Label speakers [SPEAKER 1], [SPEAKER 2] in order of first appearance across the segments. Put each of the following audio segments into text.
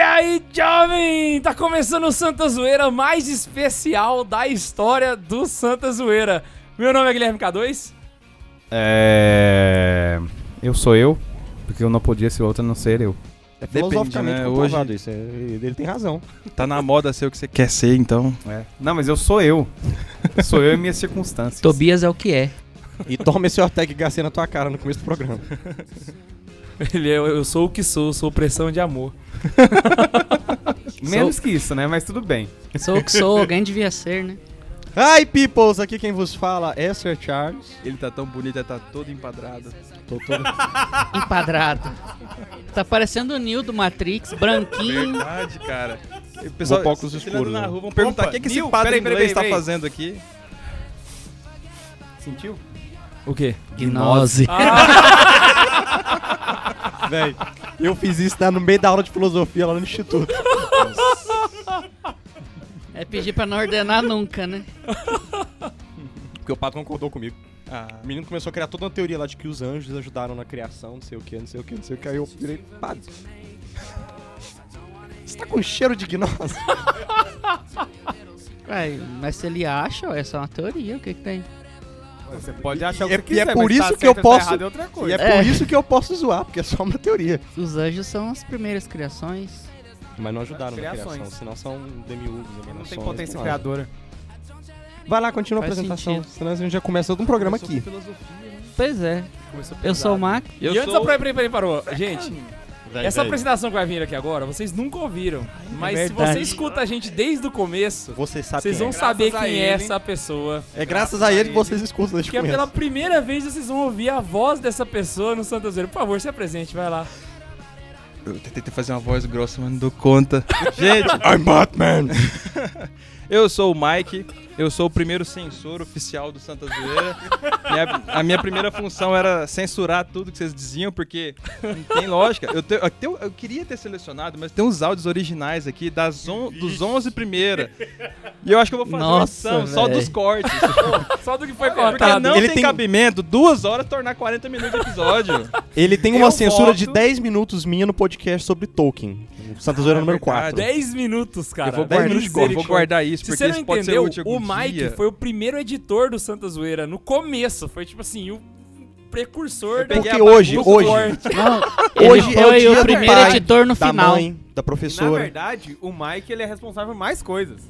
[SPEAKER 1] aí, jovem! Tá começando o Santa Zoeira mais especial da história do Santa Zoeira. Meu nome é Guilherme K2.
[SPEAKER 2] É. Eu sou eu, porque eu não podia ser outro a não ser eu.
[SPEAKER 3] É
[SPEAKER 4] Depende,
[SPEAKER 3] filosoficamente
[SPEAKER 4] né?
[SPEAKER 3] comprovado isso. é- Ele tem razão.
[SPEAKER 4] Tá na moda ser o que você quer ser, então.
[SPEAKER 2] É. Não, mas eu sou eu. sou eu e minhas circunstâncias.
[SPEAKER 5] Tobias é o que é.
[SPEAKER 3] E toma esse Ortec HC na tua cara no começo do programa.
[SPEAKER 1] Ele é, eu sou o que sou, sou pressão de amor.
[SPEAKER 2] Menos que isso, né? Mas tudo bem.
[SPEAKER 5] Sou o que sou, alguém devia ser, né?
[SPEAKER 3] Hi, peoples! Aqui quem vos fala é Sir Charles.
[SPEAKER 4] Ele tá tão bonito, ele tá todo empadrado.
[SPEAKER 3] Tô todo...
[SPEAKER 5] Enquadrado. Tá parecendo o Neo do Matrix, branquinho.
[SPEAKER 4] Verdade, cara. E o
[SPEAKER 3] Vou pra óculos
[SPEAKER 4] se você
[SPEAKER 3] escuros,
[SPEAKER 4] anda na
[SPEAKER 3] né?
[SPEAKER 4] rua, vão perguntar
[SPEAKER 2] Opa,
[SPEAKER 4] o que, que
[SPEAKER 2] Nil,
[SPEAKER 4] esse padre
[SPEAKER 2] peraí, peraí,
[SPEAKER 4] inglês
[SPEAKER 2] peraí.
[SPEAKER 4] tá fazendo aqui.
[SPEAKER 2] Sentiu?
[SPEAKER 1] O quê?
[SPEAKER 5] Gnose.
[SPEAKER 3] Véi, eu fiz isso tá, no meio da aula de filosofia lá no instituto.
[SPEAKER 5] É pedir pra não ordenar nunca, né?
[SPEAKER 3] Porque o Pato concordou comigo.
[SPEAKER 4] Ah,
[SPEAKER 3] O menino começou a criar toda uma teoria lá de que os anjos ajudaram na criação, não sei o que, não sei o que, não sei o que. Aí eu virei, Pato, você tá com cheiro de gnose?
[SPEAKER 5] Ué, mas se ele acha, ué, é só uma teoria, o que que tem?
[SPEAKER 2] Você pode achar o que
[SPEAKER 3] E-
[SPEAKER 2] você
[SPEAKER 3] e
[SPEAKER 2] quiser,
[SPEAKER 3] é por
[SPEAKER 2] mas
[SPEAKER 3] isso
[SPEAKER 2] tá
[SPEAKER 3] que
[SPEAKER 2] certo
[SPEAKER 3] eu
[SPEAKER 2] ou tá
[SPEAKER 3] posso-
[SPEAKER 2] errado é outra
[SPEAKER 3] E
[SPEAKER 2] coisa.
[SPEAKER 3] é por isso que eu posso zoar, porque é só uma teoria.
[SPEAKER 5] Os anjos são as primeiras criações.
[SPEAKER 3] Mas não ajudaram na
[SPEAKER 2] Criações.
[SPEAKER 3] criação, senão são demiurgos,
[SPEAKER 2] Não
[SPEAKER 3] emanações,
[SPEAKER 2] tem potência
[SPEAKER 3] nada.
[SPEAKER 2] criadora.
[SPEAKER 3] Vai lá, continua a
[SPEAKER 5] Faz
[SPEAKER 3] apresentação,
[SPEAKER 5] sentido.
[SPEAKER 3] senão a gente já começa outro programa
[SPEAKER 4] começou
[SPEAKER 3] aqui.
[SPEAKER 4] com filosofia, né?
[SPEAKER 5] Pois é. Eu sou o Mac.
[SPEAKER 1] e antes da peraí, peraí, peraí, parou. Gente, essa
[SPEAKER 3] Véi,
[SPEAKER 1] apresentação que vai vir aqui agora, vocês nunca ouviram. Mas se
[SPEAKER 5] verdade.
[SPEAKER 1] você escuta a gente desde o começo,
[SPEAKER 3] Você sabe
[SPEAKER 1] vocês
[SPEAKER 3] quem
[SPEAKER 1] vão
[SPEAKER 3] é.
[SPEAKER 1] saber
[SPEAKER 2] Graças a
[SPEAKER 1] quem é
[SPEAKER 2] ele, hein?
[SPEAKER 1] essa pessoa.
[SPEAKER 3] É graças a ele que vocês escutam desde
[SPEAKER 1] Que
[SPEAKER 3] o
[SPEAKER 1] é pela
[SPEAKER 3] começo.
[SPEAKER 1] primeira vez vocês vão ouvir a voz dessa pessoa no Santa Zoeira. Por favor, se apresente, vai lá.
[SPEAKER 4] Eu tentei fazer uma voz grossa, mas não dou conta. Gente, I'm Batman! eu sou o Mike, eu sou o primeiro censor oficial do Santa Zoeira. Minha- a minha primeira função era censurar tudo que vocês diziam, porque não tem lógica. Eu, te- eu te- eu queria ter selecionado, mas tem uns áudios originais aqui das on- dos 11 primeira. E eu acho que eu vou fazer uma
[SPEAKER 5] Nossa,
[SPEAKER 4] edição só
[SPEAKER 5] véi.
[SPEAKER 4] dos cortes.
[SPEAKER 1] Só do que foi
[SPEAKER 4] Porque
[SPEAKER 1] cortado.
[SPEAKER 4] não
[SPEAKER 3] Ele
[SPEAKER 4] tem,
[SPEAKER 3] tem-
[SPEAKER 4] cabimento duas horas tornar 40 minutos de episódio.
[SPEAKER 3] Ele tem uma
[SPEAKER 4] Eu
[SPEAKER 3] censura
[SPEAKER 4] voto-
[SPEAKER 3] de 10 minutos minha no podcast sobre Tolkien. o Santa Zoeira número
[SPEAKER 4] verdade.
[SPEAKER 3] 4.
[SPEAKER 1] 10 minutos, cara.
[SPEAKER 4] eu vou
[SPEAKER 3] dez
[SPEAKER 4] guardar,
[SPEAKER 3] minutos de corte,
[SPEAKER 4] eu vou guardar isso,
[SPEAKER 1] Se
[SPEAKER 4] Tipo, porque
[SPEAKER 1] você não
[SPEAKER 4] isso pode ser
[SPEAKER 1] entendeu,
[SPEAKER 4] útil
[SPEAKER 1] o
[SPEAKER 4] algum
[SPEAKER 1] Mike
[SPEAKER 4] dia.
[SPEAKER 1] foi o primeiro editor do Santa Zoeira no começo. Foi tipo assim, o precursor
[SPEAKER 4] Eu peguei
[SPEAKER 3] Porque
[SPEAKER 4] a
[SPEAKER 3] hoje,
[SPEAKER 4] bagunça do
[SPEAKER 3] hoje,
[SPEAKER 1] corte.
[SPEAKER 5] Não,
[SPEAKER 3] Hoje é
[SPEAKER 5] ele
[SPEAKER 3] o
[SPEAKER 5] foi
[SPEAKER 3] dia
[SPEAKER 5] o
[SPEAKER 3] do
[SPEAKER 5] primeiro
[SPEAKER 3] pai,
[SPEAKER 5] editor no
[SPEAKER 3] da
[SPEAKER 5] final.
[SPEAKER 3] mãe, da
[SPEAKER 2] Na
[SPEAKER 3] professora.
[SPEAKER 2] verdade, o Mike ele é responsável por mais coisas.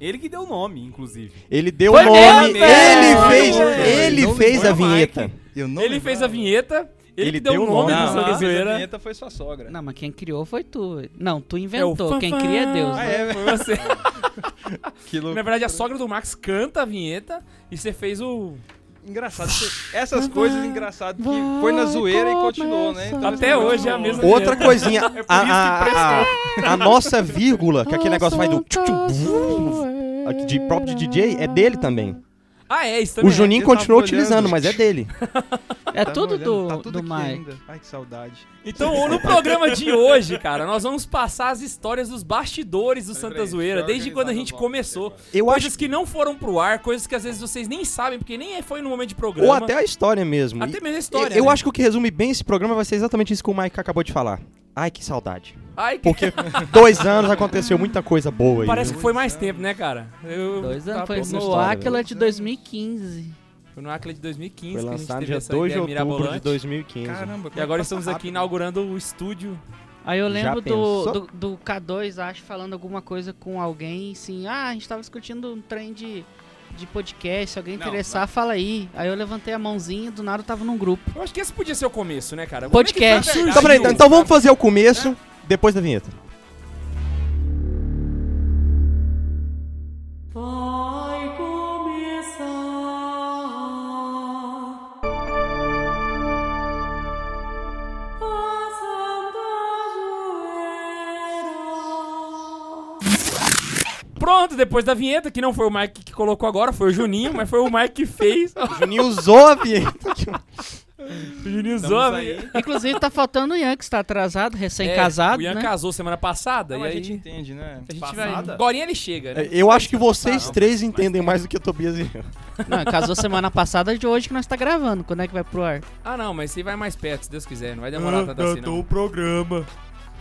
[SPEAKER 2] Ele que deu o nome, inclusive.
[SPEAKER 3] Ele deu o
[SPEAKER 5] Foi
[SPEAKER 3] nome,
[SPEAKER 5] mesmo,
[SPEAKER 3] ele
[SPEAKER 1] velho!
[SPEAKER 3] fez,
[SPEAKER 1] Foi,
[SPEAKER 3] ele
[SPEAKER 4] não
[SPEAKER 3] fez
[SPEAKER 4] foi
[SPEAKER 3] a
[SPEAKER 4] o Mike.
[SPEAKER 3] vinheta.
[SPEAKER 4] Eu não
[SPEAKER 1] Ele fez a vinheta, ele,
[SPEAKER 3] Ele
[SPEAKER 1] que deu
[SPEAKER 3] deu
[SPEAKER 1] o nome
[SPEAKER 3] o
[SPEAKER 1] do
[SPEAKER 3] nome.
[SPEAKER 4] Não,
[SPEAKER 1] Santa
[SPEAKER 4] quem fez a
[SPEAKER 1] Zoeira.
[SPEAKER 4] vinheta foi sua sogra.
[SPEAKER 5] Não, mas quem criou foi tu. Não, tu
[SPEAKER 1] o
[SPEAKER 5] inventou. Quem
[SPEAKER 1] fanfã.
[SPEAKER 5] cria é Deus.
[SPEAKER 1] Ah,
[SPEAKER 5] né?
[SPEAKER 1] é, foi você.
[SPEAKER 4] Que louco.
[SPEAKER 1] Na verdade, a sogra do Max canta a vinheta e você fez o.
[SPEAKER 4] Engraçado. você- Essas coisas engraçadas que foi na zoeira e continuou, né? Então,
[SPEAKER 1] Até
[SPEAKER 4] isso
[SPEAKER 1] hoje é a
[SPEAKER 4] bom.
[SPEAKER 1] mesma
[SPEAKER 3] Outra
[SPEAKER 1] vinheta.
[SPEAKER 3] coisinha,
[SPEAKER 1] isso
[SPEAKER 3] a,
[SPEAKER 1] que
[SPEAKER 3] a- a- a nossa vírgula, que aquele negócio vai do tchum, tchum, brum, aqui de próprio de DJ, é dele também.
[SPEAKER 1] Ah, é, isso também.
[SPEAKER 3] O
[SPEAKER 1] é.
[SPEAKER 3] Juninho
[SPEAKER 4] eu tava
[SPEAKER 3] continua
[SPEAKER 4] olhando.
[SPEAKER 3] utilizando, mas é dele.
[SPEAKER 5] É
[SPEAKER 4] Tá
[SPEAKER 5] tudo
[SPEAKER 4] olhando,
[SPEAKER 5] do,
[SPEAKER 4] tá tudo
[SPEAKER 5] do
[SPEAKER 4] aqui
[SPEAKER 5] Mike.
[SPEAKER 4] ainda. Ai, que saudade.
[SPEAKER 1] Então, no programa de hoje, cara, nós vamos passar as histórias dos bastidores do Santa
[SPEAKER 4] peraí,
[SPEAKER 1] Zoeira,
[SPEAKER 4] deixa eu
[SPEAKER 1] desde quando a
[SPEAKER 4] organizar
[SPEAKER 1] gente
[SPEAKER 4] minha volta
[SPEAKER 1] começou.
[SPEAKER 3] Eu acho
[SPEAKER 1] Coisas que não foram pro ar, coisas que às vezes vocês nem sabem, porque nem é, foi no momento de programa.
[SPEAKER 3] Ou até a história mesmo.
[SPEAKER 1] Até
[SPEAKER 3] E-
[SPEAKER 1] mesmo a história.
[SPEAKER 3] eu
[SPEAKER 1] né?
[SPEAKER 3] acho que o que resume bem esse programa vai ser exatamente isso que o Mike acabou de falar. Ai, que saudade.
[SPEAKER 1] Ai, que...
[SPEAKER 3] Porque dois anos aconteceu muita coisa boa aí.
[SPEAKER 1] Parece que foi mais tempo, né, cara? Eu
[SPEAKER 5] Dois
[SPEAKER 1] tava
[SPEAKER 5] anos, é, foi
[SPEAKER 1] pensando-
[SPEAKER 5] no
[SPEAKER 3] história,
[SPEAKER 5] Aquila de 2015.
[SPEAKER 1] Foi no Acla de 2015
[SPEAKER 3] Foi
[SPEAKER 1] que a gente
[SPEAKER 3] lançado
[SPEAKER 1] teve
[SPEAKER 3] dia
[SPEAKER 1] essa
[SPEAKER 3] 2 de
[SPEAKER 1] ideia
[SPEAKER 3] outubro de
[SPEAKER 1] mirabolante.
[SPEAKER 3] 2015.
[SPEAKER 4] Caramba,
[SPEAKER 1] E
[SPEAKER 4] como é
[SPEAKER 1] agora
[SPEAKER 4] passa
[SPEAKER 1] estamos aqui
[SPEAKER 4] rápido.
[SPEAKER 1] inaugurando o estúdio.
[SPEAKER 5] Aí eu
[SPEAKER 3] Já
[SPEAKER 5] lembro do,
[SPEAKER 3] pensou?
[SPEAKER 5] do, do K2, acho, falando alguma coisa com alguém, assim, ah, a gente tava discutindo um trem de, de podcast, se alguém
[SPEAKER 2] Não,
[SPEAKER 5] interessar, fala aí. Aí eu levantei a mãozinha, do nada eu tava num grupo.
[SPEAKER 1] Eu acho que esse podia ser o começo, né, cara? Como é
[SPEAKER 5] Podcast.
[SPEAKER 1] que
[SPEAKER 3] Então,
[SPEAKER 1] foi
[SPEAKER 3] peraí,
[SPEAKER 1] que
[SPEAKER 3] então,
[SPEAKER 1] surgiu?
[SPEAKER 3] então vamos fazer o começo, depois da vinheta.
[SPEAKER 6] Vai começar a Santa Joana.
[SPEAKER 1] Pronto, depois da vinheta, que não foi o Mike que colocou agora, foi o Juninho, mas foi o Mike que fez.
[SPEAKER 3] O Juninho usou a vinheta.
[SPEAKER 1] O Juninho
[SPEAKER 4] Estamos
[SPEAKER 1] zoa,
[SPEAKER 4] aí.
[SPEAKER 1] né?
[SPEAKER 5] Inclusive tá faltando o Ian, que está atrasado,
[SPEAKER 1] É,
[SPEAKER 5] recém-casado,
[SPEAKER 1] O Ian
[SPEAKER 5] né?
[SPEAKER 1] casou semana passada
[SPEAKER 4] Não,
[SPEAKER 1] e
[SPEAKER 4] a
[SPEAKER 1] aí
[SPEAKER 4] gente entende, né?
[SPEAKER 1] a gente vai.
[SPEAKER 2] Passada?
[SPEAKER 1] Agora ele chega, né?
[SPEAKER 3] Eu acho que vocês três entendem mais do que o Tobias e eu.
[SPEAKER 5] Não, casou semana passada de hoje que nós tá gravando. Quando é que vai pro ar?
[SPEAKER 3] Ah,
[SPEAKER 1] Ah, não, mas você vai mais perto, se Deus quiser. Não vai demorar tanto tá assim, não.
[SPEAKER 2] o programa.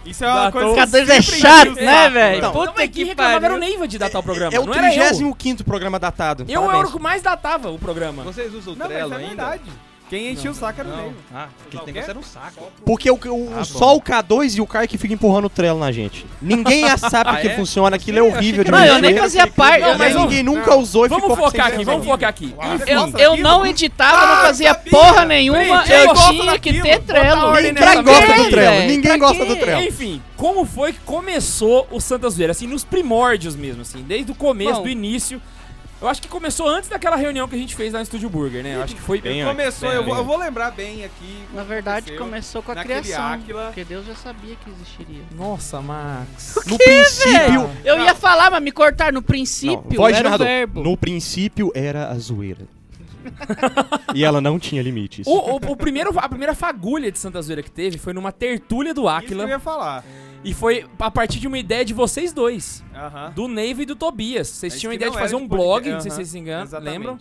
[SPEAKER 2] Isso é uma
[SPEAKER 4] Tá.
[SPEAKER 1] Datou-
[SPEAKER 2] coisa
[SPEAKER 1] Os
[SPEAKER 2] que
[SPEAKER 5] Os
[SPEAKER 2] sempre
[SPEAKER 5] é chato,
[SPEAKER 2] encheu o
[SPEAKER 5] né,
[SPEAKER 2] saco,
[SPEAKER 5] velho?
[SPEAKER 3] Não,
[SPEAKER 1] Não,
[SPEAKER 5] Puta
[SPEAKER 1] mas que
[SPEAKER 5] que
[SPEAKER 1] reclamava era o
[SPEAKER 5] pariu.
[SPEAKER 1] Neiva de datar o programa,
[SPEAKER 3] É o
[SPEAKER 1] não era eu.
[SPEAKER 3] 35 programa datado.
[SPEAKER 1] Eu
[SPEAKER 3] Parabéns.
[SPEAKER 1] era o que mais datava o programa.
[SPEAKER 7] Vocês usam o
[SPEAKER 2] Não, mas
[SPEAKER 7] Trello
[SPEAKER 2] é
[SPEAKER 7] ainda?
[SPEAKER 2] verdade. Quem enchia o saco era o
[SPEAKER 7] Não.
[SPEAKER 2] Neiva.
[SPEAKER 7] Ah, aquele
[SPEAKER 2] o quê?
[SPEAKER 7] negócio era um saco.
[SPEAKER 3] Porque o, o-
[SPEAKER 1] Tá
[SPEAKER 7] Ah,
[SPEAKER 3] só o K2 e o Kai que fica empurrando o Trello na gente. Ninguém sabe
[SPEAKER 7] Ah,
[SPEAKER 3] que
[SPEAKER 7] é?
[SPEAKER 3] funciona, aquilo é
[SPEAKER 7] Eu achei
[SPEAKER 3] horrível de
[SPEAKER 7] que
[SPEAKER 5] Não, eu
[SPEAKER 3] mexer.
[SPEAKER 5] nem fazia parte.
[SPEAKER 1] né? Não,
[SPEAKER 5] eu
[SPEAKER 3] Mas
[SPEAKER 1] mas
[SPEAKER 5] nem-
[SPEAKER 3] ninguém nunca usou e
[SPEAKER 1] Vamos
[SPEAKER 3] ficou com
[SPEAKER 1] focar
[SPEAKER 3] sem
[SPEAKER 1] aqui, vamos
[SPEAKER 3] sentido.
[SPEAKER 1] focar aqui.
[SPEAKER 4] Ah,
[SPEAKER 5] Eu,
[SPEAKER 2] Nossa,
[SPEAKER 5] eu
[SPEAKER 2] aquilo-
[SPEAKER 5] não editava,
[SPEAKER 2] Ah,
[SPEAKER 5] não fazia
[SPEAKER 2] sabia.
[SPEAKER 5] porra nenhuma,
[SPEAKER 1] Gente,
[SPEAKER 5] eu
[SPEAKER 1] eu gosto
[SPEAKER 5] tinha que
[SPEAKER 1] daquilo.
[SPEAKER 5] ter
[SPEAKER 1] Bota
[SPEAKER 5] Trello.
[SPEAKER 1] ordem
[SPEAKER 5] Pra
[SPEAKER 1] nessa
[SPEAKER 3] Ninguém gosta
[SPEAKER 5] quê,
[SPEAKER 3] do Trello.
[SPEAKER 5] velho?
[SPEAKER 3] Ninguém gosta do Trello.
[SPEAKER 1] Enfim, como foi que começou o Santa Zoeira? Assim, nos primórdios mesmo, assim, desde o começo,
[SPEAKER 5] Bom.
[SPEAKER 1] do início. Eu acho que começou antes daquela reunião que a gente fez lá no Estúdio Burger, né? Eu acho que foi
[SPEAKER 3] Bem antes.
[SPEAKER 2] Começou,
[SPEAKER 3] Bem
[SPEAKER 2] eu, vou,
[SPEAKER 3] antes.
[SPEAKER 2] eu vou lembrar bem aqui.
[SPEAKER 5] Na verdade,
[SPEAKER 2] Aconteceu
[SPEAKER 5] começou com a
[SPEAKER 2] naquele
[SPEAKER 5] criação.
[SPEAKER 2] Áquila.
[SPEAKER 5] Porque Deus já sabia que existiria. É.
[SPEAKER 1] Nossa, Max.
[SPEAKER 3] No princípio.
[SPEAKER 5] Eu ia falar, mas me cortaram no
[SPEAKER 3] Não,
[SPEAKER 5] princípio.
[SPEAKER 3] voz de
[SPEAKER 5] era o
[SPEAKER 3] narrador.
[SPEAKER 5] verbo.
[SPEAKER 3] No princípio era a zoeira. e ela não tinha limites.
[SPEAKER 1] O, o- o primeiro, a primeira fagulha de Santa Zoeira que teve foi numa tertúlia do
[SPEAKER 2] Isso que eu
[SPEAKER 1] Áquila.
[SPEAKER 2] ia falar.
[SPEAKER 1] E foi a partir de uma ideia de vocês dois.
[SPEAKER 2] Aham.
[SPEAKER 1] Do Neiva e do Tobias. Vocês
[SPEAKER 2] Mas
[SPEAKER 1] tinham a
[SPEAKER 2] É que
[SPEAKER 1] ideia de
[SPEAKER 2] não era
[SPEAKER 1] fazer um
[SPEAKER 2] de
[SPEAKER 1] blog,
[SPEAKER 2] podcast.
[SPEAKER 1] não sei se
[SPEAKER 2] Aham,
[SPEAKER 1] vocês se enganam,
[SPEAKER 2] exatamente.
[SPEAKER 1] lembram?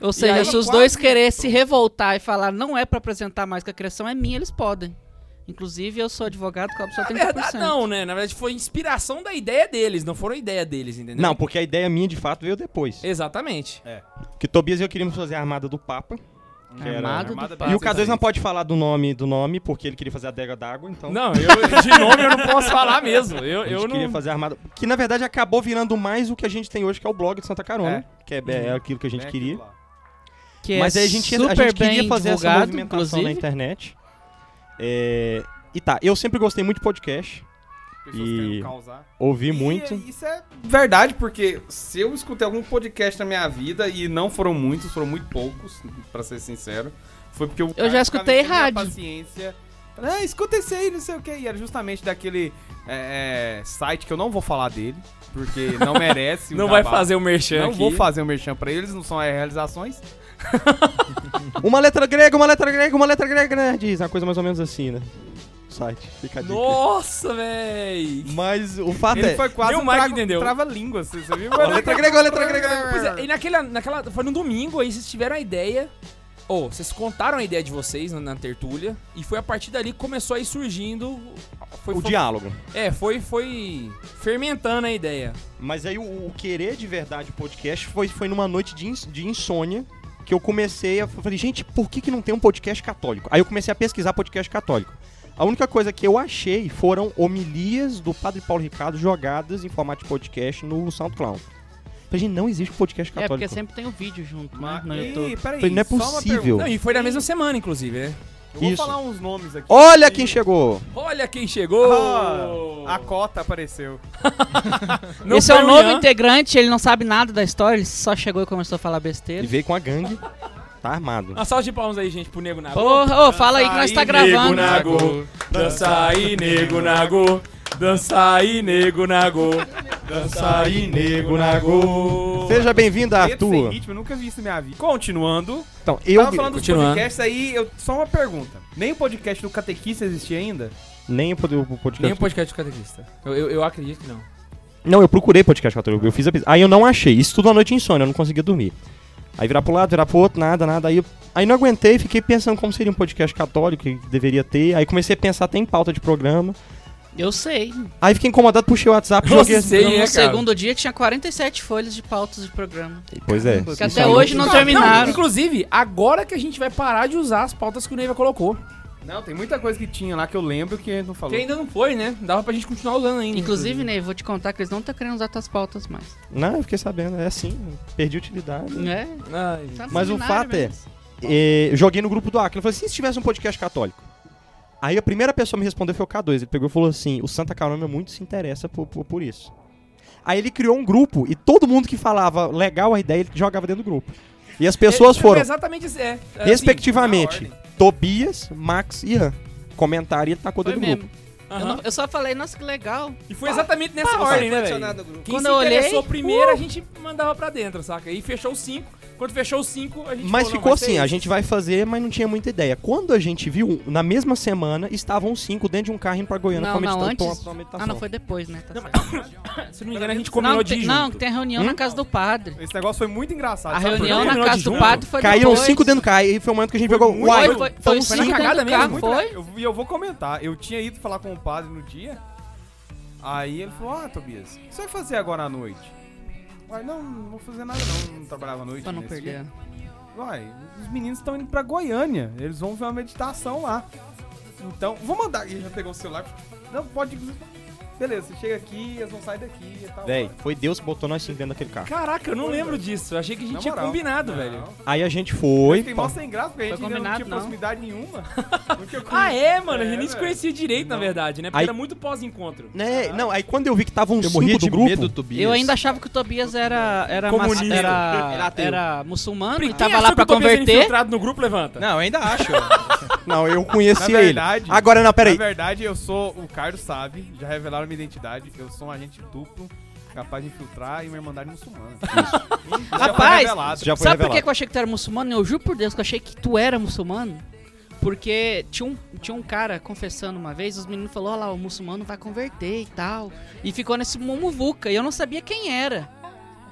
[SPEAKER 5] Ou seja,
[SPEAKER 1] aí-
[SPEAKER 5] se os
[SPEAKER 2] Quase
[SPEAKER 5] dois
[SPEAKER 2] que
[SPEAKER 5] querer se
[SPEAKER 2] entrou.
[SPEAKER 5] revoltar e falar não é pra apresentar mais que a criação é minha, eles podem. Inclusive, eu sou advogado, cobro só 30%.
[SPEAKER 1] Na verdade, não, né? Na verdade, foi inspiração da ideia deles, não foram ideia deles, entendeu?
[SPEAKER 3] Não, porque a ideia minha de fato veio depois.
[SPEAKER 1] Exatamente.
[SPEAKER 3] Que Tobias e eu queríamos fazer a armada do Papa. que era-
[SPEAKER 5] Armado
[SPEAKER 2] Armada
[SPEAKER 5] do
[SPEAKER 2] do
[SPEAKER 5] pau.
[SPEAKER 3] E
[SPEAKER 2] Ah,
[SPEAKER 3] o é K2 não
[SPEAKER 2] exatamente.
[SPEAKER 3] pode falar do nome do nome, porque ele queria fazer a adega d'água, então.
[SPEAKER 1] Não, eu, de nome eu não posso falar mesmo. Eu,
[SPEAKER 3] A gente
[SPEAKER 1] eu
[SPEAKER 3] queria
[SPEAKER 1] não.
[SPEAKER 3] fazer a armada. Que na verdade acabou virando mais o que a gente tem hoje, que é o blog de Santa Carona. Que é, é aquilo que a gente
[SPEAKER 2] Né,
[SPEAKER 3] queria.
[SPEAKER 2] aquilo lá.
[SPEAKER 5] Que
[SPEAKER 3] Mas
[SPEAKER 5] Uhum. é
[SPEAKER 3] aí a gente,
[SPEAKER 5] super
[SPEAKER 3] a gente queria
[SPEAKER 5] bem
[SPEAKER 3] fazer essa
[SPEAKER 5] divulgado,
[SPEAKER 3] movimentação na
[SPEAKER 5] inclusive.
[SPEAKER 3] internet. É, E tá, eu sempre gostei muito de podcast,
[SPEAKER 2] Pessoas
[SPEAKER 3] E-
[SPEAKER 2] querendo causar.
[SPEAKER 3] ouvi
[SPEAKER 2] E
[SPEAKER 3] muito.
[SPEAKER 2] Isso é verdade, porque se eu escutei algum podcast na minha vida, e não foram muitos, foram muito poucos, pra ser sincero, foi porque o cara ficava
[SPEAKER 5] já escutei
[SPEAKER 2] enchendo minha
[SPEAKER 5] rádio.
[SPEAKER 2] paciência. Falei, Ah, escuta esse aí, não sei o que. E era justamente daquele é, é, site que eu não vou falar dele, porque não merece. o
[SPEAKER 1] Não vai
[SPEAKER 2] um jabá.
[SPEAKER 1] fazer o merchan
[SPEAKER 2] Não
[SPEAKER 1] aqui.
[SPEAKER 2] vou fazer o merchan pra eles, não são as realizações.
[SPEAKER 3] Uma letra grega, uma letra grega, uma letra grega, né? Diz uma coisa mais ou menos assim, né? O site, fica a dica.
[SPEAKER 1] Nossa, véi.
[SPEAKER 3] Mas o fato
[SPEAKER 2] Ele
[SPEAKER 3] é...
[SPEAKER 2] foi quase
[SPEAKER 1] Nem o
[SPEAKER 2] um
[SPEAKER 1] Mike
[SPEAKER 2] trago-
[SPEAKER 1] entendeu.
[SPEAKER 2] trava-língua, você, você viu?
[SPEAKER 3] Uma letra grega, uma letra grega.
[SPEAKER 1] Pois é, e naquela, naquela. Foi no domingo, aí vocês tiveram a ideia. Ou vocês contaram a ideia de vocês na, na tertúlia. E foi a partir dali que começou aí surgindo. Foi,
[SPEAKER 3] O
[SPEAKER 1] foi-
[SPEAKER 3] diálogo.
[SPEAKER 1] É, foi, foi fermentando a ideia.
[SPEAKER 3] Mas aí o, o querer de verdade o podcast foi, foi numa noite de, ins- de insônia que eu comecei a. Falei, gente, por que, que não tem um podcast católico? Aí eu comecei a pesquisar podcast católico. A única coisa que eu achei foram homilias do Padre Paulo Ricardo jogadas em formato de podcast no SoundCloud. Falei, gente, não existe um podcast
[SPEAKER 5] É,
[SPEAKER 3] católico.
[SPEAKER 5] porque sempre tem o vídeo junto, né?
[SPEAKER 2] Mas-
[SPEAKER 5] No YouTube.
[SPEAKER 2] Ih, peraí,
[SPEAKER 3] Não é
[SPEAKER 2] só uma
[SPEAKER 3] possível.
[SPEAKER 1] Não,
[SPEAKER 2] pergunta.
[SPEAKER 1] e foi na mesma semana, inclusive, né?
[SPEAKER 2] Eu vou
[SPEAKER 3] Isso.
[SPEAKER 2] falar uns nomes aqui.
[SPEAKER 3] Olha
[SPEAKER 2] que-
[SPEAKER 3] quem chegou!
[SPEAKER 1] Olha quem chegou!
[SPEAKER 2] Ah, a cota apareceu.
[SPEAKER 1] Não
[SPEAKER 5] Esse é
[SPEAKER 1] foi
[SPEAKER 5] o novo
[SPEAKER 1] Ian.
[SPEAKER 5] integrante, ele não sabe nada da história, ele só chegou e começou a falar
[SPEAKER 3] E
[SPEAKER 5] besteira.
[SPEAKER 3] veio com a gangue. Tá armado.
[SPEAKER 1] Uma salva de palmas aí, gente, pro Nego Nago.
[SPEAKER 5] Porra, ô, fala aí que nós tá gravando.
[SPEAKER 2] né?
[SPEAKER 1] dança aí, Nego Nago, dança aí, Nego Nago, dança aí, Nego Nago.
[SPEAKER 3] Seja bem-vindo,
[SPEAKER 2] Preto sem
[SPEAKER 3] Arthur.
[SPEAKER 2] ritmo, eu nunca vi isso na minha vida. Continuando,
[SPEAKER 3] Então, eu.
[SPEAKER 2] tava falando dos
[SPEAKER 1] Continuando.
[SPEAKER 2] podcasts aí, eu, só uma pergunta. Nem o podcast do Catequista existia ainda?
[SPEAKER 3] Nem o pod- o podcast.
[SPEAKER 1] Nem o podcast do catequista. Eu, eu, eu acredito que não.
[SPEAKER 3] Não, eu procurei podcast católico, eu fiz a pesquisa. Aí eu não achei. Isso tudo à noite insônia, eu não conseguia dormir. Aí virar pro lado, virar pro outro, nada, nada. Aí, eu- aí não aguentei, fiquei pensando como seria um podcast católico que deveria ter. Aí comecei a pensar até em pauta de programa.
[SPEAKER 5] Eu sei.
[SPEAKER 3] Aí fiquei incomodado, puxei o WhatsApp, joguei.
[SPEAKER 1] Nossa, sei,
[SPEAKER 5] no
[SPEAKER 1] é, cara.
[SPEAKER 5] segundo dia tinha 47 folhas de pautas de programa.
[SPEAKER 3] Pois é.
[SPEAKER 5] Que
[SPEAKER 3] isso
[SPEAKER 5] até
[SPEAKER 3] aí-
[SPEAKER 5] hoje não terminaram.
[SPEAKER 1] inclusive, agora que a gente vai parar de usar as pautas que o Neiva colocou.
[SPEAKER 2] Não, tem muita coisa que tinha lá que eu lembro que a gente não falou.
[SPEAKER 1] Que ainda não foi, né? Dava pra gente continuar usando ainda.
[SPEAKER 5] Inclusive, Ney, vou te contar que eles não estão querendo usar tuas pautas mais.
[SPEAKER 3] Não, eu fiquei sabendo, é assim, perdi utilidade.
[SPEAKER 1] Hum.
[SPEAKER 5] É,
[SPEAKER 1] Ai,
[SPEAKER 5] tá no
[SPEAKER 3] Mas o
[SPEAKER 5] seminário
[SPEAKER 3] fato é-
[SPEAKER 5] mesmo.
[SPEAKER 3] É, eu joguei no grupo do Acre. Eu falei, assim, se tivesse um podcast católico? Aí a primeira pessoa me respondeu foi o K2. Ele pegou e falou assim: o Santa Carona muito se interessa por, por, por isso. Aí ele criou um grupo e todo mundo que falava legal a ideia, ele jogava dentro do grupo. E as pessoas
[SPEAKER 1] É, é
[SPEAKER 3] foram,
[SPEAKER 1] Exatamente isso, é. É,
[SPEAKER 3] respectivamente,
[SPEAKER 2] na
[SPEAKER 3] Tobias, Max e Ian. Comentário e ele tacou
[SPEAKER 5] Foi
[SPEAKER 3] dentro do
[SPEAKER 5] mesmo.
[SPEAKER 3] grupo.
[SPEAKER 1] assim,
[SPEAKER 5] Eu,
[SPEAKER 1] aham.
[SPEAKER 5] não- eu só falei, nossa, que legal.
[SPEAKER 1] E foi exatamente nessa ordem, né, velho? Quem
[SPEAKER 5] Quando
[SPEAKER 1] se
[SPEAKER 5] eu olhei, uh!
[SPEAKER 1] interessou primeiro, a gente mandava pra dentro, saca? E fechou os cinco. Quando Quando fechou os cinco, a gente
[SPEAKER 3] Mas
[SPEAKER 1] falou, não,
[SPEAKER 3] ficou
[SPEAKER 1] vai ser
[SPEAKER 3] assim, a
[SPEAKER 1] isso.
[SPEAKER 3] gente vai fazer, mas não tinha muita ideia. Quando a gente viu, na mesma semana, estavam cinco dentro de um carro indo pra Goiânia
[SPEAKER 5] Não,
[SPEAKER 3] pra
[SPEAKER 5] não,
[SPEAKER 3] medita-
[SPEAKER 5] antes.
[SPEAKER 3] pra meditação.
[SPEAKER 5] Ah, não, foi depois, né? Tá certo.
[SPEAKER 1] Se não me engano, a gente combinou
[SPEAKER 5] não,
[SPEAKER 1] de ir
[SPEAKER 5] tem,
[SPEAKER 1] junto. Hum? Tá,
[SPEAKER 5] não, tem reunião na casa do padre.
[SPEAKER 4] Esse negócio foi muito engraçado.
[SPEAKER 5] A
[SPEAKER 4] sabe por
[SPEAKER 5] reunião
[SPEAKER 1] Combinou
[SPEAKER 4] quê?
[SPEAKER 5] na
[SPEAKER 1] de
[SPEAKER 5] casa do
[SPEAKER 1] junto.
[SPEAKER 5] padre foi
[SPEAKER 3] Caíram
[SPEAKER 5] depois.
[SPEAKER 3] cinco dentro do carro e foi o momento que a gente pegou.
[SPEAKER 4] muito-
[SPEAKER 3] Uai,
[SPEAKER 5] Foi, foi, foi
[SPEAKER 3] vamos
[SPEAKER 5] os
[SPEAKER 1] foi
[SPEAKER 5] cinco
[SPEAKER 1] na
[SPEAKER 5] dentro
[SPEAKER 1] cagada
[SPEAKER 5] do
[SPEAKER 1] mesmo,
[SPEAKER 5] carro,
[SPEAKER 1] muito
[SPEAKER 5] foi?
[SPEAKER 4] Eu- E eu vou comentar. Eu tinha ido falar com o padre no dia. Aí ele falou: Ah, Tobias, o que você vai fazer agora à noite? Uai, não, não vou fazer nada não. Não trabalhava à noite.
[SPEAKER 5] Pra não
[SPEAKER 4] nesse
[SPEAKER 5] perder. né?
[SPEAKER 4] dia. Uai, os meninos estão indo pra Goiânia. Eles vão ver uma meditação lá. Então, vou mandar. Ele já pegou o celular. Não, pode. Beleza, você chega aqui, eles vão sair daqui e tal.
[SPEAKER 3] Véi, foi Deus que botou nós cinco dentro daquele carro.
[SPEAKER 1] Caraca, eu não lembro disso. Eu achei que a gente
[SPEAKER 4] Na
[SPEAKER 1] tinha
[SPEAKER 4] moral.
[SPEAKER 1] combinado,
[SPEAKER 4] Não.
[SPEAKER 1] velho.
[SPEAKER 3] Aí a gente foi.
[SPEAKER 4] Fiquei
[SPEAKER 3] pá.
[SPEAKER 4] mó sem graça, porque a
[SPEAKER 5] Foi
[SPEAKER 4] gente ainda não
[SPEAKER 5] combinado,
[SPEAKER 4] tinha
[SPEAKER 5] não.
[SPEAKER 4] proximidade nenhuma. Não tinha como-
[SPEAKER 1] Ah, é, mano. a gente
[SPEAKER 4] É,
[SPEAKER 1] nem se
[SPEAKER 4] velho.
[SPEAKER 1] conhecia direito, na verdade, né? Porque
[SPEAKER 3] Aí-
[SPEAKER 1] era muito pós-encontro.
[SPEAKER 3] Né? Não, aí quando eu vi que estavam
[SPEAKER 7] Eu
[SPEAKER 3] cinco
[SPEAKER 7] morria
[SPEAKER 3] do
[SPEAKER 7] de
[SPEAKER 3] grupo,
[SPEAKER 7] medo do Tobias.
[SPEAKER 5] Eu ainda achava que o Tobias era era mas-
[SPEAKER 1] Comunista.
[SPEAKER 5] era, era muçulmano e
[SPEAKER 1] Quem
[SPEAKER 5] tava
[SPEAKER 1] achou
[SPEAKER 5] lá
[SPEAKER 1] que
[SPEAKER 5] pra
[SPEAKER 1] o Tobias era
[SPEAKER 5] converter.
[SPEAKER 1] infiltrado no grupo, levanta.
[SPEAKER 7] Não, eu ainda acho.
[SPEAKER 3] não, eu conhecia
[SPEAKER 4] Na
[SPEAKER 3] ele.
[SPEAKER 4] verdade-
[SPEAKER 3] Agora não, peraí.
[SPEAKER 4] Na verdade, eu sou. O Carlos sabe, já revelaram minha identidade. Eu sou um agente duplo, capaz de infiltrar e uma irmandade muçulmana. Isso já foi
[SPEAKER 5] Rapaz,
[SPEAKER 4] revelado.
[SPEAKER 3] Isso já foi
[SPEAKER 5] Sabe por
[SPEAKER 3] revelado.
[SPEAKER 5] que que eu achei que tu era muçulmano? Eu juro por Deus que eu achei que tu era muçulmano. Porque tinha um, tinha um cara confessando uma vez, os meninos falaram, olha lá, o muçulmano vai converter e tal. E ficou nesse mumuvuca, e eu não sabia quem era.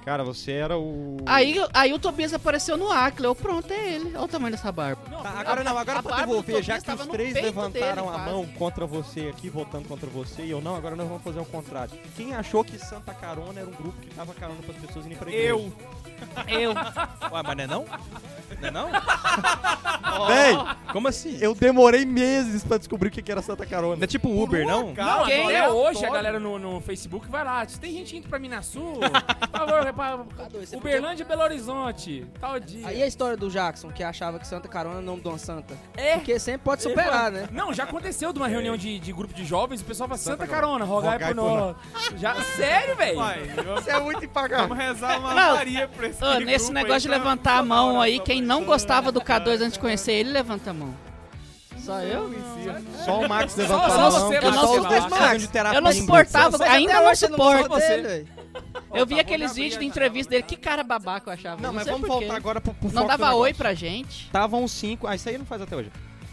[SPEAKER 3] Cara, você era o.
[SPEAKER 5] Aí, aí o Tobias apareceu no Acre, eu, pronto, é ele. Olha o tamanho dessa barba.
[SPEAKER 1] Não,
[SPEAKER 3] Tá, agora
[SPEAKER 5] A-
[SPEAKER 3] não, agora
[SPEAKER 5] a
[SPEAKER 3] pra
[SPEAKER 5] barba do
[SPEAKER 3] devolver,
[SPEAKER 5] Tobias
[SPEAKER 3] já que
[SPEAKER 5] tava
[SPEAKER 3] os
[SPEAKER 5] no
[SPEAKER 3] três
[SPEAKER 5] peito
[SPEAKER 3] levantaram
[SPEAKER 5] dele,
[SPEAKER 3] a
[SPEAKER 5] quase.
[SPEAKER 3] mão contra você aqui, votando contra você e eu não, agora nós vamos fazer o contrário. Quem achou que Santa Carona era um grupo que dava carona pras pessoas irem pra igreja?
[SPEAKER 4] Eu.
[SPEAKER 5] Eu.
[SPEAKER 7] Ué, mas não é não? Não é não?
[SPEAKER 3] Véi,
[SPEAKER 7] Como assim?
[SPEAKER 3] eu demorei meses pra descobrir o que que era Santa Carona.
[SPEAKER 7] Não é tipo Uber, não?
[SPEAKER 1] Não,
[SPEAKER 5] Quem
[SPEAKER 1] até
[SPEAKER 5] é o
[SPEAKER 1] hoje a
[SPEAKER 5] Tobias?
[SPEAKER 1] galera no, no Facebook vai lá. Tem gente indo pra Minas Sul. Por favor, vai pra Uberlândia e Belo Horizonte. Tal dia.
[SPEAKER 8] Aí a história do Jackson, que achava que Santa Carona é o nome de uma santa.
[SPEAKER 1] É.
[SPEAKER 8] Porque sempre pode superar, né?
[SPEAKER 1] Não, já aconteceu de
[SPEAKER 3] É.
[SPEAKER 1] uma reunião de, de grupo de jovens, o pessoal fala, Santa Carona, rogai
[SPEAKER 3] Rogai
[SPEAKER 1] por
[SPEAKER 3] por
[SPEAKER 1] nós. Já, sério, velho?
[SPEAKER 4] Pai, eu-
[SPEAKER 3] Isso é muito impagável.
[SPEAKER 4] vamos rezar uma
[SPEAKER 5] Não,
[SPEAKER 4] Maria pra esse
[SPEAKER 5] Ah, nesse
[SPEAKER 4] grupo aí,
[SPEAKER 5] negócio de
[SPEAKER 4] tá?
[SPEAKER 5] levantar a mão aí, quem não
[SPEAKER 4] né?
[SPEAKER 5] gostava do K2 antes de conhecer ele, levanta a mão. Só eu?
[SPEAKER 3] Só o Max
[SPEAKER 1] Só-
[SPEAKER 3] levantou
[SPEAKER 1] só
[SPEAKER 3] a
[SPEAKER 1] você,
[SPEAKER 3] mão.
[SPEAKER 1] Max,
[SPEAKER 3] Eu
[SPEAKER 5] você, Ah,
[SPEAKER 3] só os dois
[SPEAKER 8] Max.
[SPEAKER 3] Max. de terapia
[SPEAKER 5] Eu não
[SPEAKER 3] em
[SPEAKER 5] suportava,
[SPEAKER 8] Você até
[SPEAKER 5] ainda não
[SPEAKER 8] hoje você
[SPEAKER 5] suporto.
[SPEAKER 8] gosta dele, velho.
[SPEAKER 5] Eu
[SPEAKER 4] tá
[SPEAKER 5] vi aqueles vídeos de entrevista dele, que cara babaca eu achava.
[SPEAKER 3] grupo. Não, mas
[SPEAKER 5] sei
[SPEAKER 3] vamos
[SPEAKER 5] por quê.
[SPEAKER 3] voltar agora pro, pro
[SPEAKER 5] Não
[SPEAKER 3] foco do
[SPEAKER 5] dava
[SPEAKER 3] negócio.
[SPEAKER 5] oi pra gente.
[SPEAKER 3] Estavam cinco. Ah, isso aí não faz até hoje.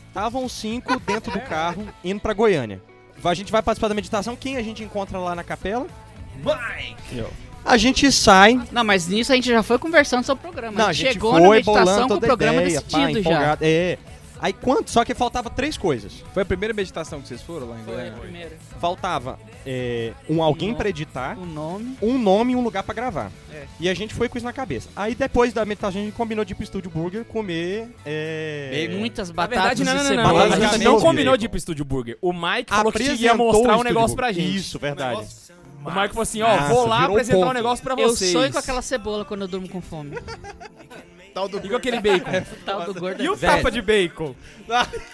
[SPEAKER 3] Estavam cinco dentro do carro, indo pra Goiânia. A gente vai participar da meditação. Quem a gente encontra lá na capela? Eu. A gente sai.
[SPEAKER 5] Não, mas nisso a gente já foi conversando sobre o programa.
[SPEAKER 3] Não,
[SPEAKER 5] a
[SPEAKER 3] a
[SPEAKER 5] gente
[SPEAKER 3] gente
[SPEAKER 5] chegou na
[SPEAKER 3] foi
[SPEAKER 5] meditação
[SPEAKER 3] bolando
[SPEAKER 5] com o
[SPEAKER 3] toda a
[SPEAKER 5] programa
[SPEAKER 3] ideia, pá,
[SPEAKER 5] decidido já.
[SPEAKER 3] empolgado. É. Aí quanto? Só que faltava três coisas.
[SPEAKER 7] Foi a primeira meditação que vocês foram lá em Goiânia?
[SPEAKER 3] Faltava é, um alguém
[SPEAKER 5] nome.
[SPEAKER 3] pra editar,
[SPEAKER 5] O nome.
[SPEAKER 3] um nome e um lugar pra gravar. E a gente foi com isso na cabeça. Aí depois da meditação a gente combinou de ir pro Estúdio Burger comer. É,
[SPEAKER 5] Muitas
[SPEAKER 1] Na
[SPEAKER 5] batatas
[SPEAKER 1] verdade, não, não,
[SPEAKER 5] e
[SPEAKER 1] não, não.
[SPEAKER 3] cebola.
[SPEAKER 1] A gente
[SPEAKER 3] Basicamente,
[SPEAKER 1] não
[SPEAKER 3] eu
[SPEAKER 1] combinou
[SPEAKER 3] diria.
[SPEAKER 1] de ir pro Estúdio Burger. O Mike falou que
[SPEAKER 3] Apresentou
[SPEAKER 1] ia mostrar
[SPEAKER 3] o
[SPEAKER 1] um negócio
[SPEAKER 3] Estúdio
[SPEAKER 1] pra gente.
[SPEAKER 3] Isso, verdade.
[SPEAKER 1] O Mike falou assim, ó,
[SPEAKER 3] Nossa,
[SPEAKER 1] vou lá
[SPEAKER 3] virou
[SPEAKER 1] apresentar um
[SPEAKER 3] ponto.
[SPEAKER 1] negócio pra
[SPEAKER 5] Eu
[SPEAKER 1] vocês.
[SPEAKER 5] sonho com aquela cebola quando eu durmo com fome.
[SPEAKER 1] E com aquele bacon.
[SPEAKER 5] Tal do gordo. é-
[SPEAKER 4] E o
[SPEAKER 3] Velho.
[SPEAKER 4] tapa de bacon?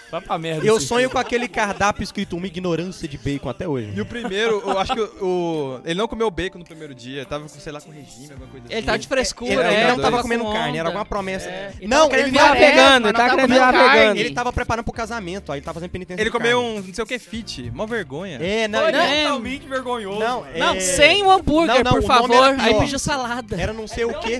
[SPEAKER 1] Vai pra merda.
[SPEAKER 3] Eu
[SPEAKER 1] esse
[SPEAKER 3] sonho com aquele cardápio escrito uma ignorância de bacon até hoje.
[SPEAKER 7] E o primeiro, eu acho que o, o- Ele não comeu bacon no primeiro dia, tava, com, sei lá, com regime, alguma coisa assim.
[SPEAKER 5] Ele tava de frescura,
[SPEAKER 3] Ele, ele
[SPEAKER 5] é,
[SPEAKER 3] não tava
[SPEAKER 7] dois.
[SPEAKER 3] comendo
[SPEAKER 5] com
[SPEAKER 3] carne, era
[SPEAKER 5] onda.
[SPEAKER 3] alguma Tá promessa.
[SPEAKER 5] Ele
[SPEAKER 3] Não,
[SPEAKER 5] querendo
[SPEAKER 3] ele
[SPEAKER 5] virar
[SPEAKER 3] tava
[SPEAKER 5] arepa, mas
[SPEAKER 7] vegano,
[SPEAKER 3] tá
[SPEAKER 7] ele tava
[SPEAKER 5] não
[SPEAKER 7] querendo
[SPEAKER 5] comendo
[SPEAKER 7] virar
[SPEAKER 5] carne.
[SPEAKER 7] vegano.
[SPEAKER 3] Ele tava preparando pro casamento, aí ele tava fazendo penitência.
[SPEAKER 7] Ele
[SPEAKER 3] de
[SPEAKER 7] comeu
[SPEAKER 3] carne.
[SPEAKER 7] um não sei o que fit, mó vergonha.
[SPEAKER 3] É, não,
[SPEAKER 5] Foi,
[SPEAKER 3] não,
[SPEAKER 5] né?
[SPEAKER 4] Totalmente vergonhoso.
[SPEAKER 3] não, é-
[SPEAKER 5] Não, sem o
[SPEAKER 3] Não,
[SPEAKER 5] hambúrguer,
[SPEAKER 3] não,
[SPEAKER 5] por
[SPEAKER 3] o nome
[SPEAKER 5] favor.
[SPEAKER 3] era
[SPEAKER 5] Aí
[SPEAKER 3] pior.
[SPEAKER 5] pediu salada.
[SPEAKER 3] Era não sei o que,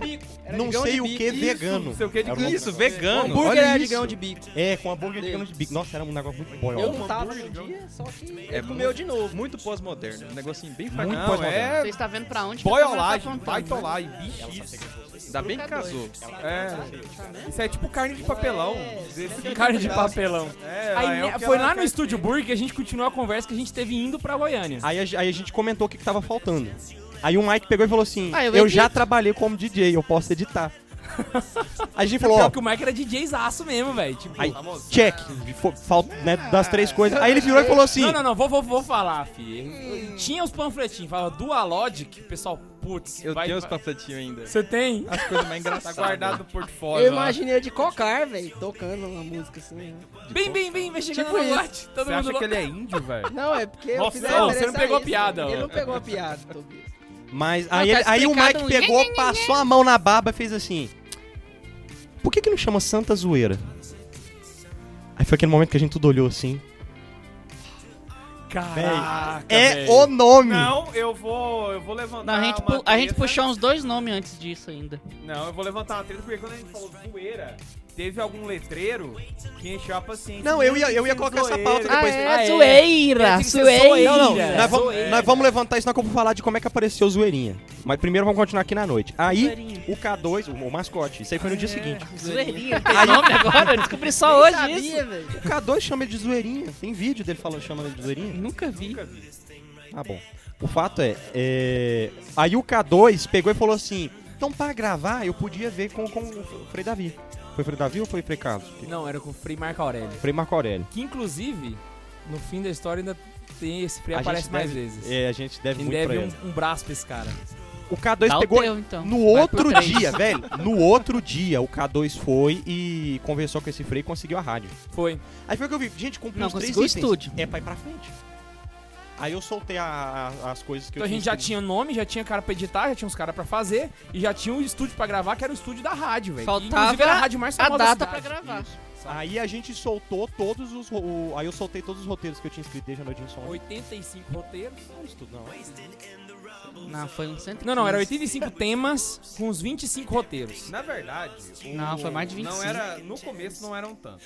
[SPEAKER 3] é não sei o que vegano.
[SPEAKER 4] Não sei o que de
[SPEAKER 3] Era um-
[SPEAKER 7] Isso, vegano.
[SPEAKER 8] Hambúrguer
[SPEAKER 7] olha
[SPEAKER 8] é de
[SPEAKER 7] isso.
[SPEAKER 8] grão de bico.
[SPEAKER 3] É, com hambúrguer de grama de bico. Nossa, era um negócio muito
[SPEAKER 1] É
[SPEAKER 3] bom.
[SPEAKER 8] Eu
[SPEAKER 3] ó.
[SPEAKER 8] não tava no dia, só que
[SPEAKER 7] É
[SPEAKER 8] ele comeu
[SPEAKER 7] muito-
[SPEAKER 8] de novo.
[SPEAKER 7] Muito pós-moderno. Um negocinho bem
[SPEAKER 4] Não,
[SPEAKER 7] fraco.
[SPEAKER 4] é
[SPEAKER 5] Você está vendo pra onde? que a câmera tá
[SPEAKER 7] é
[SPEAKER 4] boiolagem,
[SPEAKER 5] apontando, né?
[SPEAKER 4] baitolagem, bichice.
[SPEAKER 7] Ainda bem que casou.
[SPEAKER 4] É. Isso é tipo carne de papelão.
[SPEAKER 1] aqui. Carne de papelão.
[SPEAKER 4] É,
[SPEAKER 1] Aí,
[SPEAKER 4] é o que
[SPEAKER 1] foi
[SPEAKER 4] ela
[SPEAKER 1] lá no
[SPEAKER 4] quer
[SPEAKER 1] Estúdio Burger que a gente continuou a conversa que a gente teve indo pra Goiânia.
[SPEAKER 3] Aí, a, aí a gente comentou o que, que tava faltando. Aí o Mike pegou e falou assim:
[SPEAKER 5] Ah, eu
[SPEAKER 3] eu,
[SPEAKER 5] edito.
[SPEAKER 3] já trabalhei como DJ, eu posso editar. Aí a gente falou,
[SPEAKER 1] Pior
[SPEAKER 3] ó,
[SPEAKER 1] que é o Mike era DJ zaço mesmo, velho. Tipo,
[SPEAKER 3] aí, check, Fo- fal- né, das três coisas. Aí ele virou e falou assim:
[SPEAKER 1] Não, não, não, vou, vou, vou falar,
[SPEAKER 5] Hum.
[SPEAKER 1] fi. Tinha os panfletinhos, falava Dualogic, que o pessoal, putz,
[SPEAKER 7] Eu
[SPEAKER 1] vai-
[SPEAKER 7] tenho os
[SPEAKER 1] vai-
[SPEAKER 7] panfletinhos ainda.
[SPEAKER 1] Você tem?
[SPEAKER 7] As coisas mais engraçadas.
[SPEAKER 4] Tá guardado no portfólio.
[SPEAKER 8] Eu
[SPEAKER 4] lá.
[SPEAKER 8] imaginei de cocar, velho, tocando uma música assim. né?
[SPEAKER 1] Bem, bem, bem, vai chegando
[SPEAKER 8] Tipo
[SPEAKER 1] no
[SPEAKER 8] isso.
[SPEAKER 1] lote. Todo
[SPEAKER 4] Você
[SPEAKER 1] mundo
[SPEAKER 4] acha
[SPEAKER 1] louco.
[SPEAKER 4] que ele é índio, velho?
[SPEAKER 8] Não, é porque eu
[SPEAKER 1] Nossa,
[SPEAKER 8] fiz a
[SPEAKER 1] não, você
[SPEAKER 8] referência
[SPEAKER 1] não pegou
[SPEAKER 8] a isso,
[SPEAKER 1] a piada,
[SPEAKER 8] Ele
[SPEAKER 1] ó.
[SPEAKER 8] não pegou a piada, Tobias.
[SPEAKER 3] Mas
[SPEAKER 5] Ah,
[SPEAKER 3] aí,
[SPEAKER 5] tá
[SPEAKER 3] ele- aí o
[SPEAKER 5] explicado
[SPEAKER 3] Mike
[SPEAKER 5] um
[SPEAKER 3] pegou,
[SPEAKER 5] nhenhenhenhen.
[SPEAKER 3] passou a mão na barba e fez assim: Por que que não chama Santa Zoeira? Aí foi aquele momento que a gente tudo olhou assim.
[SPEAKER 4] Caraca,
[SPEAKER 3] É
[SPEAKER 4] velho.
[SPEAKER 3] o nome.
[SPEAKER 4] Não, eu vou, eu vou levantar
[SPEAKER 5] Não, a, gente,
[SPEAKER 4] uma
[SPEAKER 5] pu- a gente
[SPEAKER 4] treta.
[SPEAKER 5] puxou um- uns dois nomes antes disso ainda.
[SPEAKER 4] Não, eu vou levantar uma treta, porque quando a gente falou zoeira, teve algum letreiro que encheu a paciência.
[SPEAKER 3] Não, eu ia- eu ia colocar essa pauta
[SPEAKER 4] Zoeira.
[SPEAKER 1] Ah,
[SPEAKER 3] depois. um.
[SPEAKER 5] é, zoeira,
[SPEAKER 1] é
[SPEAKER 3] Não, não.
[SPEAKER 5] zoeira.
[SPEAKER 3] Nós vamos, nós vamos levantar isso, nós que eu vou falar de como é que apareceu o Zoeirinha. Mas primeiro vamos continuar aqui na noite. Aí,
[SPEAKER 5] Zoeirinha.
[SPEAKER 3] o K2, o, o mascote, isso aí foi no
[SPEAKER 1] Ah, é.
[SPEAKER 3] dia seguinte.
[SPEAKER 5] Zoeirinha, tem nome agora? Eu descobri só hoje isso.
[SPEAKER 3] O K2 chama ele de Zoeirinha. Tem vídeo dele falando chama ele de Zoeirinha?
[SPEAKER 5] Nunca vi.
[SPEAKER 3] Ah, bom. O fato é, é, Aí o K2 pegou e falou assim: então pra gravar eu podia ver com, com o Frei Davi. Foi o Frei Davi ou foi o Frei Carlos?
[SPEAKER 1] Não, era com o Frei Marco Aurélio.
[SPEAKER 3] Frei Marco Aurélio.
[SPEAKER 1] Que inclusive, no fim da história ainda tem esse Frei
[SPEAKER 3] A gente
[SPEAKER 1] aparece mais
[SPEAKER 3] deve-
[SPEAKER 1] vezes.
[SPEAKER 3] É, a gente
[SPEAKER 1] A
[SPEAKER 3] deve
[SPEAKER 1] gente
[SPEAKER 3] muito pra
[SPEAKER 1] deve
[SPEAKER 3] ele.
[SPEAKER 1] um, um braço pra esse cara.
[SPEAKER 3] O K2
[SPEAKER 5] Dá o
[SPEAKER 3] pegou.
[SPEAKER 5] teu, então.
[SPEAKER 3] No
[SPEAKER 5] Vai
[SPEAKER 3] outro
[SPEAKER 5] por três.
[SPEAKER 3] dia, velho, no outro dia, o K2 foi e conversou com esse Frei e conseguiu a rádio.
[SPEAKER 1] Foi.
[SPEAKER 3] Aí foi o que eu vi. Gente, cumpriu
[SPEAKER 5] Não,
[SPEAKER 3] os três
[SPEAKER 5] conseguiu o
[SPEAKER 3] itens.
[SPEAKER 5] estúdio.
[SPEAKER 3] É pra ir pra frente. Aí eu soltei a- a- as coisas que
[SPEAKER 1] Então
[SPEAKER 3] eu
[SPEAKER 1] a gente já
[SPEAKER 3] escrito.
[SPEAKER 1] tinha nome, já tinha cara pra editar, já tinha uns caras pra fazer e já tinha um estúdio pra gravar, que era o estúdio da rádio, velho. Que,
[SPEAKER 5] Faltava
[SPEAKER 1] Inclusive era a rádio mais
[SPEAKER 5] A
[SPEAKER 1] famosa da
[SPEAKER 5] data pra
[SPEAKER 1] cidade.
[SPEAKER 5] gravar.
[SPEAKER 3] Aí a gente soltou todos os... ro- o- aí eu soltei todos os roteiros que eu tinha escrito desde a noite de som.
[SPEAKER 1] 85 roteiros. é
[SPEAKER 5] Não, foi um centro.
[SPEAKER 1] Não, não, era 85 temas com uns 25 roteiros.
[SPEAKER 2] Na verdade, o-
[SPEAKER 5] Não, foi mais de
[SPEAKER 2] Não
[SPEAKER 5] 25.
[SPEAKER 2] era, no começo não eram tantos.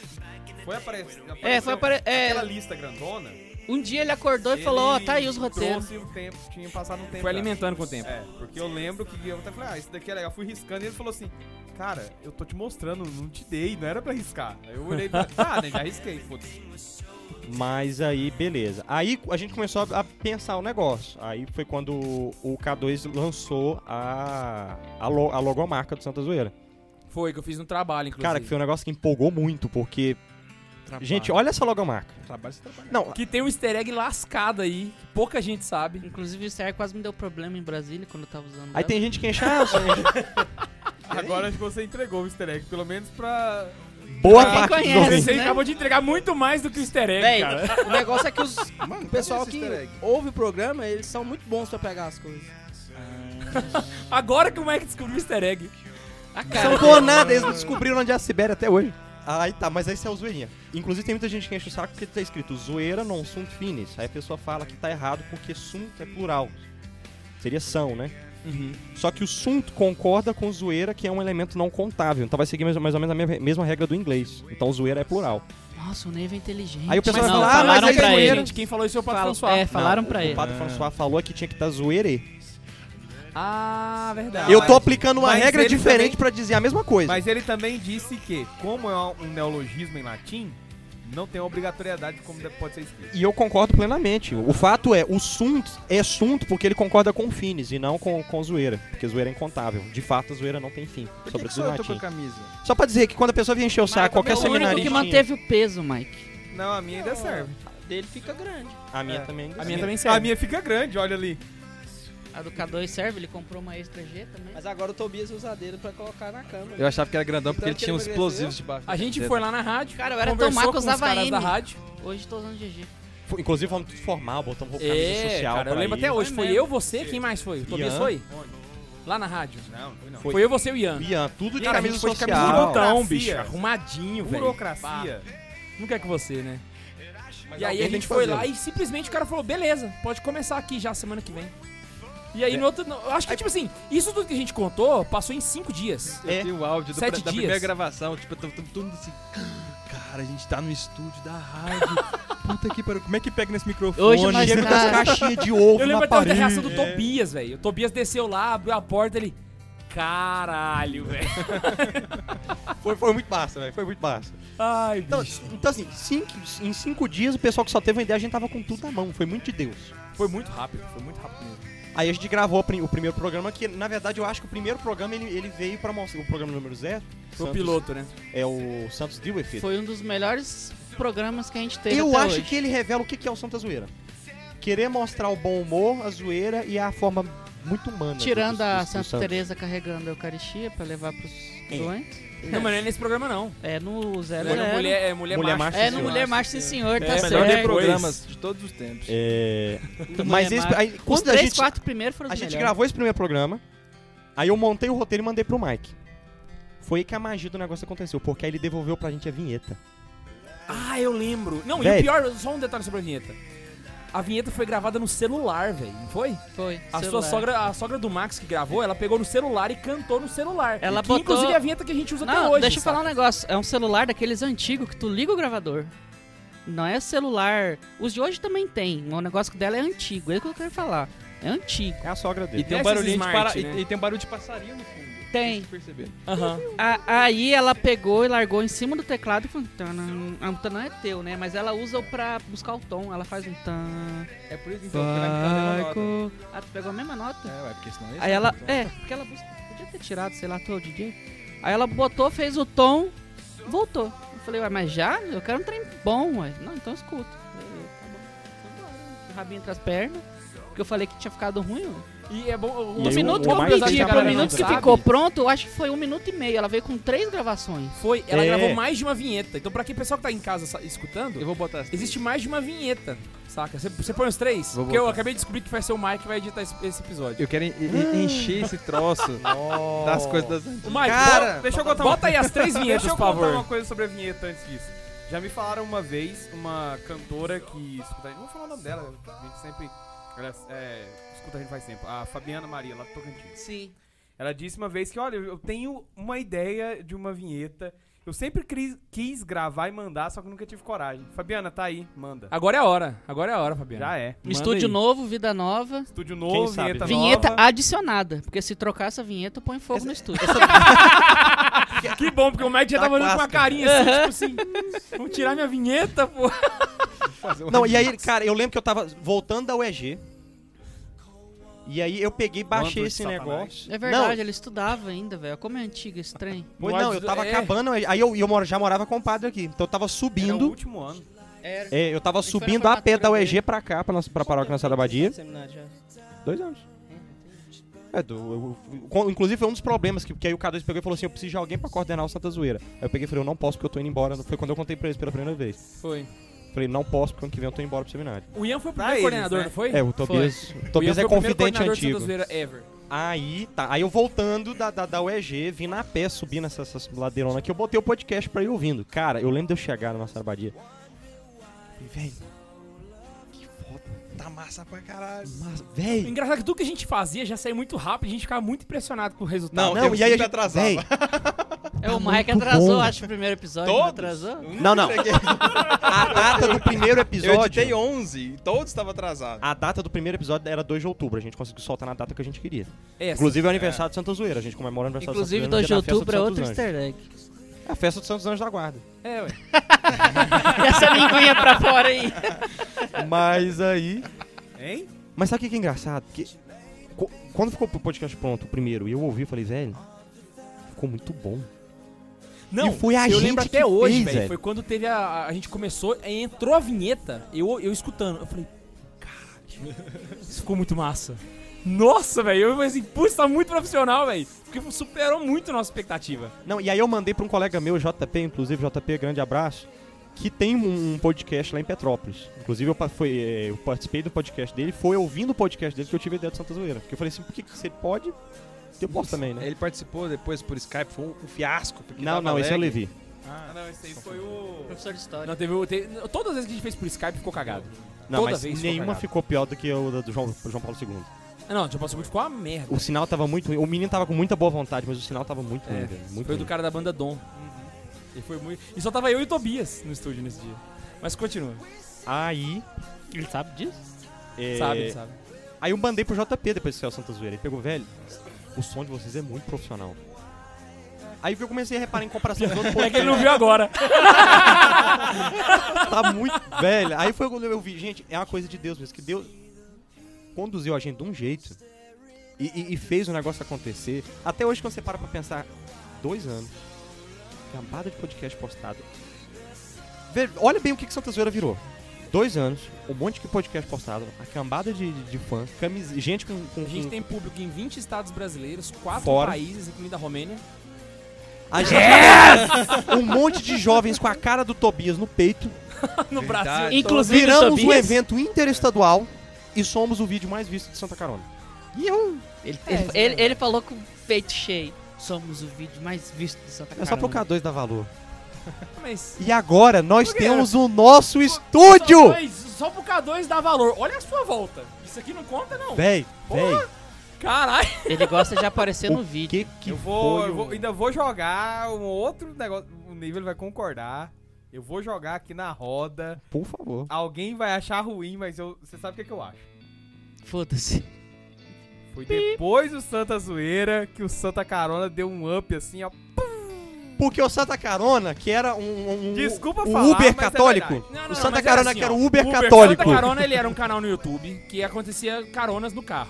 [SPEAKER 2] Foi aparecendo.
[SPEAKER 5] É, foi apare...
[SPEAKER 2] Aquela
[SPEAKER 5] é,
[SPEAKER 2] lista grandona.
[SPEAKER 5] um dia ele acordou e falou, ó,
[SPEAKER 2] ele
[SPEAKER 5] tá aí os roteiros.
[SPEAKER 2] Trouxe um tempo, tinha passado um tempo.
[SPEAKER 1] Foi
[SPEAKER 2] já.
[SPEAKER 1] alimentando com o tempo.
[SPEAKER 2] É, porque eu lembro que eu até falei, ah, isso daqui é legal. Eu fui riscando e ele falou assim, cara, eu tô te mostrando, não te dei, não era pra riscar. Aí eu olhei e falei, ah, né, já risquei, foda-se.
[SPEAKER 3] Mas aí, beleza. Aí a gente começou a, a pensar o negócio. Aí foi quando o, o K2 lançou a, a, lo- a logomarca do Santa Zoeira.
[SPEAKER 1] Foi, que eu fiz no trabalho, inclusive.
[SPEAKER 3] Cara, que foi um negócio que empolgou muito, porque... Gente, olha essa logomarca.
[SPEAKER 7] Trabalho você trabalha.
[SPEAKER 3] Não,
[SPEAKER 1] Que tem um easter egg lascado aí, que pouca gente sabe.
[SPEAKER 5] Inclusive o Star quase me deu problema em Brasília quando eu tava usando.
[SPEAKER 3] aí
[SPEAKER 5] ela.
[SPEAKER 3] tem gente que enche... Ah,
[SPEAKER 2] Agora acho que você entregou o easter egg, pelo menos pra...
[SPEAKER 3] Boa
[SPEAKER 5] Quem
[SPEAKER 3] parte
[SPEAKER 5] conhece,
[SPEAKER 3] dos
[SPEAKER 5] Sim.
[SPEAKER 1] Você
[SPEAKER 3] ouvintes.
[SPEAKER 5] né?
[SPEAKER 1] acabou de entregar muito mais do que o easter egg,
[SPEAKER 8] Véi,
[SPEAKER 1] cara.
[SPEAKER 8] o negócio é que os, o pessoal
[SPEAKER 7] cadê
[SPEAKER 8] que
[SPEAKER 7] esse easter egg?
[SPEAKER 8] ouve o programa, eles são muito bons pra pegar as coisas.
[SPEAKER 1] Agora que o Mike descobriu o easter egg.
[SPEAKER 5] Ah,
[SPEAKER 3] São
[SPEAKER 5] cara.
[SPEAKER 3] por nada, eles não descobriram onde é a Sibéria até hoje. Aí tá, mas esse é o zoeirinha. Inclusive tem muita gente que enche o saco porque tá escrito zoeira non sunt finis. Aí a pessoa fala que tá errado porque sunt é plural. Seria são, né? Só que o sunt concorda com zoeira, que é um elemento não contável. Então vai seguir mais, mais ou menos a me- mesma regra do inglês. Então zoeira é plural.
[SPEAKER 5] Nossa, o Neiva é inteligente.
[SPEAKER 3] Aí o pessoal
[SPEAKER 5] Mas
[SPEAKER 3] vai
[SPEAKER 5] não,
[SPEAKER 3] falar, ah, mas
[SPEAKER 5] falaram
[SPEAKER 3] aí
[SPEAKER 5] pra
[SPEAKER 3] zoeira.
[SPEAKER 5] ele.
[SPEAKER 1] Gente, quem falou isso é o Pato
[SPEAKER 5] Fal-
[SPEAKER 1] François.
[SPEAKER 5] É, falaram
[SPEAKER 3] um Não,
[SPEAKER 5] pra
[SPEAKER 3] o,
[SPEAKER 5] ele.
[SPEAKER 3] O padre François falou que tinha que estar zoeire.
[SPEAKER 5] É.
[SPEAKER 1] Ah, verdade.
[SPEAKER 3] Eu tô aplicando uma
[SPEAKER 2] mas
[SPEAKER 3] regra
[SPEAKER 2] ele também-
[SPEAKER 3] diferente pra dizer a mesma coisa.
[SPEAKER 2] Mas ele também disse que, como é um neologismo em latim, não tem obrigatoriedade de como de- pode ser escrito.
[SPEAKER 3] E eu concordo plenamente. O fato é, o sunt é sunt porque ele concorda com fines e não com, com zoeira. Porque zoeira é incontável. De fato, a zoeira não tem fim.
[SPEAKER 7] Por que, que
[SPEAKER 3] Sobretudo
[SPEAKER 7] só
[SPEAKER 3] no
[SPEAKER 7] eu tô com a
[SPEAKER 3] latim.
[SPEAKER 7] camisa?
[SPEAKER 3] Só pra dizer que quando a pessoa vem encher o saco,
[SPEAKER 5] É
[SPEAKER 3] qualquer
[SPEAKER 5] o único que
[SPEAKER 3] seminaristinha...
[SPEAKER 5] manteve o peso, Mike.
[SPEAKER 2] Não, a minha ainda serve.
[SPEAKER 8] Dele fica grande.
[SPEAKER 3] A minha
[SPEAKER 2] É.
[SPEAKER 3] também. assim.
[SPEAKER 1] A minha também serve.
[SPEAKER 2] A minha fica grande, olha ali.
[SPEAKER 5] A do K2 serve, ele comprou uma extra G também.
[SPEAKER 8] Mas agora o Tobias usa dele pra colocar na cama.
[SPEAKER 7] Eu achava que era grandão porque
[SPEAKER 8] Então
[SPEAKER 7] ele
[SPEAKER 8] que
[SPEAKER 7] tinha
[SPEAKER 8] ele
[SPEAKER 7] uns
[SPEAKER 8] emagreceu?
[SPEAKER 7] explosivos debaixo.
[SPEAKER 1] A gente foi lá na rádio.
[SPEAKER 5] Cara, eu era tão
[SPEAKER 1] conversou
[SPEAKER 5] má que
[SPEAKER 1] com os
[SPEAKER 5] usava
[SPEAKER 1] caras da
[SPEAKER 5] N.
[SPEAKER 1] rádio.
[SPEAKER 5] Hoje tô usando GG.
[SPEAKER 3] Foi- Inclusive, vamos tudo formal, botamos roupa camisa
[SPEAKER 1] É,
[SPEAKER 3] social
[SPEAKER 1] cara, eu
[SPEAKER 3] pra
[SPEAKER 1] lembro
[SPEAKER 3] ir.
[SPEAKER 1] até hoje.
[SPEAKER 5] Foi
[SPEAKER 1] Foi eu, você, quem mais foi? O Tobias
[SPEAKER 3] Ian.
[SPEAKER 1] foi? Lá na rádio.
[SPEAKER 2] Não, não foi não.
[SPEAKER 3] Foi.
[SPEAKER 1] Foi eu, você e o Ian.
[SPEAKER 3] Ian, tudo de
[SPEAKER 1] Cara, a
[SPEAKER 3] camisa
[SPEAKER 1] gente foi de
[SPEAKER 3] social.
[SPEAKER 1] camisa de botão,
[SPEAKER 2] Burocracia.
[SPEAKER 1] bicho. Arrumadinho, velho.
[SPEAKER 2] Burocracia.
[SPEAKER 1] Não quer que você, né? e aí
[SPEAKER 3] alguém
[SPEAKER 1] a
[SPEAKER 3] tem
[SPEAKER 1] gente
[SPEAKER 3] que
[SPEAKER 1] foi
[SPEAKER 3] fazer.
[SPEAKER 1] lá e simplesmente o cara falou, beleza, pode começar aqui já semana que vem. E
[SPEAKER 3] É.
[SPEAKER 1] aí no outro. no- eu acho que, tipo assim, isso tudo que a gente contou passou em cinco dias.
[SPEAKER 3] É.
[SPEAKER 7] Eu tenho o áudio do,
[SPEAKER 1] Sete
[SPEAKER 7] da
[SPEAKER 1] dias.
[SPEAKER 7] primeira gravação, tipo, eu tô, tô- todo mundo assim. Cara, a gente tá no estúdio da rádio. Puta que pariu. Como é que pega nesse microfone?
[SPEAKER 5] Hoje nós
[SPEAKER 3] Chega com as
[SPEAKER 5] tá...
[SPEAKER 3] caixinhas de ovo
[SPEAKER 1] Eu lembro
[SPEAKER 3] na
[SPEAKER 1] até da
[SPEAKER 3] parede. É.
[SPEAKER 1] reação do Tobias, velho. O Tobias desceu lá, abriu a porta ele. Caralho, velho.
[SPEAKER 3] Foi, foi muito massa, velho. Foi muito massa.
[SPEAKER 1] Ai,
[SPEAKER 3] Então,
[SPEAKER 1] bicho.
[SPEAKER 3] então assim, cinco- em cinco dias, o pessoal que só teve uma ideia, a gente tava com tudo na mão. Foi muito de Deus.
[SPEAKER 1] Foi muito rápido, foi muito rápido mesmo.
[SPEAKER 3] Aí a gente gravou a prim- o primeiro programa, que na verdade eu acho que o primeiro programa ele, ele veio pra mostrar. O programa número zero
[SPEAKER 1] Foi o
[SPEAKER 3] Santos-
[SPEAKER 1] piloto, né?
[SPEAKER 3] É o Santos Deal With It.
[SPEAKER 5] Foi um dos melhores programas que a gente teve
[SPEAKER 3] Eu
[SPEAKER 5] até
[SPEAKER 3] acho
[SPEAKER 5] hoje.
[SPEAKER 3] que ele revela o que que é o Santa Zoeira. Querer mostrar o bom humor, a zoeira e a forma muito humana.
[SPEAKER 5] Tirando
[SPEAKER 3] do- do-
[SPEAKER 5] a
[SPEAKER 3] do- do
[SPEAKER 5] Santa
[SPEAKER 3] Santos.
[SPEAKER 5] Teresa carregando a Eucaristia pra levar pros doentes.
[SPEAKER 1] Não, mas não é nesse programa, não.
[SPEAKER 5] É no zero
[SPEAKER 1] Foi no
[SPEAKER 5] zero.
[SPEAKER 1] mulher, é, mulher,
[SPEAKER 3] né? Mulher
[SPEAKER 1] Macho,
[SPEAKER 3] Macho,
[SPEAKER 5] É no
[SPEAKER 1] Sim
[SPEAKER 5] Mulher
[SPEAKER 1] Senhor.
[SPEAKER 5] Macho Sim Senhor, tá
[SPEAKER 7] é,
[SPEAKER 5] certo.
[SPEAKER 7] melhor
[SPEAKER 1] certo.
[SPEAKER 7] de programas de todos os tempos.
[SPEAKER 3] É,
[SPEAKER 5] Mulher
[SPEAKER 3] Mas esse-
[SPEAKER 5] Macho.
[SPEAKER 3] aí,
[SPEAKER 5] Os
[SPEAKER 3] quando a
[SPEAKER 5] três,
[SPEAKER 3] gente,
[SPEAKER 5] quatro primeiros foram os
[SPEAKER 3] a gente
[SPEAKER 5] melhores.
[SPEAKER 3] gravou esse primeiro programa, aí eu montei o roteiro e mandei pro Mike. Foi aí que a magia do negócio aconteceu, porque aí ele devolveu pra gente a vinheta.
[SPEAKER 1] Ah, eu lembro. Não, e o
[SPEAKER 3] Velho.
[SPEAKER 1] pior, só um detalhe sobre a vinheta. a vinheta foi gravada no celular, velho, não foi?
[SPEAKER 5] Foi.
[SPEAKER 1] A sua
[SPEAKER 5] celular.
[SPEAKER 1] sogra, a sogra do Max que gravou, ela pegou no celular e cantou no celular.
[SPEAKER 5] Ela
[SPEAKER 1] que,
[SPEAKER 5] botou-
[SPEAKER 1] inclusive, é a vinheta que a gente usa até
[SPEAKER 5] Não,
[SPEAKER 1] hoje.
[SPEAKER 5] deixa eu
[SPEAKER 1] saca?
[SPEAKER 5] falar um negócio. É um celular daqueles antigos que tu liga o gravador. Não é celular. Os de hoje também tem. O negócio dela é antigo. É o que eu quero falar. É antigo.
[SPEAKER 3] É a sogra
[SPEAKER 7] E
[SPEAKER 3] dele.
[SPEAKER 7] tem, um
[SPEAKER 1] Esses
[SPEAKER 7] barulhinho de
[SPEAKER 1] smart,
[SPEAKER 7] para-
[SPEAKER 1] né?
[SPEAKER 7] e- e tem um barulho de passarinho no fundo.
[SPEAKER 5] Tem.
[SPEAKER 7] Perceber.
[SPEAKER 1] Aham.
[SPEAKER 5] A- aí ela pegou e largou em cima do teclado e falou: tanã. Ah, o tanã é teu, né? Mas ela usa pra buscar o tom. Ela faz um tan.
[SPEAKER 7] É por isso então, que vai ficar a mesma nota.
[SPEAKER 5] Ah, tu pegou a mesma nota?
[SPEAKER 7] É, ué, porque senão esse
[SPEAKER 5] Aí
[SPEAKER 7] é
[SPEAKER 5] ela.
[SPEAKER 7] muito alto.
[SPEAKER 5] É, porque ela busca. Podia ter tirado, sei lá, todo DJ. Aí ela botou, fez o tom, voltou. Eu falei, ué, mas já? Eu quero um trem bom, ué. Não, então escuta. Eu, tá bom. Então bora. Rabinho entre as pernas. Porque eu falei que tinha ficado ruim, ué.
[SPEAKER 1] E é bom.
[SPEAKER 3] E
[SPEAKER 5] Um
[SPEAKER 3] aí,
[SPEAKER 5] minuto
[SPEAKER 3] o é
[SPEAKER 5] que
[SPEAKER 3] Marcos
[SPEAKER 5] pedia
[SPEAKER 3] já
[SPEAKER 5] pro
[SPEAKER 3] parou,
[SPEAKER 5] minuto que
[SPEAKER 1] sabe?
[SPEAKER 5] ficou pronto, eu acho que foi um minuto e meio. Ela veio com três gravações.
[SPEAKER 1] Foi, ela
[SPEAKER 3] É.
[SPEAKER 1] gravou mais de uma vinheta. Então, pra quem pessoal que tá em casa sa- escutando,
[SPEAKER 7] Eu vou botar assim. as
[SPEAKER 1] existe mais de uma vinheta, saca? Você- Você põe os três?
[SPEAKER 7] Vou
[SPEAKER 1] Porque eu
[SPEAKER 7] botar.
[SPEAKER 1] acabei de descobrir que vai ser o Mike que vai editar esse, esse episódio.
[SPEAKER 7] Eu quero en-
[SPEAKER 3] Ah.
[SPEAKER 7] en- encher esse troço das coisas das antigas.
[SPEAKER 1] O Mike,
[SPEAKER 2] Cara,
[SPEAKER 1] bota, um-
[SPEAKER 2] deixa eu contar uma-
[SPEAKER 1] bota aí as três vinhetas,
[SPEAKER 2] Deixa eu
[SPEAKER 1] por
[SPEAKER 2] contar
[SPEAKER 1] favor.
[SPEAKER 2] uma coisa sobre a vinheta antes disso. Já me falaram uma vez, uma cantora que escuta... Não vou falar o nome dela, a gente sempre... Ela, é, escuta a gente faz tempo. A Fabiana Maria, lá do Tocantins.
[SPEAKER 5] Sim.
[SPEAKER 2] Ela disse uma vez que, olha, eu tenho uma ideia de uma vinheta. Eu sempre cri- quis gravar e mandar, só que nunca tive coragem. Fabiana, tá aí, manda.
[SPEAKER 1] Agora é a hora. Agora é a hora, Fabiano.
[SPEAKER 2] Já é.
[SPEAKER 1] Manda
[SPEAKER 5] Estúdio
[SPEAKER 1] aí.
[SPEAKER 5] novo, vida nova.
[SPEAKER 2] Estúdio novo,
[SPEAKER 3] sabe,
[SPEAKER 2] vinheta,
[SPEAKER 3] né?
[SPEAKER 5] vinheta
[SPEAKER 2] nova.
[SPEAKER 5] adicionada. Porque se trocar essa vinheta, põe fogo no estúdio.
[SPEAKER 1] Que bom, porque o Mike já
[SPEAKER 7] Tá
[SPEAKER 1] tava olhando com uma
[SPEAKER 7] clássica.
[SPEAKER 1] carinha assim, tipo assim. Vão tirar minha vinheta, pô.
[SPEAKER 3] Não, e aí, cara, eu lembro que eu tava voltando da UEG. E aí eu peguei, baixei
[SPEAKER 2] Bando de
[SPEAKER 3] esse
[SPEAKER 2] satanás.
[SPEAKER 3] negócio.
[SPEAKER 5] É verdade, ele estudava ainda, velho. Como é antigo esse trem.
[SPEAKER 3] Pois não, eu tava
[SPEAKER 1] É.
[SPEAKER 3] acabando. Aí eu, eu moro- já morava com o padre aqui. Então eu tava
[SPEAKER 2] Era o
[SPEAKER 3] subindo.
[SPEAKER 2] último ano.
[SPEAKER 7] um-
[SPEAKER 8] Era.
[SPEAKER 3] É, eu tava
[SPEAKER 8] Ele foi na
[SPEAKER 3] subindo a pé da
[SPEAKER 8] formatura
[SPEAKER 3] UEG
[SPEAKER 8] dele.
[SPEAKER 3] pra cá, pra, nossa, pra paróquia Nossa da Abadia.
[SPEAKER 8] Seminário já.
[SPEAKER 3] Dois anos. É, do, eu- eu- com- inclusive foi um dos problemas que, que aí o K2 pegou e falou assim: eu preciso de alguém pra coordenar o Santa Zoeira. Aí eu peguei e falei: eu não posso porque eu tô indo embora. Foi quando eu contei pra eles pela primeira vez.
[SPEAKER 1] Foi.
[SPEAKER 3] Falei: não posso porque ano que vem eu tô indo embora pro seminário.
[SPEAKER 1] O Ian foi o
[SPEAKER 2] Pra
[SPEAKER 1] primeiro
[SPEAKER 2] eles,
[SPEAKER 1] coordenador,
[SPEAKER 2] né?
[SPEAKER 1] não foi?
[SPEAKER 3] É, o Tobias, o Tobias
[SPEAKER 1] Ian
[SPEAKER 3] é
[SPEAKER 1] foi o primeiro
[SPEAKER 3] confidente
[SPEAKER 1] coordenador de Santa
[SPEAKER 3] antigo.
[SPEAKER 1] Zoeira ever.
[SPEAKER 3] Aí, tá. Aí eu voltando da, da, da UEG, vim na pé, subindo essa, essa ladeirona aqui, eu botei o podcast pra ir ouvindo. Cara, eu lembro de eu chegar na nossa abadia. Falei, velho,
[SPEAKER 7] Tá massa pra caralho.
[SPEAKER 3] mas,
[SPEAKER 1] O
[SPEAKER 3] velho.
[SPEAKER 1] Engraçado é que tudo que a gente fazia já saía muito rápido, a gente ficava muito impressionado com o resultado.
[SPEAKER 7] Não,
[SPEAKER 3] tá, Não,
[SPEAKER 7] eu
[SPEAKER 3] e aí a
[SPEAKER 7] sempre
[SPEAKER 3] gente
[SPEAKER 7] atrasava.
[SPEAKER 3] véi,
[SPEAKER 5] É, o
[SPEAKER 3] muito
[SPEAKER 5] Mike atrasou,
[SPEAKER 3] bom.
[SPEAKER 5] acho, o primeiro episódio.
[SPEAKER 7] Todos?
[SPEAKER 5] Não atrasou?
[SPEAKER 3] Não, não.
[SPEAKER 7] Cheguei.
[SPEAKER 3] A data do primeiro
[SPEAKER 7] Eu
[SPEAKER 3] episódio.
[SPEAKER 7] editei 11 e todos estavam atrasados.
[SPEAKER 3] A data do primeiro episódio era 2 de outubro, a gente conseguiu soltar na data que a gente queria.
[SPEAKER 1] É,
[SPEAKER 3] Inclusive é o aniversário de Santa Zoeira, a gente comemora o aniversário
[SPEAKER 5] Inclusive,
[SPEAKER 3] de Santa
[SPEAKER 5] 2 de
[SPEAKER 3] Zoeira.
[SPEAKER 5] outubro é outro
[SPEAKER 3] easter.
[SPEAKER 5] easter egg.
[SPEAKER 3] É a festa dos Santos Anjos da Guarda.
[SPEAKER 1] é, ué.
[SPEAKER 5] Essa linguinha pra fora aí.
[SPEAKER 3] Mas aí.
[SPEAKER 2] Hein?
[SPEAKER 3] Mas sabe o que que é engraçado? Que co- quando ficou o podcast pronto, o primeiro, e eu ouvi, eu falei, velho, ficou muito bom.
[SPEAKER 1] Não,
[SPEAKER 3] E foi a
[SPEAKER 1] eu
[SPEAKER 3] gente
[SPEAKER 1] lembro
[SPEAKER 3] que
[SPEAKER 1] até hoje,
[SPEAKER 3] fez,
[SPEAKER 1] velho.
[SPEAKER 3] velho.
[SPEAKER 1] Foi quando teve a. A gente começou, aí entrou a vinheta, eu, eu escutando. Eu falei, caralho, isso ficou muito massa. Nossa, velho, eu falei assim, putz, tá muito profissional, velho. Porque superou muito a nossa expectativa.
[SPEAKER 3] Não, e aí eu mandei pra um colega meu, JP, inclusive, JP, grande abraço, que tem um, um podcast lá em Petrópolis. Inclusive, eu, pa- foi, é, eu participei do podcast dele, foi ouvindo o podcast dele que eu tive a ideia do Santa Zoeira. Porque eu falei assim, por que que você pode? Eu posso também, né?
[SPEAKER 7] Ele participou depois por Skype, foi um, um fiasco. porque
[SPEAKER 3] Não,
[SPEAKER 7] tava
[SPEAKER 3] não, esse é o
[SPEAKER 7] lag.
[SPEAKER 3] Levi.
[SPEAKER 2] Ah, não, esse aí foi o...
[SPEAKER 5] Professor de história.
[SPEAKER 1] Não, teve, o- te- todas as vezes que a gente fez por Skype ficou cagado.
[SPEAKER 3] Não,
[SPEAKER 1] Toda
[SPEAKER 3] mas
[SPEAKER 1] vez ficou
[SPEAKER 3] nenhuma
[SPEAKER 1] cagado.
[SPEAKER 3] ficou pior do que o da do João, João Paulo II.
[SPEAKER 1] Ah, Não, tipo, o segundo ficou uma merda.
[SPEAKER 3] O sinal tava muito ruim. O menino tava com muita boa vontade, mas o sinal tava muito ruim,
[SPEAKER 1] É,
[SPEAKER 3] velho. Muito
[SPEAKER 1] Foi
[SPEAKER 3] ruim.
[SPEAKER 1] do cara da banda Dom. Uhum. E foi muito. E só tava eu e o Tobias no estúdio nesse dia. Mas continua.
[SPEAKER 3] Aí.
[SPEAKER 5] Ele sabe disso?
[SPEAKER 3] é,
[SPEAKER 1] Sabe, ele sabe.
[SPEAKER 3] Aí eu mandei pro JP depois que saiu o Santa Zoeira. Ele pegou, velho, o som de vocês é muito profissional. Aí eu comecei a reparar em comparação com outro
[SPEAKER 1] É que ele
[SPEAKER 3] podcast.
[SPEAKER 1] não viu agora.
[SPEAKER 3] Tá muito velho. Aí foi quando eu vi, gente, é uma coisa de Deus mesmo, que Deus conduziu a gente de um jeito e, e- e fez o negócio acontecer. Até hoje, quando você para pra pensar, dois anos, cambada de podcast postado. Velho, olha bem o que, que Santa Zoeira virou. Dois anos, um monte de podcast postado, a cambada de, de, de fã, camis- gente com, com-
[SPEAKER 1] A gente
[SPEAKER 3] com-
[SPEAKER 1] tem público em 20 estados brasileiros, 4
[SPEAKER 3] Fora.
[SPEAKER 1] países, incluindo a Romênia.
[SPEAKER 3] a gente- um monte de jovens com a cara do Tobias no peito.
[SPEAKER 1] no
[SPEAKER 7] Verdade.
[SPEAKER 1] Brasil.
[SPEAKER 5] Inclusive,
[SPEAKER 3] Viramos um
[SPEAKER 5] Tobias,
[SPEAKER 3] evento interestadual e somos o vídeo mais visto de Santa Carona. E eu
[SPEAKER 5] Ele, ele, ele- ele falou com o peito cheio. Somos o vídeo mais visto de Santa
[SPEAKER 3] É
[SPEAKER 5] Catarina.
[SPEAKER 3] só pro K2 dar valor.
[SPEAKER 1] Mas.
[SPEAKER 3] E agora nós
[SPEAKER 1] Por quê?
[SPEAKER 3] temos o nosso
[SPEAKER 1] Só
[SPEAKER 3] estúdio!
[SPEAKER 1] dois- só pro K2 dar valor. Olha a sua volta. Isso aqui não conta, não.
[SPEAKER 3] Véi, véi,
[SPEAKER 1] Caralho.
[SPEAKER 5] Ele gosta de aparecer no vídeo.
[SPEAKER 3] que que
[SPEAKER 4] eu vou,
[SPEAKER 3] foi
[SPEAKER 4] eu
[SPEAKER 3] o-
[SPEAKER 4] vou- ainda vou jogar um outro negócio. O nível vai concordar. Eu vou jogar aqui na roda.
[SPEAKER 3] Por favor.
[SPEAKER 4] Alguém vai achar ruim, mas eu, você sabe o que, é que eu acho.
[SPEAKER 5] Foda-se.
[SPEAKER 4] Foi depois do Santa Zoeira que o Santa Carona deu um up assim, ó.
[SPEAKER 3] Porque o Santa Carona, que era um, um-
[SPEAKER 4] Desculpa
[SPEAKER 3] o
[SPEAKER 4] falar,
[SPEAKER 3] Uber
[SPEAKER 4] mas é
[SPEAKER 3] católico.
[SPEAKER 4] verdade.
[SPEAKER 1] Não, não,
[SPEAKER 3] o
[SPEAKER 1] não,
[SPEAKER 3] Santa
[SPEAKER 1] mas
[SPEAKER 3] Carona,
[SPEAKER 1] assim,
[SPEAKER 3] que era
[SPEAKER 1] ó.
[SPEAKER 3] o Uber,
[SPEAKER 1] Santa
[SPEAKER 3] católico.
[SPEAKER 1] Carona, ele era um canal no YouTube que acontecia caronas no carro.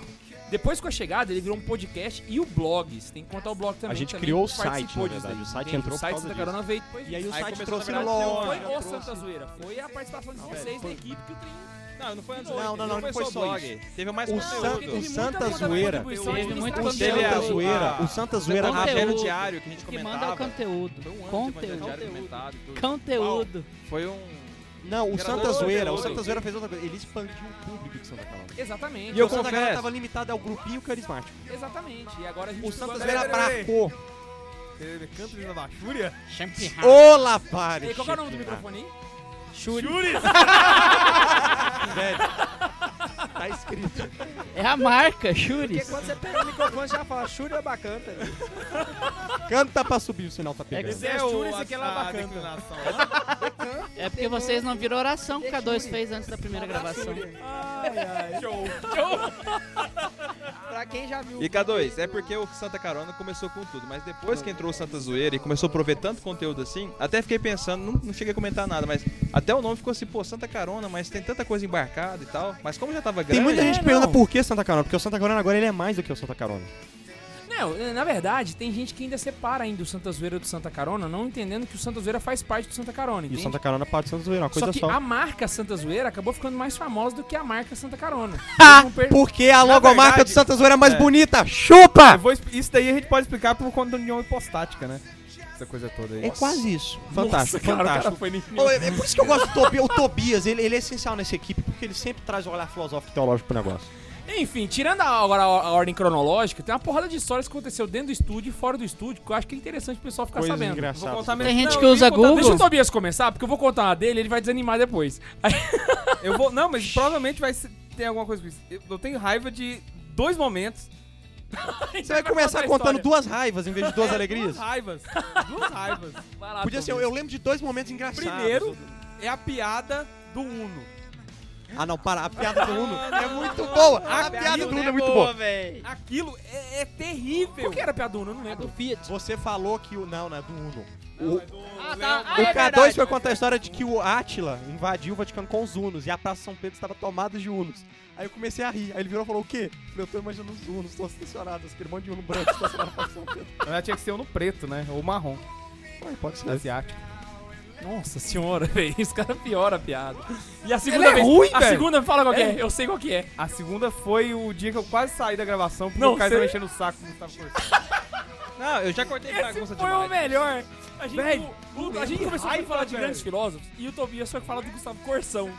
[SPEAKER 1] Depois com a chegada, ele virou um podcast e o blog. Você tem que contar o blog também.
[SPEAKER 3] A gente
[SPEAKER 1] também
[SPEAKER 3] criou o
[SPEAKER 1] participou
[SPEAKER 3] site, na
[SPEAKER 1] disso
[SPEAKER 3] verdade.
[SPEAKER 1] daí,
[SPEAKER 3] O site
[SPEAKER 1] entende?
[SPEAKER 3] entrou
[SPEAKER 1] O
[SPEAKER 3] por
[SPEAKER 1] site
[SPEAKER 3] causa
[SPEAKER 1] Santa
[SPEAKER 3] disso.
[SPEAKER 1] Carona veio depois
[SPEAKER 3] E aí o
[SPEAKER 1] disso.
[SPEAKER 3] site
[SPEAKER 1] Não
[SPEAKER 3] trouxe na
[SPEAKER 1] assim. foi
[SPEAKER 3] lona.
[SPEAKER 1] o Santa Zoeira, foi a participação de vocês da equipe que o trem...
[SPEAKER 7] Não, não foi antes.
[SPEAKER 3] Não, não, não, não foi só isso.
[SPEAKER 7] Teve mais
[SPEAKER 3] O, San-
[SPEAKER 7] conteúdo.
[SPEAKER 4] é
[SPEAKER 3] o
[SPEAKER 1] Teve muita
[SPEAKER 3] Santa
[SPEAKER 1] conta da
[SPEAKER 3] Zoeira.
[SPEAKER 1] contribuição
[SPEAKER 5] Teve
[SPEAKER 1] dos
[SPEAKER 5] muito
[SPEAKER 3] O
[SPEAKER 1] participantes.
[SPEAKER 5] conteúdo.
[SPEAKER 3] Santa
[SPEAKER 7] Teve a-
[SPEAKER 3] Zoeira.
[SPEAKER 7] a-
[SPEAKER 3] O Santa Zoeira
[SPEAKER 7] a
[SPEAKER 3] apenas
[SPEAKER 7] Vera
[SPEAKER 5] Conteúdo.
[SPEAKER 7] Diário que a gente
[SPEAKER 5] O que manda é o
[SPEAKER 7] comentava.
[SPEAKER 5] conteúdo.
[SPEAKER 7] Foi um ano de Evangelho
[SPEAKER 5] Conteúdo.
[SPEAKER 7] Alimentado e tudo.
[SPEAKER 5] Conteúdo.
[SPEAKER 7] Foi um.
[SPEAKER 3] Não, o
[SPEAKER 7] Era
[SPEAKER 3] Santa
[SPEAKER 7] doido,
[SPEAKER 3] Zoeira.
[SPEAKER 7] era
[SPEAKER 3] O
[SPEAKER 7] doido.
[SPEAKER 3] Santa Zoeira fez outra coisa. Ele expandiu o público de Santa Carona.
[SPEAKER 1] Exatamente.
[SPEAKER 7] E eu
[SPEAKER 3] o Santa Carona
[SPEAKER 7] confesso.
[SPEAKER 3] tava limitado ao grupinho carismático.
[SPEAKER 1] Exatamente. E agora a gente
[SPEAKER 3] O
[SPEAKER 1] ficou-
[SPEAKER 3] Santa
[SPEAKER 1] Peraí,
[SPEAKER 3] Zoeira é
[SPEAKER 1] peraí, peraí.
[SPEAKER 3] abracou.
[SPEAKER 4] Canto da Bachúria?
[SPEAKER 5] Champion.
[SPEAKER 3] Ô, Lapare!
[SPEAKER 1] Ei, Qual que é o nome do microfone aí?
[SPEAKER 3] Ah. Tá escrito.
[SPEAKER 5] É a marca,
[SPEAKER 8] Porque
[SPEAKER 5] Churis.
[SPEAKER 8] quando você pega o microfone, já fala, Shuri é bacana.
[SPEAKER 3] Canta pra subir, o sinal tá pegando.
[SPEAKER 1] Esse é o Churi, esse aqui é lá bacana.
[SPEAKER 5] É porque vocês não viram oração que o K2 fez antes da primeira gravação.
[SPEAKER 8] pra quem já viu.
[SPEAKER 7] E K2, é porque o Santa Carona começou com tudo, mas depois que entrou o Santa Zoeira e começou a prover tanto conteúdo assim, até fiquei pensando, não, não cheguei a comentar nada, mas até o nome ficou assim, pô, Santa Carona, mas tem tanta coisa embarcada e tal. Mas como já tava grande.
[SPEAKER 3] Tem muita gente
[SPEAKER 1] É, não.
[SPEAKER 3] que pergunta por que Santa Carona, porque o Santa Carona agora ele é mais do que o Santa Carona.
[SPEAKER 1] Não, é, na verdade, tem gente que ainda separa ainda o Santa Zoeira do Santa Carona, não entendendo que o Santa Zoeira faz parte do Santa Carona,
[SPEAKER 3] E o
[SPEAKER 1] entende?
[SPEAKER 3] Santa Carona parte do Santa Zoeira, uma
[SPEAKER 1] só
[SPEAKER 3] coisa
[SPEAKER 1] que
[SPEAKER 3] só.
[SPEAKER 1] a marca Santa Zoeira acabou ficando mais famosa do que a marca Santa Carona.
[SPEAKER 3] Ah,
[SPEAKER 1] Não per-
[SPEAKER 3] porque a logomarca
[SPEAKER 4] verdade-
[SPEAKER 3] do Santa Zoeira é mais
[SPEAKER 4] É.
[SPEAKER 3] bonita. Chupa!
[SPEAKER 4] isso daí a gente pode explicar por conta da união hipostática, né? Essa coisa toda aí.
[SPEAKER 3] É quase isso.
[SPEAKER 1] Nossa,
[SPEAKER 3] Fantástico,
[SPEAKER 1] cara, o cara
[SPEAKER 3] fantástico.
[SPEAKER 1] foi nem-
[SPEAKER 3] Ô, é é por isso que eu gosto do Tobias. O Tobias, ele, ele é essencial nessa equipe, porque ele sempre traz o olhar filosófico e teológico pro negócio.
[SPEAKER 1] Enfim, tirando a- agora a, a ordem cronológica, tem uma porrada de histórias que aconteceu dentro do estúdio e fora do estúdio, que eu acho que é interessante o pessoal ficar
[SPEAKER 3] Coisas
[SPEAKER 1] sabendo.
[SPEAKER 4] Vou
[SPEAKER 3] engraçadas.
[SPEAKER 4] contar minha-
[SPEAKER 5] Tem gente
[SPEAKER 4] Não,
[SPEAKER 5] que
[SPEAKER 4] eu
[SPEAKER 5] usa
[SPEAKER 4] ia contar-
[SPEAKER 5] Google.
[SPEAKER 1] Deixa o Tobias começar, porque eu vou contar uma dele, ele vai desanimar depois.
[SPEAKER 4] Eu vou. Não, mas provavelmente vai ser- ter alguma coisa com isso. Eu, eu tenho raiva de dois momentos.
[SPEAKER 3] Você vai começar contando duas raivas em vez de duas alegrias?
[SPEAKER 4] É, Duas raivas. Duas raivas.
[SPEAKER 1] Vai lá,
[SPEAKER 3] Podia ser, eu
[SPEAKER 1] Tobias.
[SPEAKER 3] eu lembro de dois momentos engraçados.
[SPEAKER 4] Primeiro é a piada do Uno.
[SPEAKER 3] Ah, não, para. A piada do Uno é muito boa. A piada do Uno é muito boa.
[SPEAKER 8] velho.
[SPEAKER 4] Aquilo é, é terrível.
[SPEAKER 1] Por que era piaduna? Eu não lembro.
[SPEAKER 8] Do Fiat.
[SPEAKER 3] Você falou que o. Não, não é do Uno. O,
[SPEAKER 8] Ah, tá.
[SPEAKER 3] o K2 foi contar a história de que o Átila invadiu o Vaticano com os Unos e a Praça São Pedro estava tomada de Unos. Aí eu comecei a rir. Aí ele virou e falou: O quê? Eu falei, Eu tô imaginando os Unos, estão estacionados, aquele monte de Uno branco estacionado na Praça São Pedro.
[SPEAKER 4] Na verdade, tinha que ser Uno preto, né? Ou marrom.
[SPEAKER 3] Ué, pode ser.
[SPEAKER 4] Asiático.
[SPEAKER 1] Nossa senhora, velho. Esse cara piora a piada. E a segunda
[SPEAKER 4] Ela é
[SPEAKER 1] vez.
[SPEAKER 4] ruim,
[SPEAKER 1] a
[SPEAKER 4] velho.
[SPEAKER 1] segunda fala qual que é. Eu sei qual que é.
[SPEAKER 4] A segunda foi o dia que eu quase saí da gravação porque
[SPEAKER 1] Não,
[SPEAKER 4] o cara tava
[SPEAKER 1] você-
[SPEAKER 4] enchendo o saco do Gustavo Corsi.
[SPEAKER 7] Não, eu já cortei
[SPEAKER 1] Esse foi
[SPEAKER 7] bagunça demais.
[SPEAKER 1] o melhor. A gente,
[SPEAKER 4] Velho,
[SPEAKER 1] o- o- a gente começou a
[SPEAKER 4] raiva,
[SPEAKER 1] falar de
[SPEAKER 4] velho.
[SPEAKER 1] grandes filósofos e o Tobias foi falar do Gustavo Corsão.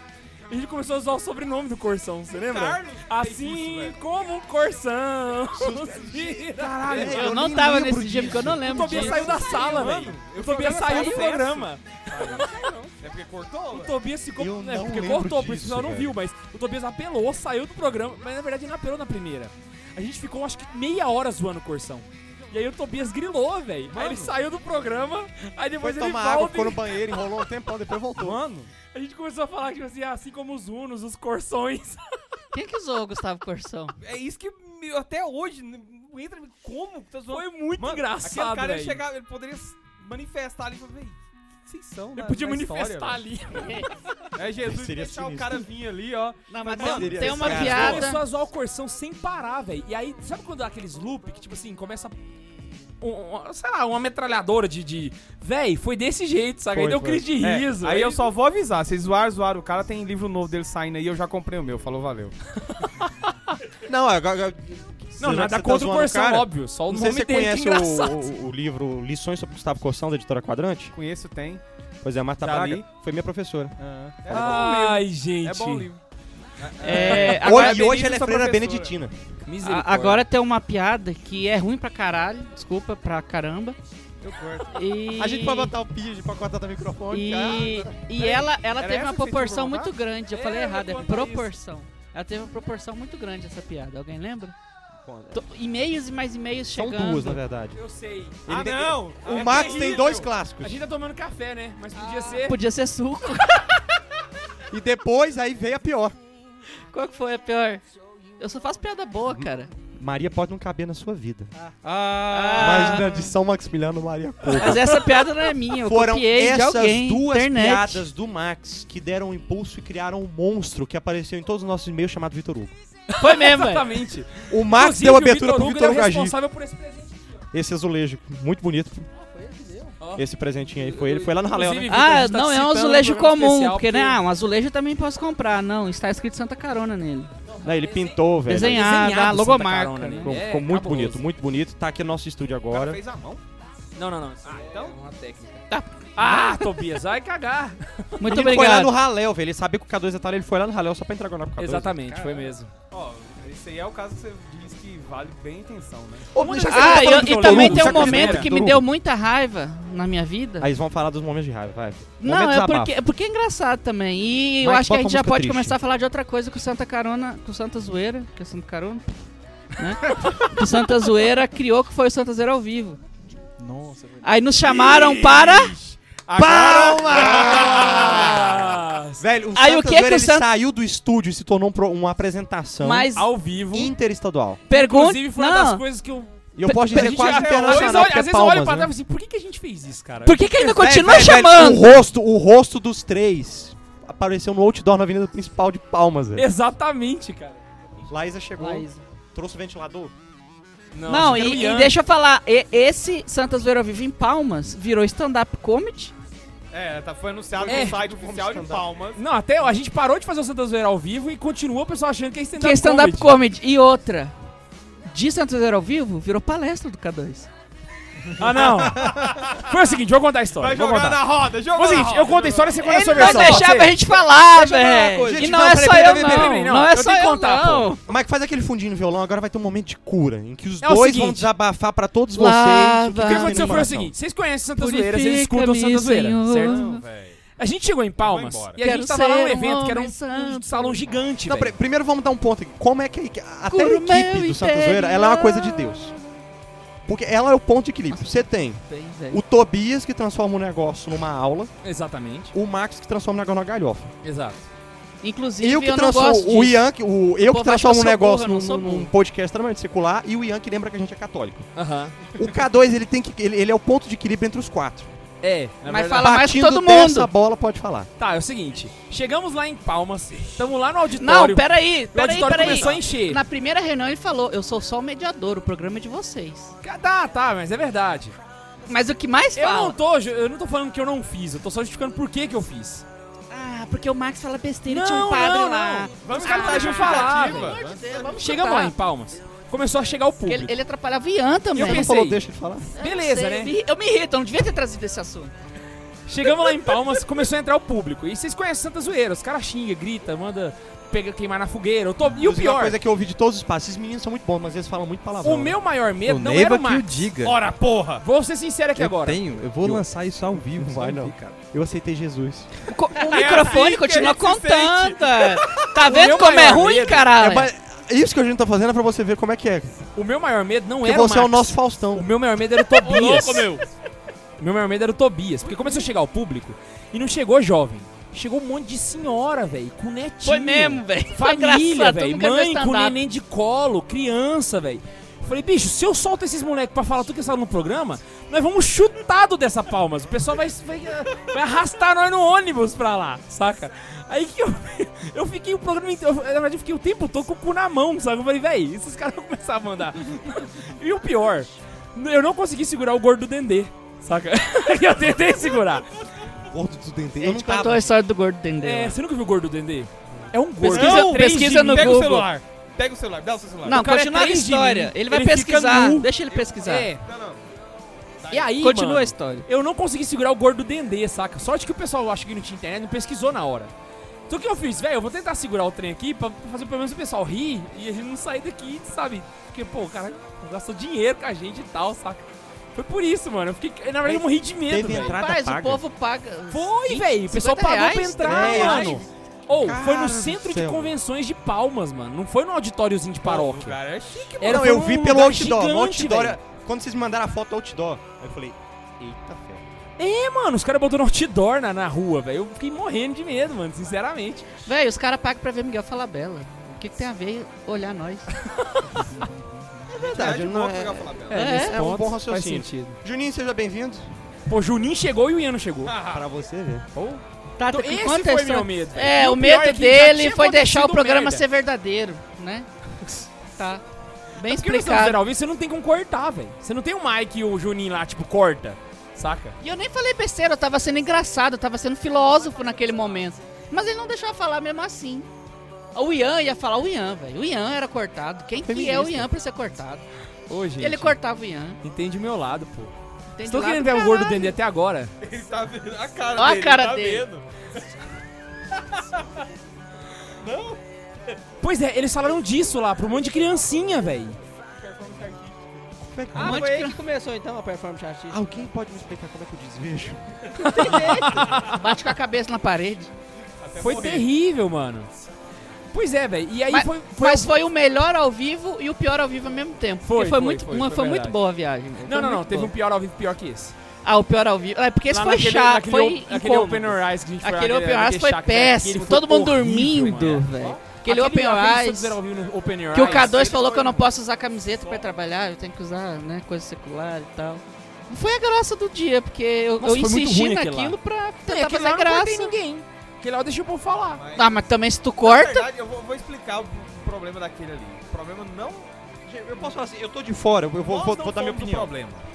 [SPEAKER 1] A gente começou a usar o sobrenome do Corsão, você lembra?
[SPEAKER 4] Carlos
[SPEAKER 1] assim como um Corsão. Suspira.
[SPEAKER 3] Caralho,
[SPEAKER 5] Eu não tava nesse dia porque eu não
[SPEAKER 1] O
[SPEAKER 5] lembro
[SPEAKER 1] Tobias
[SPEAKER 5] disso.
[SPEAKER 1] saiu da sala, velho. O Tobias saiu do
[SPEAKER 4] acesso.
[SPEAKER 1] programa.
[SPEAKER 4] É porque cortou?
[SPEAKER 1] O Tobias ficou.
[SPEAKER 3] Eu
[SPEAKER 1] né,
[SPEAKER 3] não
[SPEAKER 1] porque
[SPEAKER 3] lembro
[SPEAKER 1] cortou, por isso
[SPEAKER 3] disso,
[SPEAKER 1] ela não
[SPEAKER 3] velho.
[SPEAKER 1] viu, mas o Tobias apelou, saiu do programa. Mas na verdade ele não apelou na primeira. A gente ficou acho que meia hora zoando o Corsão. E aí o Tobias grilou, velho. Aí ele saiu do programa, aí
[SPEAKER 3] Foi
[SPEAKER 1] depois ele
[SPEAKER 3] tomar água,
[SPEAKER 1] volta.
[SPEAKER 3] ficou no
[SPEAKER 1] e-
[SPEAKER 3] banheiro, enrolou um tempão, depois voltou.
[SPEAKER 4] Mano,
[SPEAKER 1] A gente começou a falar, tipo assim, assim como os Unos, os Corsões.
[SPEAKER 5] Quem que usou o Gustavo Corsão?
[SPEAKER 4] é isso que me- até hoje n- não entra como tá zoando.
[SPEAKER 1] Foi muito
[SPEAKER 4] Mano,
[SPEAKER 1] engraçado,
[SPEAKER 4] Aquele cara
[SPEAKER 1] velho.
[SPEAKER 4] ele chegava, ele poderia s- manifestar ali e falar, "Véi, o que vocês são,
[SPEAKER 1] Ele
[SPEAKER 4] na-
[SPEAKER 1] podia
[SPEAKER 4] na história,
[SPEAKER 1] manifestar ali.
[SPEAKER 4] velho?" É Jesus
[SPEAKER 3] Seria
[SPEAKER 4] deixar o
[SPEAKER 3] sinistro.
[SPEAKER 4] cara vir ali, ó.
[SPEAKER 5] Não, mas
[SPEAKER 3] Mano,
[SPEAKER 5] tem, tem uma
[SPEAKER 3] esse cara-
[SPEAKER 1] Começou
[SPEAKER 5] piada.
[SPEAKER 1] a zoar o Corsão sem parar, velho. E aí, sabe quando dá aqueles loop que, tipo assim, começa. Um, um- sei lá, uma metralhadora de. de... Véi, foi desse jeito, sabe? aí
[SPEAKER 4] Foi,
[SPEAKER 1] deu
[SPEAKER 4] foi.
[SPEAKER 1] crise de
[SPEAKER 4] É,
[SPEAKER 1] riso.
[SPEAKER 4] aí eu só vou avisar, vocês zoaram, zoaram o cara, tem livro novo dele saindo aí, eu já comprei o meu, falou valeu.
[SPEAKER 3] Não, agora.
[SPEAKER 1] Não,
[SPEAKER 3] tá
[SPEAKER 1] nada contra o Corsão, óbvio. Só o
[SPEAKER 3] Não sei
[SPEAKER 1] nome
[SPEAKER 3] se você
[SPEAKER 1] dele que é
[SPEAKER 3] conhece
[SPEAKER 1] engraçado.
[SPEAKER 3] o, o- o livro Lições sobre Gustavo Corsão, da editora Quadrante.
[SPEAKER 4] Conheço, tem.
[SPEAKER 3] Pois é, a Marta
[SPEAKER 4] Já
[SPEAKER 3] Braga
[SPEAKER 4] li.
[SPEAKER 3] foi minha professora.
[SPEAKER 4] É bom
[SPEAKER 1] Ai,
[SPEAKER 4] livro.
[SPEAKER 1] Ah. gente.
[SPEAKER 4] É bom livro.
[SPEAKER 5] É,
[SPEAKER 3] Hoje-
[SPEAKER 5] agora,
[SPEAKER 3] e hoje
[SPEAKER 4] Benedita
[SPEAKER 3] ela é
[SPEAKER 4] sua
[SPEAKER 3] freira
[SPEAKER 4] professora.
[SPEAKER 3] beneditina.
[SPEAKER 1] Misericórdia.
[SPEAKER 5] a- agora tem uma piada que é ruim pra caralho. Desculpa, pra caramba.
[SPEAKER 8] Eu corto.
[SPEAKER 5] E...
[SPEAKER 3] A gente pode botar o piso pra cortar o microfone, é cara.
[SPEAKER 5] E, e ela,
[SPEAKER 4] Era
[SPEAKER 5] ela
[SPEAKER 4] essa
[SPEAKER 5] teve uma
[SPEAKER 4] que você tinha
[SPEAKER 5] proporção
[SPEAKER 4] pra
[SPEAKER 5] muito grande. Eu
[SPEAKER 4] É,
[SPEAKER 5] falei
[SPEAKER 4] eu ia
[SPEAKER 5] errado, é
[SPEAKER 4] contar isso.
[SPEAKER 5] proporção. Ela teve uma proporção muito grande essa piada. Alguém lembra? Tô- e-mails e mais e-mails
[SPEAKER 3] São
[SPEAKER 5] chegando.
[SPEAKER 3] duas, na verdade.
[SPEAKER 1] Eu sei.
[SPEAKER 3] Ele
[SPEAKER 1] ah,
[SPEAKER 3] tem-
[SPEAKER 1] não!
[SPEAKER 3] O
[SPEAKER 1] É
[SPEAKER 3] Max tem
[SPEAKER 1] terrível.
[SPEAKER 3] dois clássicos.
[SPEAKER 1] A gente tá tomando café, né? Mas podia ser.
[SPEAKER 5] Podia ser suco.
[SPEAKER 3] E depois aí veio a pior.
[SPEAKER 5] Qual que foi a pior? Eu só faço piada boa, cara.
[SPEAKER 3] Maria pode não caber na sua vida.
[SPEAKER 7] Ah,
[SPEAKER 3] Imagina de São Maximiliano Maria Coco.
[SPEAKER 5] Mas essa piada não é minha, eu
[SPEAKER 3] Foram
[SPEAKER 5] copiei de
[SPEAKER 3] essas
[SPEAKER 5] alguém,
[SPEAKER 3] duas
[SPEAKER 5] internet.
[SPEAKER 3] piadas do Max que deram um impulso e criaram um monstro que apareceu em todos os nossos e-mails chamado Vitor Hugo.
[SPEAKER 5] Foi mesmo, é. velho.
[SPEAKER 1] Exatamente.
[SPEAKER 3] O Max
[SPEAKER 1] Inclusive,
[SPEAKER 3] deu
[SPEAKER 1] o
[SPEAKER 3] abertura
[SPEAKER 1] Vitor
[SPEAKER 3] pro
[SPEAKER 1] Hugo,
[SPEAKER 3] Vitor
[SPEAKER 1] ele é
[SPEAKER 3] Hugo agir.
[SPEAKER 1] responsável por esse presente.
[SPEAKER 3] Esse azulejo, muito bonito. Esse presentinho aí foi ele, foi lá no Raléu, né?
[SPEAKER 1] Inclusive, Vitor, a
[SPEAKER 5] Ah,
[SPEAKER 1] gente tá
[SPEAKER 5] não, é um
[SPEAKER 1] citando
[SPEAKER 5] azulejo
[SPEAKER 1] programa
[SPEAKER 5] comum,
[SPEAKER 1] especial
[SPEAKER 5] porque, né, ah, um azulejo eu também posso comprar. Não, está escrito Santa Carona nele.
[SPEAKER 3] Não, ele pintou, velho.
[SPEAKER 5] Desenhado,
[SPEAKER 1] Desenhado
[SPEAKER 5] a
[SPEAKER 1] Santa
[SPEAKER 5] logomarca.
[SPEAKER 1] Carona,
[SPEAKER 5] né?
[SPEAKER 1] né?
[SPEAKER 3] Ficou,
[SPEAKER 1] É,
[SPEAKER 3] ficou muito
[SPEAKER 1] cabuloso.
[SPEAKER 3] bonito, muito bonito. Tá aqui no nosso estúdio agora.
[SPEAKER 4] Fez a mão?
[SPEAKER 1] Não, não, não.
[SPEAKER 5] Ah,
[SPEAKER 1] isso é
[SPEAKER 4] então?
[SPEAKER 1] uma técnica. Ah, Tobias, vai cagar.
[SPEAKER 5] Muito
[SPEAKER 3] ele foi lá
[SPEAKER 5] obrigado.
[SPEAKER 3] no Raléu, velho. Ele sabia que o K2 detalhe, ele foi lá no Raléu só pra entregar o K2.
[SPEAKER 1] Exatamente, foi mesmo.
[SPEAKER 4] Ó, esse aí é o caso que você diz que vale bem a atenção, né?
[SPEAKER 3] Ô, mas já que você tá
[SPEAKER 5] Ah,
[SPEAKER 3] falando
[SPEAKER 5] eu-
[SPEAKER 3] do
[SPEAKER 5] e
[SPEAKER 3] Vitor
[SPEAKER 5] também
[SPEAKER 3] Hugo,
[SPEAKER 5] tem um
[SPEAKER 3] sabe qual é a
[SPEAKER 5] momento
[SPEAKER 3] história?
[SPEAKER 5] que me
[SPEAKER 3] Vitor
[SPEAKER 5] deu
[SPEAKER 3] Hugo.
[SPEAKER 5] muita raiva na minha vida.
[SPEAKER 3] Aí eles vão falar dos momentos de raiva, vai.
[SPEAKER 5] Não,
[SPEAKER 3] Momento
[SPEAKER 5] é
[SPEAKER 3] desabafo.
[SPEAKER 5] porque, porque é engraçado também. E eu
[SPEAKER 3] Mike,
[SPEAKER 5] acho que a
[SPEAKER 3] bota
[SPEAKER 5] gente já
[SPEAKER 3] música
[SPEAKER 5] pode
[SPEAKER 3] triste.
[SPEAKER 5] começar a falar de outra coisa que o Santa Carona, que o Santa Zoeira, que é Santa Carona, né? que o Santa Zoeira criou, que foi o Santa Zoeira ao vivo.
[SPEAKER 7] nossa, velho.
[SPEAKER 5] Aí nos chamaram para.
[SPEAKER 1] Ah,
[SPEAKER 3] Velho, o
[SPEAKER 5] Aí
[SPEAKER 3] Santos
[SPEAKER 5] o que que
[SPEAKER 3] Vera,
[SPEAKER 5] o
[SPEAKER 3] ele
[SPEAKER 5] Santos-
[SPEAKER 3] saiu do estúdio e se tornou um pro- uma apresentação
[SPEAKER 5] Mas
[SPEAKER 1] ao vivo.
[SPEAKER 3] interestadual.
[SPEAKER 5] pergunta.
[SPEAKER 1] Inclusive, foi uma das
[SPEAKER 5] Não.
[SPEAKER 1] coisas que eu.
[SPEAKER 3] E eu posso
[SPEAKER 5] Pe-
[SPEAKER 3] dizer
[SPEAKER 5] pe-
[SPEAKER 3] quase
[SPEAKER 1] Até hoje,
[SPEAKER 3] internacional,
[SPEAKER 1] às
[SPEAKER 3] porque é
[SPEAKER 1] vezes eu olho
[SPEAKER 3] palmas,
[SPEAKER 1] pra
[SPEAKER 3] né?
[SPEAKER 1] trás e falo assim, por que, que a gente fez isso, cara?
[SPEAKER 5] Por que, que ainda
[SPEAKER 3] Velho,
[SPEAKER 5] continua
[SPEAKER 3] velho,
[SPEAKER 5] chamando?
[SPEAKER 3] velho, O rosto, o rosto dos três apareceu no outdoor na avenida principal de Palmas, velho.
[SPEAKER 1] Exatamente, cara.
[SPEAKER 3] Laísa chegou,
[SPEAKER 5] Laísa.
[SPEAKER 3] trouxe o ventilador.
[SPEAKER 5] Não,
[SPEAKER 1] eu quero
[SPEAKER 5] e,
[SPEAKER 1] Ian.
[SPEAKER 5] e deixa eu falar, e- esse Santas Zoeira ao vivo em Palmas virou stand-up comedy.
[SPEAKER 4] É, tá, foi anunciado
[SPEAKER 1] É.
[SPEAKER 4] no site oficial de Palmas.
[SPEAKER 1] Não, até a gente parou de fazer o Santa Zoeira ao vivo e continuou o pessoal achando que é stand-up
[SPEAKER 5] que é stand-up
[SPEAKER 1] comedy.
[SPEAKER 5] comedy. E outra, de Santos Zoeira ao vivo, virou palestra do K2.
[SPEAKER 1] Ah, não. Foi o seguinte, vou contar a história.
[SPEAKER 4] Vai
[SPEAKER 1] Vou
[SPEAKER 4] jogar
[SPEAKER 1] contar.
[SPEAKER 4] na roda, joga
[SPEAKER 1] Foi o
[SPEAKER 4] na
[SPEAKER 1] seguinte,
[SPEAKER 4] roda.
[SPEAKER 1] eu conto a história e você conta a
[SPEAKER 5] Ele
[SPEAKER 1] sua
[SPEAKER 5] não
[SPEAKER 1] versão. pode
[SPEAKER 5] deixava a
[SPEAKER 1] ser?
[SPEAKER 5] gente falar, velho.
[SPEAKER 3] coisa.
[SPEAKER 5] E
[SPEAKER 3] Gente,
[SPEAKER 5] não
[SPEAKER 3] não,
[SPEAKER 5] é
[SPEAKER 3] peraí,
[SPEAKER 5] só
[SPEAKER 3] peraí,
[SPEAKER 5] eu,
[SPEAKER 1] peraí, peraí,
[SPEAKER 5] não.
[SPEAKER 1] não,
[SPEAKER 5] Não
[SPEAKER 1] eu
[SPEAKER 5] é só
[SPEAKER 1] tenho que
[SPEAKER 5] eu,
[SPEAKER 1] contar,
[SPEAKER 5] não.
[SPEAKER 3] Mike, é faz aquele fundinho no violão, agora vai ter um momento de cura, em que os
[SPEAKER 1] É o
[SPEAKER 3] dois
[SPEAKER 1] seguinte.
[SPEAKER 3] vão desabafar pra todos
[SPEAKER 5] Lava.
[SPEAKER 3] vocês.
[SPEAKER 1] O que
[SPEAKER 5] Ah,
[SPEAKER 1] aconteceu
[SPEAKER 3] tem
[SPEAKER 1] foi o
[SPEAKER 3] no
[SPEAKER 1] seguinte, vocês conhecem Santa Zoeira, vocês escutam
[SPEAKER 5] Purifica-me,
[SPEAKER 1] Santa Zoeira,
[SPEAKER 5] Senhor.
[SPEAKER 1] certo?
[SPEAKER 4] velho.
[SPEAKER 1] A gente chegou em Palmas
[SPEAKER 4] embora.
[SPEAKER 1] e a
[SPEAKER 5] Quero
[SPEAKER 1] gente tava lá num
[SPEAKER 5] ser um
[SPEAKER 1] evento que era um,
[SPEAKER 5] homem
[SPEAKER 1] um
[SPEAKER 5] santo.
[SPEAKER 1] salão gigante,
[SPEAKER 3] Não,
[SPEAKER 1] velho.
[SPEAKER 3] pera- primeiro vamos dar um ponto aqui. Como é que a- que até
[SPEAKER 5] Cura o
[SPEAKER 3] a equipe
[SPEAKER 5] meu
[SPEAKER 3] do Santa Zoeira, ela é uma coisa de
[SPEAKER 5] interior.
[SPEAKER 3] Deus. Porque ela é o ponto de equilíbrio. Você tem
[SPEAKER 5] Bem, velho.
[SPEAKER 3] o Tobias, que transforma o negócio numa aula,
[SPEAKER 1] Exatamente,
[SPEAKER 3] o Max, que transforma o negócio numa galhofa.
[SPEAKER 1] exato.
[SPEAKER 5] Inclusive,
[SPEAKER 3] Eu
[SPEAKER 5] eu,
[SPEAKER 3] que
[SPEAKER 5] não gosto
[SPEAKER 3] transformo, o
[SPEAKER 5] disso.
[SPEAKER 3] Ian, que- o, eu que
[SPEAKER 5] povo acha
[SPEAKER 3] transformo um
[SPEAKER 5] que eu sou
[SPEAKER 3] negócio
[SPEAKER 5] burro, eu não
[SPEAKER 3] num-
[SPEAKER 5] sou
[SPEAKER 3] num
[SPEAKER 5] burro.
[SPEAKER 3] podcast extremamente secular, e o Ian que lembra que a gente é católico.
[SPEAKER 1] Aham.
[SPEAKER 3] O K2, ele tem que. Ele, ele é o ponto de equilíbrio entre os quatro.
[SPEAKER 1] É,
[SPEAKER 5] Mas
[SPEAKER 1] fala.
[SPEAKER 5] fala mais que
[SPEAKER 3] Batindo
[SPEAKER 5] todo
[SPEAKER 3] dessa
[SPEAKER 5] mundo.
[SPEAKER 3] bola, pode falar.
[SPEAKER 1] Tá, é o seguinte, chegamos lá em Palmas, estamos lá no auditório.
[SPEAKER 5] Não, peraí,
[SPEAKER 1] o
[SPEAKER 5] peraí,
[SPEAKER 1] auditório
[SPEAKER 5] peraí.
[SPEAKER 1] começou a encher.
[SPEAKER 5] Na primeira reunião ele falou, eu sou só o mediador, o programa é de vocês.
[SPEAKER 1] Tá, tá, mas é verdade.
[SPEAKER 5] Mas o que mais
[SPEAKER 1] Eu não
[SPEAKER 5] fala...
[SPEAKER 1] tô, ju- eu não tô falando que eu não fiz, eu tô só justificando por que que eu fiz.
[SPEAKER 5] Ah, porque o Max fala besteira,
[SPEAKER 1] Não,
[SPEAKER 5] tinha um padre
[SPEAKER 1] não,
[SPEAKER 5] lá.
[SPEAKER 1] não.
[SPEAKER 4] Vamos
[SPEAKER 1] Os caras
[SPEAKER 4] cantar
[SPEAKER 1] não deixam falar,
[SPEAKER 4] justificativa.
[SPEAKER 1] velho.
[SPEAKER 5] Pelo amor de Deus, vamos
[SPEAKER 1] Chegamos
[SPEAKER 5] escutar.
[SPEAKER 1] lá em Palmas, começou a chegar o
[SPEAKER 5] Tá. Porque
[SPEAKER 1] público.
[SPEAKER 5] ele, ele atrapalhava o Ian também.
[SPEAKER 1] Eu
[SPEAKER 3] Ele
[SPEAKER 1] pensei,
[SPEAKER 3] falou, deixa ele falar.
[SPEAKER 1] beleza,
[SPEAKER 5] Sei,
[SPEAKER 1] né?
[SPEAKER 5] Eu me, eu me irrito, eu não devia ter trazido esse assunto.
[SPEAKER 1] Chegamos lá em Palmas, começou a entrar o público. E vocês conhecem Santa Zoeira, os caras xingam, grita, manda pega, queimar na fogueira. Eu tô- E o
[SPEAKER 3] Inclusive, Uma
[SPEAKER 1] pior,
[SPEAKER 3] coisa que eu ouvi de todos os passos. Esses meninos são muito bons, mas eles falam muito palavrão. né?
[SPEAKER 1] o meu maior medo
[SPEAKER 7] O
[SPEAKER 1] não era
[SPEAKER 7] Neiva
[SPEAKER 1] o
[SPEAKER 7] que o
[SPEAKER 1] Max.
[SPEAKER 7] diga.
[SPEAKER 4] Ora, porra!
[SPEAKER 1] Vou ser sincero aqui
[SPEAKER 7] eu
[SPEAKER 1] agora.
[SPEAKER 7] tenho, eu vou
[SPEAKER 3] Eu-
[SPEAKER 7] lançar isso ao vivo.
[SPEAKER 3] Não
[SPEAKER 7] só
[SPEAKER 3] vai,
[SPEAKER 7] ouvir,
[SPEAKER 3] não.
[SPEAKER 7] cara.
[SPEAKER 3] Eu aceitei Jesus.
[SPEAKER 5] O, co- o microfone continua
[SPEAKER 4] que a gente se
[SPEAKER 5] contando. Tá vendo
[SPEAKER 1] meu
[SPEAKER 5] como é
[SPEAKER 1] maior
[SPEAKER 5] ruim,
[SPEAKER 1] medo
[SPEAKER 5] caralho?
[SPEAKER 3] É, mas isso que a gente tá fazendo é pra você ver como é que é. Porque
[SPEAKER 1] O meu maior medo não
[SPEAKER 3] você
[SPEAKER 1] era o
[SPEAKER 3] é o
[SPEAKER 1] Max.
[SPEAKER 3] nosso
[SPEAKER 1] O
[SPEAKER 3] Faustão.
[SPEAKER 1] meu maior medo era o Tobias. O meu maior medo era o Tobias. Porque começou a chegar o público e não chegou jovem. Chegou um monte de senhora, velho, com netinho.
[SPEAKER 5] Foi mesmo, velho. Foi
[SPEAKER 1] Família,
[SPEAKER 5] Tá engraçado. todo
[SPEAKER 1] velho.
[SPEAKER 5] mundo quer ver
[SPEAKER 1] Mãe com
[SPEAKER 5] stand-up.
[SPEAKER 1] neném de colo, criança, velho. Falei, bicho, se eu solto esses moleques pra falar tudo que eles falam no programa, nós vamos chutado dessa palmas. O pessoal vai, vai, vai arrastar nós no ônibus pra lá, saca? Aí que eu, eu fiquei o programa inteiro. Na verdade, eu fiquei o tempo todo com o cu na mão, sabe? Eu falei, véi, esses caras vão começar a mandar. E o pior, eu não consegui segurar o gordo do Dendê, saca? Eu tentei segurar.
[SPEAKER 3] Gordo do dente.
[SPEAKER 5] Ele contou a
[SPEAKER 1] assim,
[SPEAKER 5] história do gordo Dendê.
[SPEAKER 1] É,
[SPEAKER 5] lá.
[SPEAKER 1] você nunca viu o gordo do Dendê? É um gordo.
[SPEAKER 5] Pesquisa,
[SPEAKER 4] Não,
[SPEAKER 5] pesquisa no
[SPEAKER 4] Pega
[SPEAKER 5] Google.
[SPEAKER 4] o celular. Pega o celular, dá o seu celular.
[SPEAKER 5] Não,
[SPEAKER 1] O cara é
[SPEAKER 5] continua a
[SPEAKER 1] três de
[SPEAKER 5] história.
[SPEAKER 1] mim,
[SPEAKER 5] Ele vai
[SPEAKER 1] ele fica
[SPEAKER 5] pesquisar.
[SPEAKER 1] nu.
[SPEAKER 5] Deixa ele pesquisar.
[SPEAKER 1] É. E aí,
[SPEAKER 5] Continua
[SPEAKER 1] mano,
[SPEAKER 5] a história.
[SPEAKER 1] eu não consegui segurar o gordo Dendê, saca? Sorte que o pessoal acha que não tinha internet, não pesquisou na hora. Então o que eu fiz, velho? Eu vou tentar segurar o trem aqui pra fazer pelo menos o pessoal rir e a gente não sair daqui, sabe? Porque, pô, o cara gastou dinheiro com a gente e tal, saca? Falei, Foi por isso, mano. Eu fiquei, na verdade, eu morri de medo,
[SPEAKER 3] Teve
[SPEAKER 1] velho.
[SPEAKER 3] entrada
[SPEAKER 5] Mas o
[SPEAKER 3] paga.
[SPEAKER 5] povo paga.
[SPEAKER 1] Foi, velho. O pessoal
[SPEAKER 5] 50
[SPEAKER 1] pagou pra
[SPEAKER 5] reais?
[SPEAKER 1] entrar,
[SPEAKER 3] É,
[SPEAKER 1] mano. Ou, foi
[SPEAKER 3] Cara
[SPEAKER 1] no
[SPEAKER 3] do
[SPEAKER 1] centro de
[SPEAKER 3] céu.
[SPEAKER 1] convenções de Palmas, mano. Não foi no auditóriozinho de
[SPEAKER 2] O
[SPEAKER 1] paróquia.
[SPEAKER 2] cara é chique.
[SPEAKER 1] Era,
[SPEAKER 3] não,
[SPEAKER 1] foi
[SPEAKER 3] eu
[SPEAKER 1] um
[SPEAKER 3] vi
[SPEAKER 1] lugar
[SPEAKER 3] pelo outdoor. no
[SPEAKER 1] gigante,
[SPEAKER 3] outdoor
[SPEAKER 1] velho.
[SPEAKER 3] era- Quando vocês mandaram a foto do outdoor, aí eu falei, eita fé. é-
[SPEAKER 1] Mano, os caras botaram um outdoor na, na rua, velho. Eu fiquei morrendo de medo, mano, sinceramente.
[SPEAKER 5] Véi, os caras pagam pra ver Miguel Falabella. O que, que tem a ver olhar nós?
[SPEAKER 3] É verdade,
[SPEAKER 2] não é... Legal falar dela.
[SPEAKER 5] É, nesse
[SPEAKER 3] um bom
[SPEAKER 1] faz
[SPEAKER 3] raciocínio. Juninho, seja bem-vindo.
[SPEAKER 1] Pô, Juninho chegou e o Ian não chegou.
[SPEAKER 2] Ah,
[SPEAKER 3] Pra você ver.
[SPEAKER 5] Tá,
[SPEAKER 1] Ah. Então,
[SPEAKER 5] tá-
[SPEAKER 1] esse
[SPEAKER 5] quanto
[SPEAKER 1] foi
[SPEAKER 5] essa-
[SPEAKER 1] meu medo, velho. E
[SPEAKER 5] É, o
[SPEAKER 1] pior
[SPEAKER 5] medo
[SPEAKER 1] é que já
[SPEAKER 5] dele
[SPEAKER 1] tinha
[SPEAKER 5] foi deixar o
[SPEAKER 1] acontecido
[SPEAKER 5] programa
[SPEAKER 1] merda.
[SPEAKER 5] ser verdadeiro, né? Tá. Bem
[SPEAKER 1] Porque Então, nós estamos
[SPEAKER 5] explicado.
[SPEAKER 1] ao vivo, você não tem como cortar, velho. Você não tem o Mike e o Juninho lá, tipo, corta. Saca?
[SPEAKER 5] E eu nem falei besteira, eu tava sendo engraçado, eu tava sendo filósofo naquele momento. Mas ele não deixava falar mesmo assim. O Ian ia falar o Ian, velho. O Ian era cortado. Quem que é o Ian pra ser cortado?
[SPEAKER 1] Ô, gente.
[SPEAKER 5] Ele cortava o Ian.
[SPEAKER 1] Entende o meu lado, pô.
[SPEAKER 5] Entende?
[SPEAKER 1] Estou
[SPEAKER 5] Lá
[SPEAKER 1] querendo
[SPEAKER 5] do
[SPEAKER 1] ver o gordo
[SPEAKER 5] caralho.
[SPEAKER 1] dele até agora.
[SPEAKER 2] Ele tá vendo a cara
[SPEAKER 5] Olha a
[SPEAKER 2] dele.
[SPEAKER 5] cara
[SPEAKER 2] ele tá
[SPEAKER 5] dele.
[SPEAKER 2] Vendo.
[SPEAKER 1] Pois é, eles falaram disso lá, pra um monte de criancinha, velho.
[SPEAKER 3] é
[SPEAKER 8] Ah, foi aí que começou então a performance artística.
[SPEAKER 3] Alguém pode me explicar como é que eu desvejo?
[SPEAKER 5] Bate com a cabeça na parede.
[SPEAKER 1] Foi terrível, mano. Pois é, velho. E aí
[SPEAKER 5] Mas-
[SPEAKER 1] foi. foi
[SPEAKER 5] Mas foi o melhor ao vivo e o pior ao vivo ao mesmo tempo.
[SPEAKER 1] Foi,
[SPEAKER 5] Porque
[SPEAKER 1] foi,
[SPEAKER 5] foi, muito,
[SPEAKER 1] foi,
[SPEAKER 5] uma-
[SPEAKER 1] foi
[SPEAKER 5] foi muito
[SPEAKER 1] verdade.
[SPEAKER 5] boa a viagem. velho.
[SPEAKER 1] Não,
[SPEAKER 5] Foi
[SPEAKER 1] não, não.
[SPEAKER 5] muito
[SPEAKER 1] Teve
[SPEAKER 5] boa.
[SPEAKER 1] um pior ao vivo pior que esse.
[SPEAKER 5] Ah, o pior ao vivo. É, porque esse
[SPEAKER 1] Lá
[SPEAKER 5] foi
[SPEAKER 1] naquele-
[SPEAKER 5] chato.
[SPEAKER 1] naquele-
[SPEAKER 5] foi
[SPEAKER 1] Aquele
[SPEAKER 5] incômodo.
[SPEAKER 1] Open Eyes que a gente foi lá,
[SPEAKER 5] Aquele Open
[SPEAKER 1] aquele-
[SPEAKER 5] Eyes foi
[SPEAKER 1] né? aquele chácara, aquele
[SPEAKER 5] péssimo.
[SPEAKER 1] foi
[SPEAKER 5] Todo mundo
[SPEAKER 1] horrível,
[SPEAKER 5] dormindo,
[SPEAKER 1] mano.
[SPEAKER 5] velho. Aquele Open
[SPEAKER 1] aquele
[SPEAKER 5] Eyes.
[SPEAKER 1] Santos era ao vivo no Open Eyes. É,
[SPEAKER 5] Que o K2 falou que eu não posso usar camiseta pra trabalhar, eu tenho que usar, né, coisa secular e tal. Não foi a graça do dia, porque eu,
[SPEAKER 1] Nossa,
[SPEAKER 5] eu
[SPEAKER 1] foi muito
[SPEAKER 5] insisti
[SPEAKER 1] ruim aquele
[SPEAKER 5] naquilo
[SPEAKER 1] lá.
[SPEAKER 5] pra
[SPEAKER 1] Não,
[SPEAKER 5] tentar
[SPEAKER 1] É, aquele lá
[SPEAKER 5] fazer
[SPEAKER 1] eu não cortei
[SPEAKER 5] graça.
[SPEAKER 1] ninguém. Aquele lá eu deixei o povo falar.
[SPEAKER 5] Ah, mas também se tu
[SPEAKER 2] Na
[SPEAKER 5] corta,
[SPEAKER 2] verdade, eu vou, vou explicar o problema daquele ali. O problema não...
[SPEAKER 3] Eu posso falar assim, eu tô de fora, eu vou,
[SPEAKER 2] nós
[SPEAKER 3] vou-
[SPEAKER 2] não
[SPEAKER 3] vou dar minha
[SPEAKER 2] fomos o
[SPEAKER 3] opinião.
[SPEAKER 2] problema.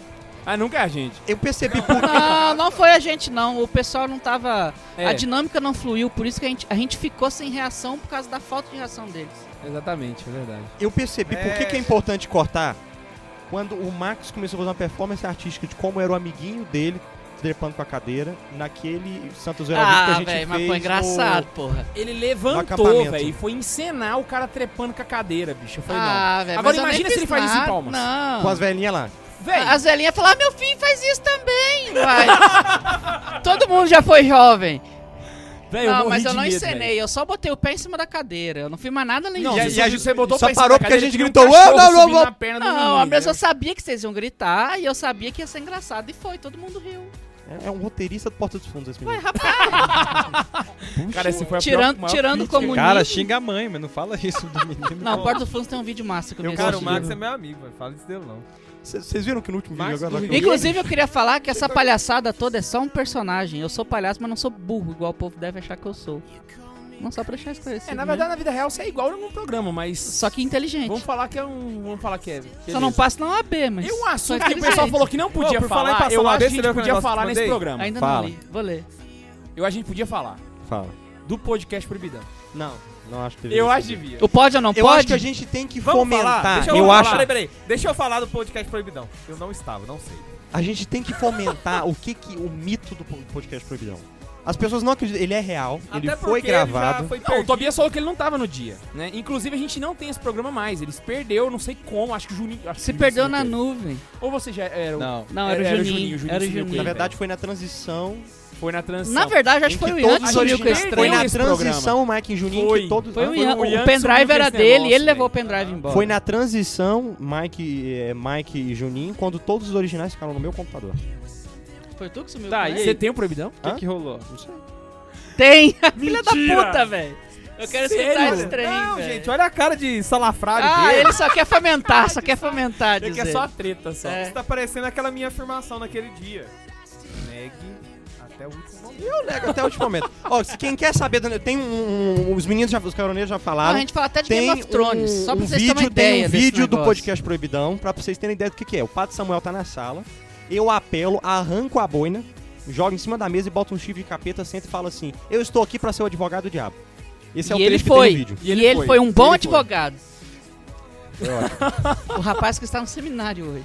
[SPEAKER 1] Ah, nunca é a gente.
[SPEAKER 3] Eu percebi por
[SPEAKER 1] Ah,
[SPEAKER 5] ah, não, não foi a gente não, o pessoal não tava,
[SPEAKER 1] É,
[SPEAKER 5] a dinâmica não fluiu, por isso que a gente, a gente ficou sem reação por causa da falta de reação deles.
[SPEAKER 1] exatamente, é verdade.
[SPEAKER 3] Eu percebi por que, que é importante cortar quando o Max começou a fazer uma performance artística de como era o amiguinho dele trepando com a cadeira naquele Santos Zero que a
[SPEAKER 5] Ah,
[SPEAKER 3] gente
[SPEAKER 5] velho,
[SPEAKER 3] fez.
[SPEAKER 5] mas foi
[SPEAKER 3] no-
[SPEAKER 5] engraçado, porra.
[SPEAKER 1] Ele
[SPEAKER 3] No acampamento.
[SPEAKER 1] levantou, velho, e foi encenar o cara trepando com a cadeira, bicho. Eu falei,
[SPEAKER 5] Ah, velho,
[SPEAKER 1] Agora
[SPEAKER 5] mas eu nem
[SPEAKER 1] imagina se
[SPEAKER 5] fiz
[SPEAKER 1] ele faz isso em
[SPEAKER 5] nada,
[SPEAKER 1] Palmas.
[SPEAKER 5] Não.
[SPEAKER 3] Com as velhinhas lá.
[SPEAKER 1] não. Véi,
[SPEAKER 5] As velhinhas falaram, ah, meu filho faz isso também, vai. Todo mundo já foi jovem.
[SPEAKER 1] véi, eu
[SPEAKER 5] Não,
[SPEAKER 1] morri
[SPEAKER 5] mas eu
[SPEAKER 1] de
[SPEAKER 5] não
[SPEAKER 1] medo,
[SPEAKER 5] encenei,
[SPEAKER 1] véi.
[SPEAKER 5] eu só botei o pé em cima da cadeira. Eu não fiz mais nada além
[SPEAKER 1] Não,
[SPEAKER 5] disso.
[SPEAKER 3] E-
[SPEAKER 1] você
[SPEAKER 3] e a
[SPEAKER 1] só-
[SPEAKER 3] gente-
[SPEAKER 1] você botou
[SPEAKER 3] só
[SPEAKER 1] pra
[SPEAKER 3] parou porque a gente gritou, "Ah, blá, blá, blá".
[SPEAKER 5] Não, a
[SPEAKER 1] né?
[SPEAKER 5] mas eu sabia que vocês iam gritar e eu sabia que ia ser engraçado. E foi, todo mundo riu.
[SPEAKER 3] É, é um roteirista do Porta dos Fundos esse
[SPEAKER 5] Ué,
[SPEAKER 3] menino.
[SPEAKER 5] rapaz,
[SPEAKER 1] Cara, esse foi a
[SPEAKER 5] tirando,
[SPEAKER 1] pior, maior
[SPEAKER 5] tirando o
[SPEAKER 1] crítica.
[SPEAKER 5] comunismo.
[SPEAKER 7] Cara, xinga a mãe, mas não fala isso do menino.
[SPEAKER 5] Não, Porta do Fundos tem um vídeo massa que eu, me
[SPEAKER 2] Cara, o
[SPEAKER 5] assisti.
[SPEAKER 2] Max é meu amigo, velho. Fala isso dele não.
[SPEAKER 3] C- Vocês viram que no último vídeo
[SPEAKER 2] Max
[SPEAKER 3] agora... tá
[SPEAKER 2] do
[SPEAKER 3] que eu-
[SPEAKER 5] Inclusive, eu queria falar que essa palhaçada toda é só um personagem. Eu sou palhaço, mas não sou burro, igual o povo deve achar que eu sou. Não só pra deixar esclarecido.
[SPEAKER 1] É, na
[SPEAKER 5] né?
[SPEAKER 1] verdade, na vida real, você é igual num programa, mas...
[SPEAKER 5] Só que inteligente.
[SPEAKER 1] Vamos falar que é um... Vamos falar que é...
[SPEAKER 5] Só não
[SPEAKER 1] beleza.
[SPEAKER 5] passa na OAB, mas.
[SPEAKER 1] E um assunto
[SPEAKER 5] Só
[SPEAKER 1] que
[SPEAKER 5] é
[SPEAKER 1] o pessoal
[SPEAKER 5] inteligente.
[SPEAKER 1] falou que não podia
[SPEAKER 2] Ô, por falar em
[SPEAKER 1] falar,
[SPEAKER 2] passar
[SPEAKER 1] eu
[SPEAKER 2] uma
[SPEAKER 1] acho que a
[SPEAKER 2] vez, você
[SPEAKER 1] gente
[SPEAKER 2] leu aquele
[SPEAKER 1] podia
[SPEAKER 2] negócio que
[SPEAKER 1] falar
[SPEAKER 2] eu
[SPEAKER 1] nesse
[SPEAKER 2] mandei?
[SPEAKER 1] programa.
[SPEAKER 5] Ainda
[SPEAKER 3] Fala.
[SPEAKER 5] não li. Vou ler.
[SPEAKER 1] Eu acho que a gente podia falar
[SPEAKER 3] Fala.
[SPEAKER 1] do podcast Proibidão.
[SPEAKER 3] Não, não acho que deveria
[SPEAKER 1] Eu
[SPEAKER 3] ser.
[SPEAKER 1] acho que devia.
[SPEAKER 5] O pode ou não
[SPEAKER 3] Eu
[SPEAKER 5] pode?
[SPEAKER 3] acho que a gente tem que
[SPEAKER 2] Vamos
[SPEAKER 3] fomentar.
[SPEAKER 2] falar? Deixa
[SPEAKER 3] eu
[SPEAKER 2] falar.
[SPEAKER 3] acho.
[SPEAKER 2] Peraí, peraí. Deixa eu falar do podcast Proibidão. Eu não estava, não sei.
[SPEAKER 3] A gente tem que fomentar o que que... O mito do po- podcast Proibidão. As pessoas não acreditam. Ele é real, ele
[SPEAKER 2] Até
[SPEAKER 3] foi
[SPEAKER 2] porque ele já
[SPEAKER 3] gravado.
[SPEAKER 2] foi
[SPEAKER 1] Não, o
[SPEAKER 2] perdido.
[SPEAKER 1] Tobias falou que ele não tava no dia, né? Inclusive, a gente não tem esse programa mais. Ele se perdeu, não sei como, acho que o Juninho... acho que
[SPEAKER 5] Se
[SPEAKER 1] o Juninho
[SPEAKER 5] perdeu
[SPEAKER 1] se
[SPEAKER 5] na nuvem.
[SPEAKER 1] Ou você já era o...
[SPEAKER 7] Não.
[SPEAKER 5] Não, era, o Juninho.
[SPEAKER 1] Juninho
[SPEAKER 5] Era o
[SPEAKER 1] se deu
[SPEAKER 5] Juninho.
[SPEAKER 1] bem.
[SPEAKER 3] Na verdade, foi na transição
[SPEAKER 1] Foi na transição.
[SPEAKER 5] Na verdade, acho
[SPEAKER 3] Em
[SPEAKER 5] que foi o
[SPEAKER 3] que
[SPEAKER 5] Ian
[SPEAKER 3] todos
[SPEAKER 5] que
[SPEAKER 3] os
[SPEAKER 5] sumiu com
[SPEAKER 3] originais-
[SPEAKER 5] esse
[SPEAKER 1] perdeu
[SPEAKER 3] Foi na
[SPEAKER 1] esse
[SPEAKER 3] transição, Mike e Juninho,
[SPEAKER 1] Foi.
[SPEAKER 3] que todos...
[SPEAKER 5] Foi
[SPEAKER 3] Ah,
[SPEAKER 5] o
[SPEAKER 1] foi
[SPEAKER 5] Ian.
[SPEAKER 1] o Ian
[SPEAKER 5] O
[SPEAKER 1] que
[SPEAKER 5] pendrive
[SPEAKER 1] sumiu com
[SPEAKER 5] era
[SPEAKER 1] esse
[SPEAKER 5] dele,
[SPEAKER 1] negócio,
[SPEAKER 5] ele levou o
[SPEAKER 1] velho.
[SPEAKER 5] pendrive embora.
[SPEAKER 3] Foi na transição Mike, eh, Mike e Juninho, quando todos os originais ficaram no meu computador.
[SPEAKER 5] Foi tu que sumiu
[SPEAKER 7] Tá,
[SPEAKER 5] com
[SPEAKER 7] e
[SPEAKER 5] esse?
[SPEAKER 1] Você tem o proibidão?
[SPEAKER 7] O que, que rolou?
[SPEAKER 5] Tem! Filha da
[SPEAKER 1] Mentira.
[SPEAKER 5] puta, velho. Eu quero
[SPEAKER 1] Sério?
[SPEAKER 5] escutar esse trem,
[SPEAKER 2] Não,
[SPEAKER 5] velho.
[SPEAKER 2] gente, olha a cara de salafrário
[SPEAKER 5] Ah,
[SPEAKER 2] dele.
[SPEAKER 5] ele só quer fomentar, só quer fomentar,
[SPEAKER 1] Ele
[SPEAKER 5] diz
[SPEAKER 1] quer
[SPEAKER 5] ele.
[SPEAKER 1] só a treta, só.
[SPEAKER 5] É.
[SPEAKER 2] Tá parecendo aquela minha afirmação naquele dia. Negue até o último momento.
[SPEAKER 3] Eu nego até o último momento. Ó, se quem quer saber, do- tem um, um- os meninos, já, os caroneiros já
[SPEAKER 5] Não,
[SPEAKER 3] falaram.
[SPEAKER 5] a gente fala até de
[SPEAKER 3] tem
[SPEAKER 5] Game of Thrones,
[SPEAKER 3] um,
[SPEAKER 5] só pra
[SPEAKER 3] um
[SPEAKER 5] vocês
[SPEAKER 3] vídeo,
[SPEAKER 5] terem uma ideia
[SPEAKER 3] Tem um
[SPEAKER 5] desse
[SPEAKER 3] vídeo do
[SPEAKER 5] negócio.
[SPEAKER 3] podcast Proibidão, pra vocês terem ideia do que, que é. O Pato Samuel tá na sala, eu apelo, arranco a boina, jogo em cima da mesa e boto um chifre de capeta, sento e falo assim, eu estou aqui pra ser o advogado do diabo. Esse é o
[SPEAKER 5] e ele
[SPEAKER 3] trecho que tem no
[SPEAKER 5] foi.
[SPEAKER 3] vídeo.
[SPEAKER 5] E ele, foi um bom
[SPEAKER 1] Ele foi.
[SPEAKER 5] advogado. o rapaz que está no seminário hoje.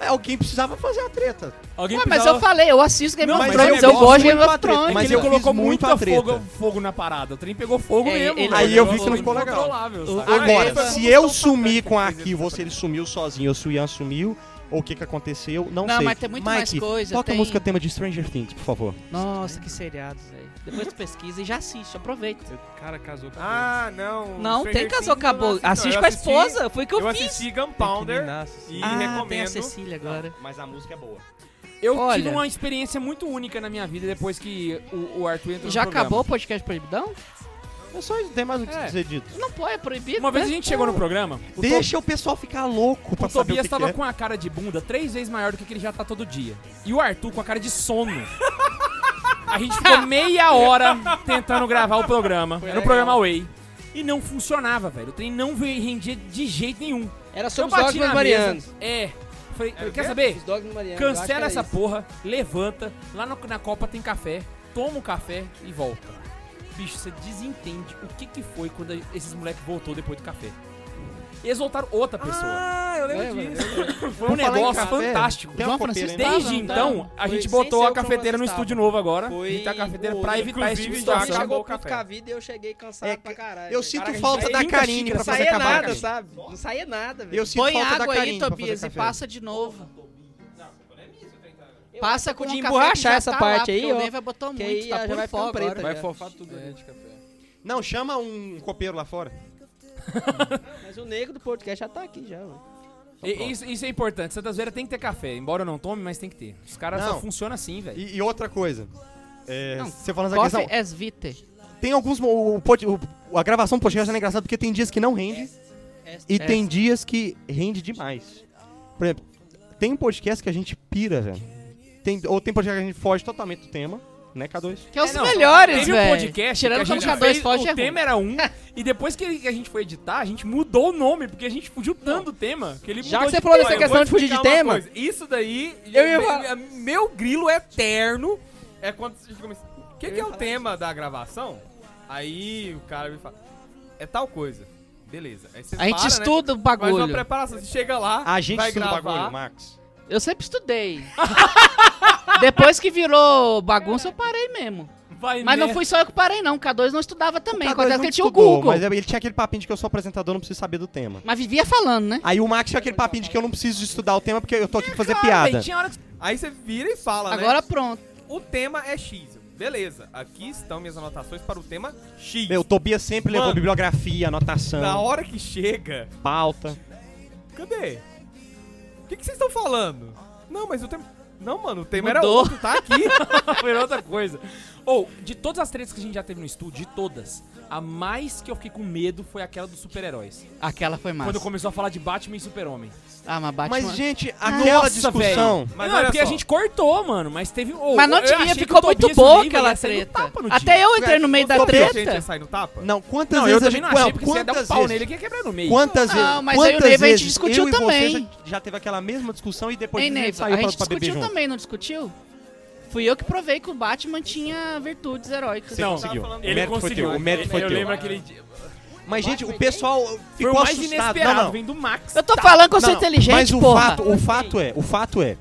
[SPEAKER 3] É, alguém precisava fazer a treta.
[SPEAKER 1] Alguém
[SPEAKER 5] Ué, mas
[SPEAKER 1] precisava-
[SPEAKER 5] eu falei, eu assisto Game
[SPEAKER 1] Não,
[SPEAKER 5] of
[SPEAKER 1] mas
[SPEAKER 5] Thrones,
[SPEAKER 1] eu
[SPEAKER 5] eu
[SPEAKER 1] gosto
[SPEAKER 5] gosto de
[SPEAKER 3] muito
[SPEAKER 5] Game of
[SPEAKER 3] da treta,
[SPEAKER 5] Thrones.
[SPEAKER 1] Mas
[SPEAKER 3] Mas
[SPEAKER 1] ele
[SPEAKER 3] eu
[SPEAKER 1] colocou
[SPEAKER 3] fiz muita
[SPEAKER 1] muita
[SPEAKER 3] treta.
[SPEAKER 1] fogo, fogo na parada. O trem pegou fogo
[SPEAKER 5] É,
[SPEAKER 1] mesmo.
[SPEAKER 5] ele-
[SPEAKER 1] mano.
[SPEAKER 3] Aí eu vi que não ficou
[SPEAKER 1] Incontrolável,
[SPEAKER 5] legal.
[SPEAKER 1] sabe?
[SPEAKER 5] Ah,
[SPEAKER 3] Agora,
[SPEAKER 5] ele foi
[SPEAKER 3] se eu sumir com o arquivo ou se ele sumiu sozinho ou se o Ian sumiu, ou o que, que aconteceu, não,
[SPEAKER 5] Não,
[SPEAKER 3] sei.
[SPEAKER 5] mas tem muito mais
[SPEAKER 3] Mike,
[SPEAKER 5] coisa,
[SPEAKER 3] Toca
[SPEAKER 5] tem-
[SPEAKER 3] a música tema de Stranger Things, por favor.
[SPEAKER 5] Nossa, que seriados, velho. Depois tu pesquisa e já assiste, aproveita.
[SPEAKER 7] Cara, casou com
[SPEAKER 2] Ah, não.
[SPEAKER 5] Não,
[SPEAKER 2] Stranger
[SPEAKER 5] tem
[SPEAKER 2] Things eu
[SPEAKER 5] casou, acabou.
[SPEAKER 2] não assisti, não.
[SPEAKER 5] assiste
[SPEAKER 2] Eu
[SPEAKER 5] com a
[SPEAKER 2] assisti-
[SPEAKER 5] esposa, foi o que eu,
[SPEAKER 2] Eu
[SPEAKER 5] fiz.
[SPEAKER 2] assisti Gunpowder
[SPEAKER 3] assim.
[SPEAKER 2] e
[SPEAKER 5] ah, tem a
[SPEAKER 2] recomendo.
[SPEAKER 5] Cecília agora.
[SPEAKER 3] Mas a música é boa.
[SPEAKER 1] Eu
[SPEAKER 5] Olha.
[SPEAKER 1] tive uma experiência muito única na minha vida depois que o, o Arthur entrou
[SPEAKER 5] Já
[SPEAKER 1] no programa.
[SPEAKER 5] acabou o podcast proibidão?
[SPEAKER 3] Eu só tem mais o que
[SPEAKER 1] É.
[SPEAKER 3] ser dito.
[SPEAKER 5] Não pode, é proibido.
[SPEAKER 1] Uma vez a
[SPEAKER 5] né?
[SPEAKER 1] gente chegou no programa, o, To-
[SPEAKER 3] Deixa o pessoal ficar louco pra
[SPEAKER 1] o
[SPEAKER 3] saber o
[SPEAKER 1] Tobias
[SPEAKER 3] que,
[SPEAKER 1] tava
[SPEAKER 3] que é.
[SPEAKER 1] com a cara de bunda três vezes maior do que, que ele já tá todo dia. E o Arthur com a cara de sono. A gente ficou meia hora tentando gravar o programa. Era o programa Way. E não funcionava, velho. O trem não veio- rendia de jeito nenhum.
[SPEAKER 8] Era
[SPEAKER 1] Eu
[SPEAKER 8] sobre os
[SPEAKER 1] bati
[SPEAKER 8] dogmas
[SPEAKER 1] na
[SPEAKER 8] marianos.
[SPEAKER 1] mesa. É. Falei,
[SPEAKER 2] Era o
[SPEAKER 1] quer
[SPEAKER 2] quê?
[SPEAKER 1] saber?
[SPEAKER 8] Os dogmas marianos. eu acho que
[SPEAKER 1] Cancela
[SPEAKER 8] era
[SPEAKER 1] essa
[SPEAKER 8] isso.
[SPEAKER 1] porra, levanta, lá no- na Copa tem café, toma o café e volta. Bicho, você desentende o que, que foi quando esses moleques voltou depois do café. Eles voltaram outra pessoa.
[SPEAKER 2] Ah, eu
[SPEAKER 8] É,
[SPEAKER 2] lembro
[SPEAKER 8] mano,
[SPEAKER 2] disso.
[SPEAKER 1] foi um
[SPEAKER 3] falar em
[SPEAKER 1] negócio
[SPEAKER 3] café?
[SPEAKER 1] fantástico.
[SPEAKER 3] Tem uma
[SPEAKER 5] João
[SPEAKER 3] copeira
[SPEAKER 5] Francisco
[SPEAKER 3] ainda?
[SPEAKER 1] Desde
[SPEAKER 5] Tava,
[SPEAKER 1] então,
[SPEAKER 5] tava.
[SPEAKER 1] a
[SPEAKER 8] Foi
[SPEAKER 1] gente
[SPEAKER 8] sem
[SPEAKER 1] botou
[SPEAKER 8] ser
[SPEAKER 1] a
[SPEAKER 8] o João
[SPEAKER 1] cafeteira no
[SPEAKER 8] Francisco
[SPEAKER 1] estúdio novo agora.
[SPEAKER 8] Foi
[SPEAKER 1] A gente tá com a cafeteira
[SPEAKER 8] o
[SPEAKER 1] pra
[SPEAKER 8] outro.
[SPEAKER 1] evitar esse tipo de
[SPEAKER 2] Inclusive,
[SPEAKER 8] Já
[SPEAKER 1] situação.
[SPEAKER 2] acabou o
[SPEAKER 8] chegou puto
[SPEAKER 2] café.
[SPEAKER 8] com a vida e eu cheguei cansado
[SPEAKER 3] É,
[SPEAKER 8] pra caralho.
[SPEAKER 3] Eu
[SPEAKER 8] velho.
[SPEAKER 3] sinto
[SPEAKER 1] gente
[SPEAKER 3] falta
[SPEAKER 1] tem
[SPEAKER 3] da
[SPEAKER 1] 30
[SPEAKER 3] carinha
[SPEAKER 1] xícaras pra
[SPEAKER 3] pra
[SPEAKER 8] Não
[SPEAKER 3] fazer
[SPEAKER 1] sair
[SPEAKER 8] saía
[SPEAKER 3] acabar.
[SPEAKER 8] nada,
[SPEAKER 3] cara.
[SPEAKER 8] sabe? Não saía nada, velho.
[SPEAKER 3] Eu sinto
[SPEAKER 5] Põe
[SPEAKER 3] falta da
[SPEAKER 5] água aí,
[SPEAKER 3] carinha pra
[SPEAKER 5] Tobias,
[SPEAKER 3] fazer
[SPEAKER 5] e
[SPEAKER 3] café.
[SPEAKER 5] passa de novo. Passa com
[SPEAKER 8] de
[SPEAKER 5] o café
[SPEAKER 8] emborrachar
[SPEAKER 5] que já
[SPEAKER 8] essa
[SPEAKER 5] tá
[SPEAKER 8] parte
[SPEAKER 5] lá,
[SPEAKER 8] aí,
[SPEAKER 5] porque
[SPEAKER 8] ó,
[SPEAKER 5] O Ney vai botar
[SPEAKER 8] que
[SPEAKER 5] muito,
[SPEAKER 8] aí
[SPEAKER 5] tá
[SPEAKER 8] já
[SPEAKER 5] puro
[SPEAKER 8] vai
[SPEAKER 5] pó
[SPEAKER 8] ficando
[SPEAKER 5] agora.
[SPEAKER 8] preta,
[SPEAKER 7] Vai
[SPEAKER 8] já.
[SPEAKER 7] fofar tudo
[SPEAKER 5] É,
[SPEAKER 7] ali
[SPEAKER 5] tipo,
[SPEAKER 7] de café.
[SPEAKER 3] Não, chama um copeiro lá fora.
[SPEAKER 8] Mas o negro do podcast já tá aqui já, velho.
[SPEAKER 1] E- isso, isso é importante. Santa Zoeira tem que ter café. Embora eu não tome, mas tem que ter. Os caras só
[SPEAKER 3] Não.
[SPEAKER 1] funcionam assim, velho.
[SPEAKER 3] E, e outra coisa. É,
[SPEAKER 5] Não, é-
[SPEAKER 3] você falando essa questão.
[SPEAKER 5] Coffee as vite.
[SPEAKER 3] Tem alguns. O, o pod- o- a gravação do podcast é engraçada porque tem dias que não rende e
[SPEAKER 5] É.
[SPEAKER 3] tem dias que rende demais. Por exemplo, tem um podcast que a gente pira, velho. Tem, ou tem podcast que a gente foge totalmente do tema, né, K2?
[SPEAKER 5] Que é os
[SPEAKER 1] É, não,
[SPEAKER 5] melhores,
[SPEAKER 1] Teve
[SPEAKER 5] velho.
[SPEAKER 1] um podcast
[SPEAKER 5] Tirando
[SPEAKER 1] que a
[SPEAKER 5] como
[SPEAKER 1] gente
[SPEAKER 5] K2
[SPEAKER 1] fez,
[SPEAKER 5] Forte é
[SPEAKER 1] o tema era um, e depois que ele- que a gente foi editar, a gente mudou o nome, porque a gente fugiu tanto do tema. Que ele
[SPEAKER 8] Já
[SPEAKER 1] mudou
[SPEAKER 8] que você
[SPEAKER 1] de
[SPEAKER 8] falou
[SPEAKER 1] tema.
[SPEAKER 8] dessa
[SPEAKER 1] Eu
[SPEAKER 8] questão de fugir de
[SPEAKER 2] explicar uma
[SPEAKER 8] tema,
[SPEAKER 2] coisa. Isso daí,
[SPEAKER 8] Eu ia
[SPEAKER 2] me-
[SPEAKER 8] falar-
[SPEAKER 2] me- meu grilo eterno é quando a gente começa. O que, que é o tema da gravação? Aí o cara me fala. É tal coisa. Beleza. Aí você
[SPEAKER 5] A gente
[SPEAKER 2] para, né?
[SPEAKER 5] estuda o
[SPEAKER 2] Faz uma
[SPEAKER 5] bagulho.
[SPEAKER 2] preparação. Você chega lá,
[SPEAKER 3] A gente
[SPEAKER 2] vai
[SPEAKER 3] estuda o
[SPEAKER 2] gravar.
[SPEAKER 3] bagulho, Max.
[SPEAKER 5] Eu sempre estudei. Depois que virou bagunça, eu parei mesmo.
[SPEAKER 1] Vai
[SPEAKER 5] Mas não
[SPEAKER 1] nessa.
[SPEAKER 5] fui só eu que parei, não. K2 não estudava também.
[SPEAKER 3] K2
[SPEAKER 5] Acontece
[SPEAKER 3] não
[SPEAKER 5] que ele tinha o
[SPEAKER 3] um estudou,
[SPEAKER 5] Google.
[SPEAKER 3] Mas é-
[SPEAKER 5] Mas,
[SPEAKER 3] ele tinha aquele papinho de que eu sou apresentador, não preciso saber do tema.
[SPEAKER 5] vivia falando,
[SPEAKER 1] Ah,
[SPEAKER 5] né?
[SPEAKER 3] Aí o Max tinha aquele papinho de que eu não preciso estudar o tema porque eu tô aqui pra fazer
[SPEAKER 1] Cara,
[SPEAKER 3] piada.
[SPEAKER 1] velho, tinha hora que-
[SPEAKER 2] Aí você vira e fala, né?
[SPEAKER 5] Agora pronto.
[SPEAKER 2] O tema é X. Beleza. Aqui estão minhas anotações para o tema
[SPEAKER 5] é
[SPEAKER 2] X.
[SPEAKER 3] Meu, o Tobias sempre levou
[SPEAKER 2] Mano.
[SPEAKER 3] bibliografia, anotação,
[SPEAKER 2] Na hora que chega,
[SPEAKER 3] pauta.
[SPEAKER 2] cadê? O que que vocês estão falando? Não, mas o tema. Não, mano, o tema era
[SPEAKER 5] Mudou.
[SPEAKER 2] outro, tá aqui.
[SPEAKER 1] foi outra coisa. Ou, de todas as tretas que a gente já teve no estúdio, de todas, a mais que eu fiquei com medo foi aquela dos super-heróis.
[SPEAKER 5] Aquela foi massa.
[SPEAKER 1] Quando começou a falar de Batman e Super-Homem.
[SPEAKER 5] Ah, mas Batman...
[SPEAKER 3] Mas, gente, aquela
[SPEAKER 1] Nossa,
[SPEAKER 3] discussão.
[SPEAKER 2] Mas
[SPEAKER 1] não, é
[SPEAKER 2] olha
[SPEAKER 1] porque
[SPEAKER 2] só.
[SPEAKER 1] a gente cortou, mano, mas teve... ou,
[SPEAKER 5] Mas não
[SPEAKER 1] eu achei
[SPEAKER 5] devia,
[SPEAKER 1] que
[SPEAKER 5] ficou
[SPEAKER 1] o Tobias
[SPEAKER 5] muito
[SPEAKER 1] e o
[SPEAKER 5] boa
[SPEAKER 1] Ney
[SPEAKER 5] aquela
[SPEAKER 1] ia sair no
[SPEAKER 5] treta.
[SPEAKER 1] tapa no
[SPEAKER 5] Até
[SPEAKER 1] dia.
[SPEAKER 5] eu entrei no meio da
[SPEAKER 2] Tobias, gente, ia
[SPEAKER 5] treta.
[SPEAKER 2] sair no tapa?
[SPEAKER 3] Não, quantas
[SPEAKER 1] Não, eu
[SPEAKER 3] vezes a
[SPEAKER 1] também
[SPEAKER 3] gente.
[SPEAKER 1] não achei, porque você ia dar
[SPEAKER 3] quantas
[SPEAKER 1] um pau
[SPEAKER 3] vezes-
[SPEAKER 1] nele que ia quebrar no meio.
[SPEAKER 3] Quantas vezes?
[SPEAKER 5] Não, Ah, mas aí o
[SPEAKER 3] quantas
[SPEAKER 5] Neiva a gente
[SPEAKER 3] vezes
[SPEAKER 5] discutiu
[SPEAKER 3] eu e você
[SPEAKER 5] também.
[SPEAKER 3] já, já teve aquela mesma discussão e depois
[SPEAKER 5] Ei,
[SPEAKER 3] a gente
[SPEAKER 5] Neiva,
[SPEAKER 3] saiu
[SPEAKER 5] a
[SPEAKER 3] pra,
[SPEAKER 5] gente
[SPEAKER 3] pra beber
[SPEAKER 5] discutiu
[SPEAKER 3] junto.
[SPEAKER 5] também, não discutiu? Fui eu que provei que o Batman tinha virtudes heróicas.
[SPEAKER 3] Você
[SPEAKER 1] Não,
[SPEAKER 3] conseguiu.
[SPEAKER 2] tava falando-
[SPEAKER 3] o
[SPEAKER 1] Ele
[SPEAKER 3] mérito foi
[SPEAKER 1] conseguiu.
[SPEAKER 3] teu. O mérito foi
[SPEAKER 1] eu
[SPEAKER 3] teu.
[SPEAKER 1] lembro aquele dia.
[SPEAKER 3] Mas, gente, o pessoal
[SPEAKER 1] Foi
[SPEAKER 3] ficou
[SPEAKER 1] o mais
[SPEAKER 3] assustado.
[SPEAKER 1] inesperado,
[SPEAKER 3] não, não.
[SPEAKER 1] vem do Max.
[SPEAKER 5] Eu tô falando que eu sou
[SPEAKER 3] Não, não,
[SPEAKER 5] inteligente,
[SPEAKER 3] Mas o
[SPEAKER 5] porra.
[SPEAKER 3] fato, o fato é, o fato é.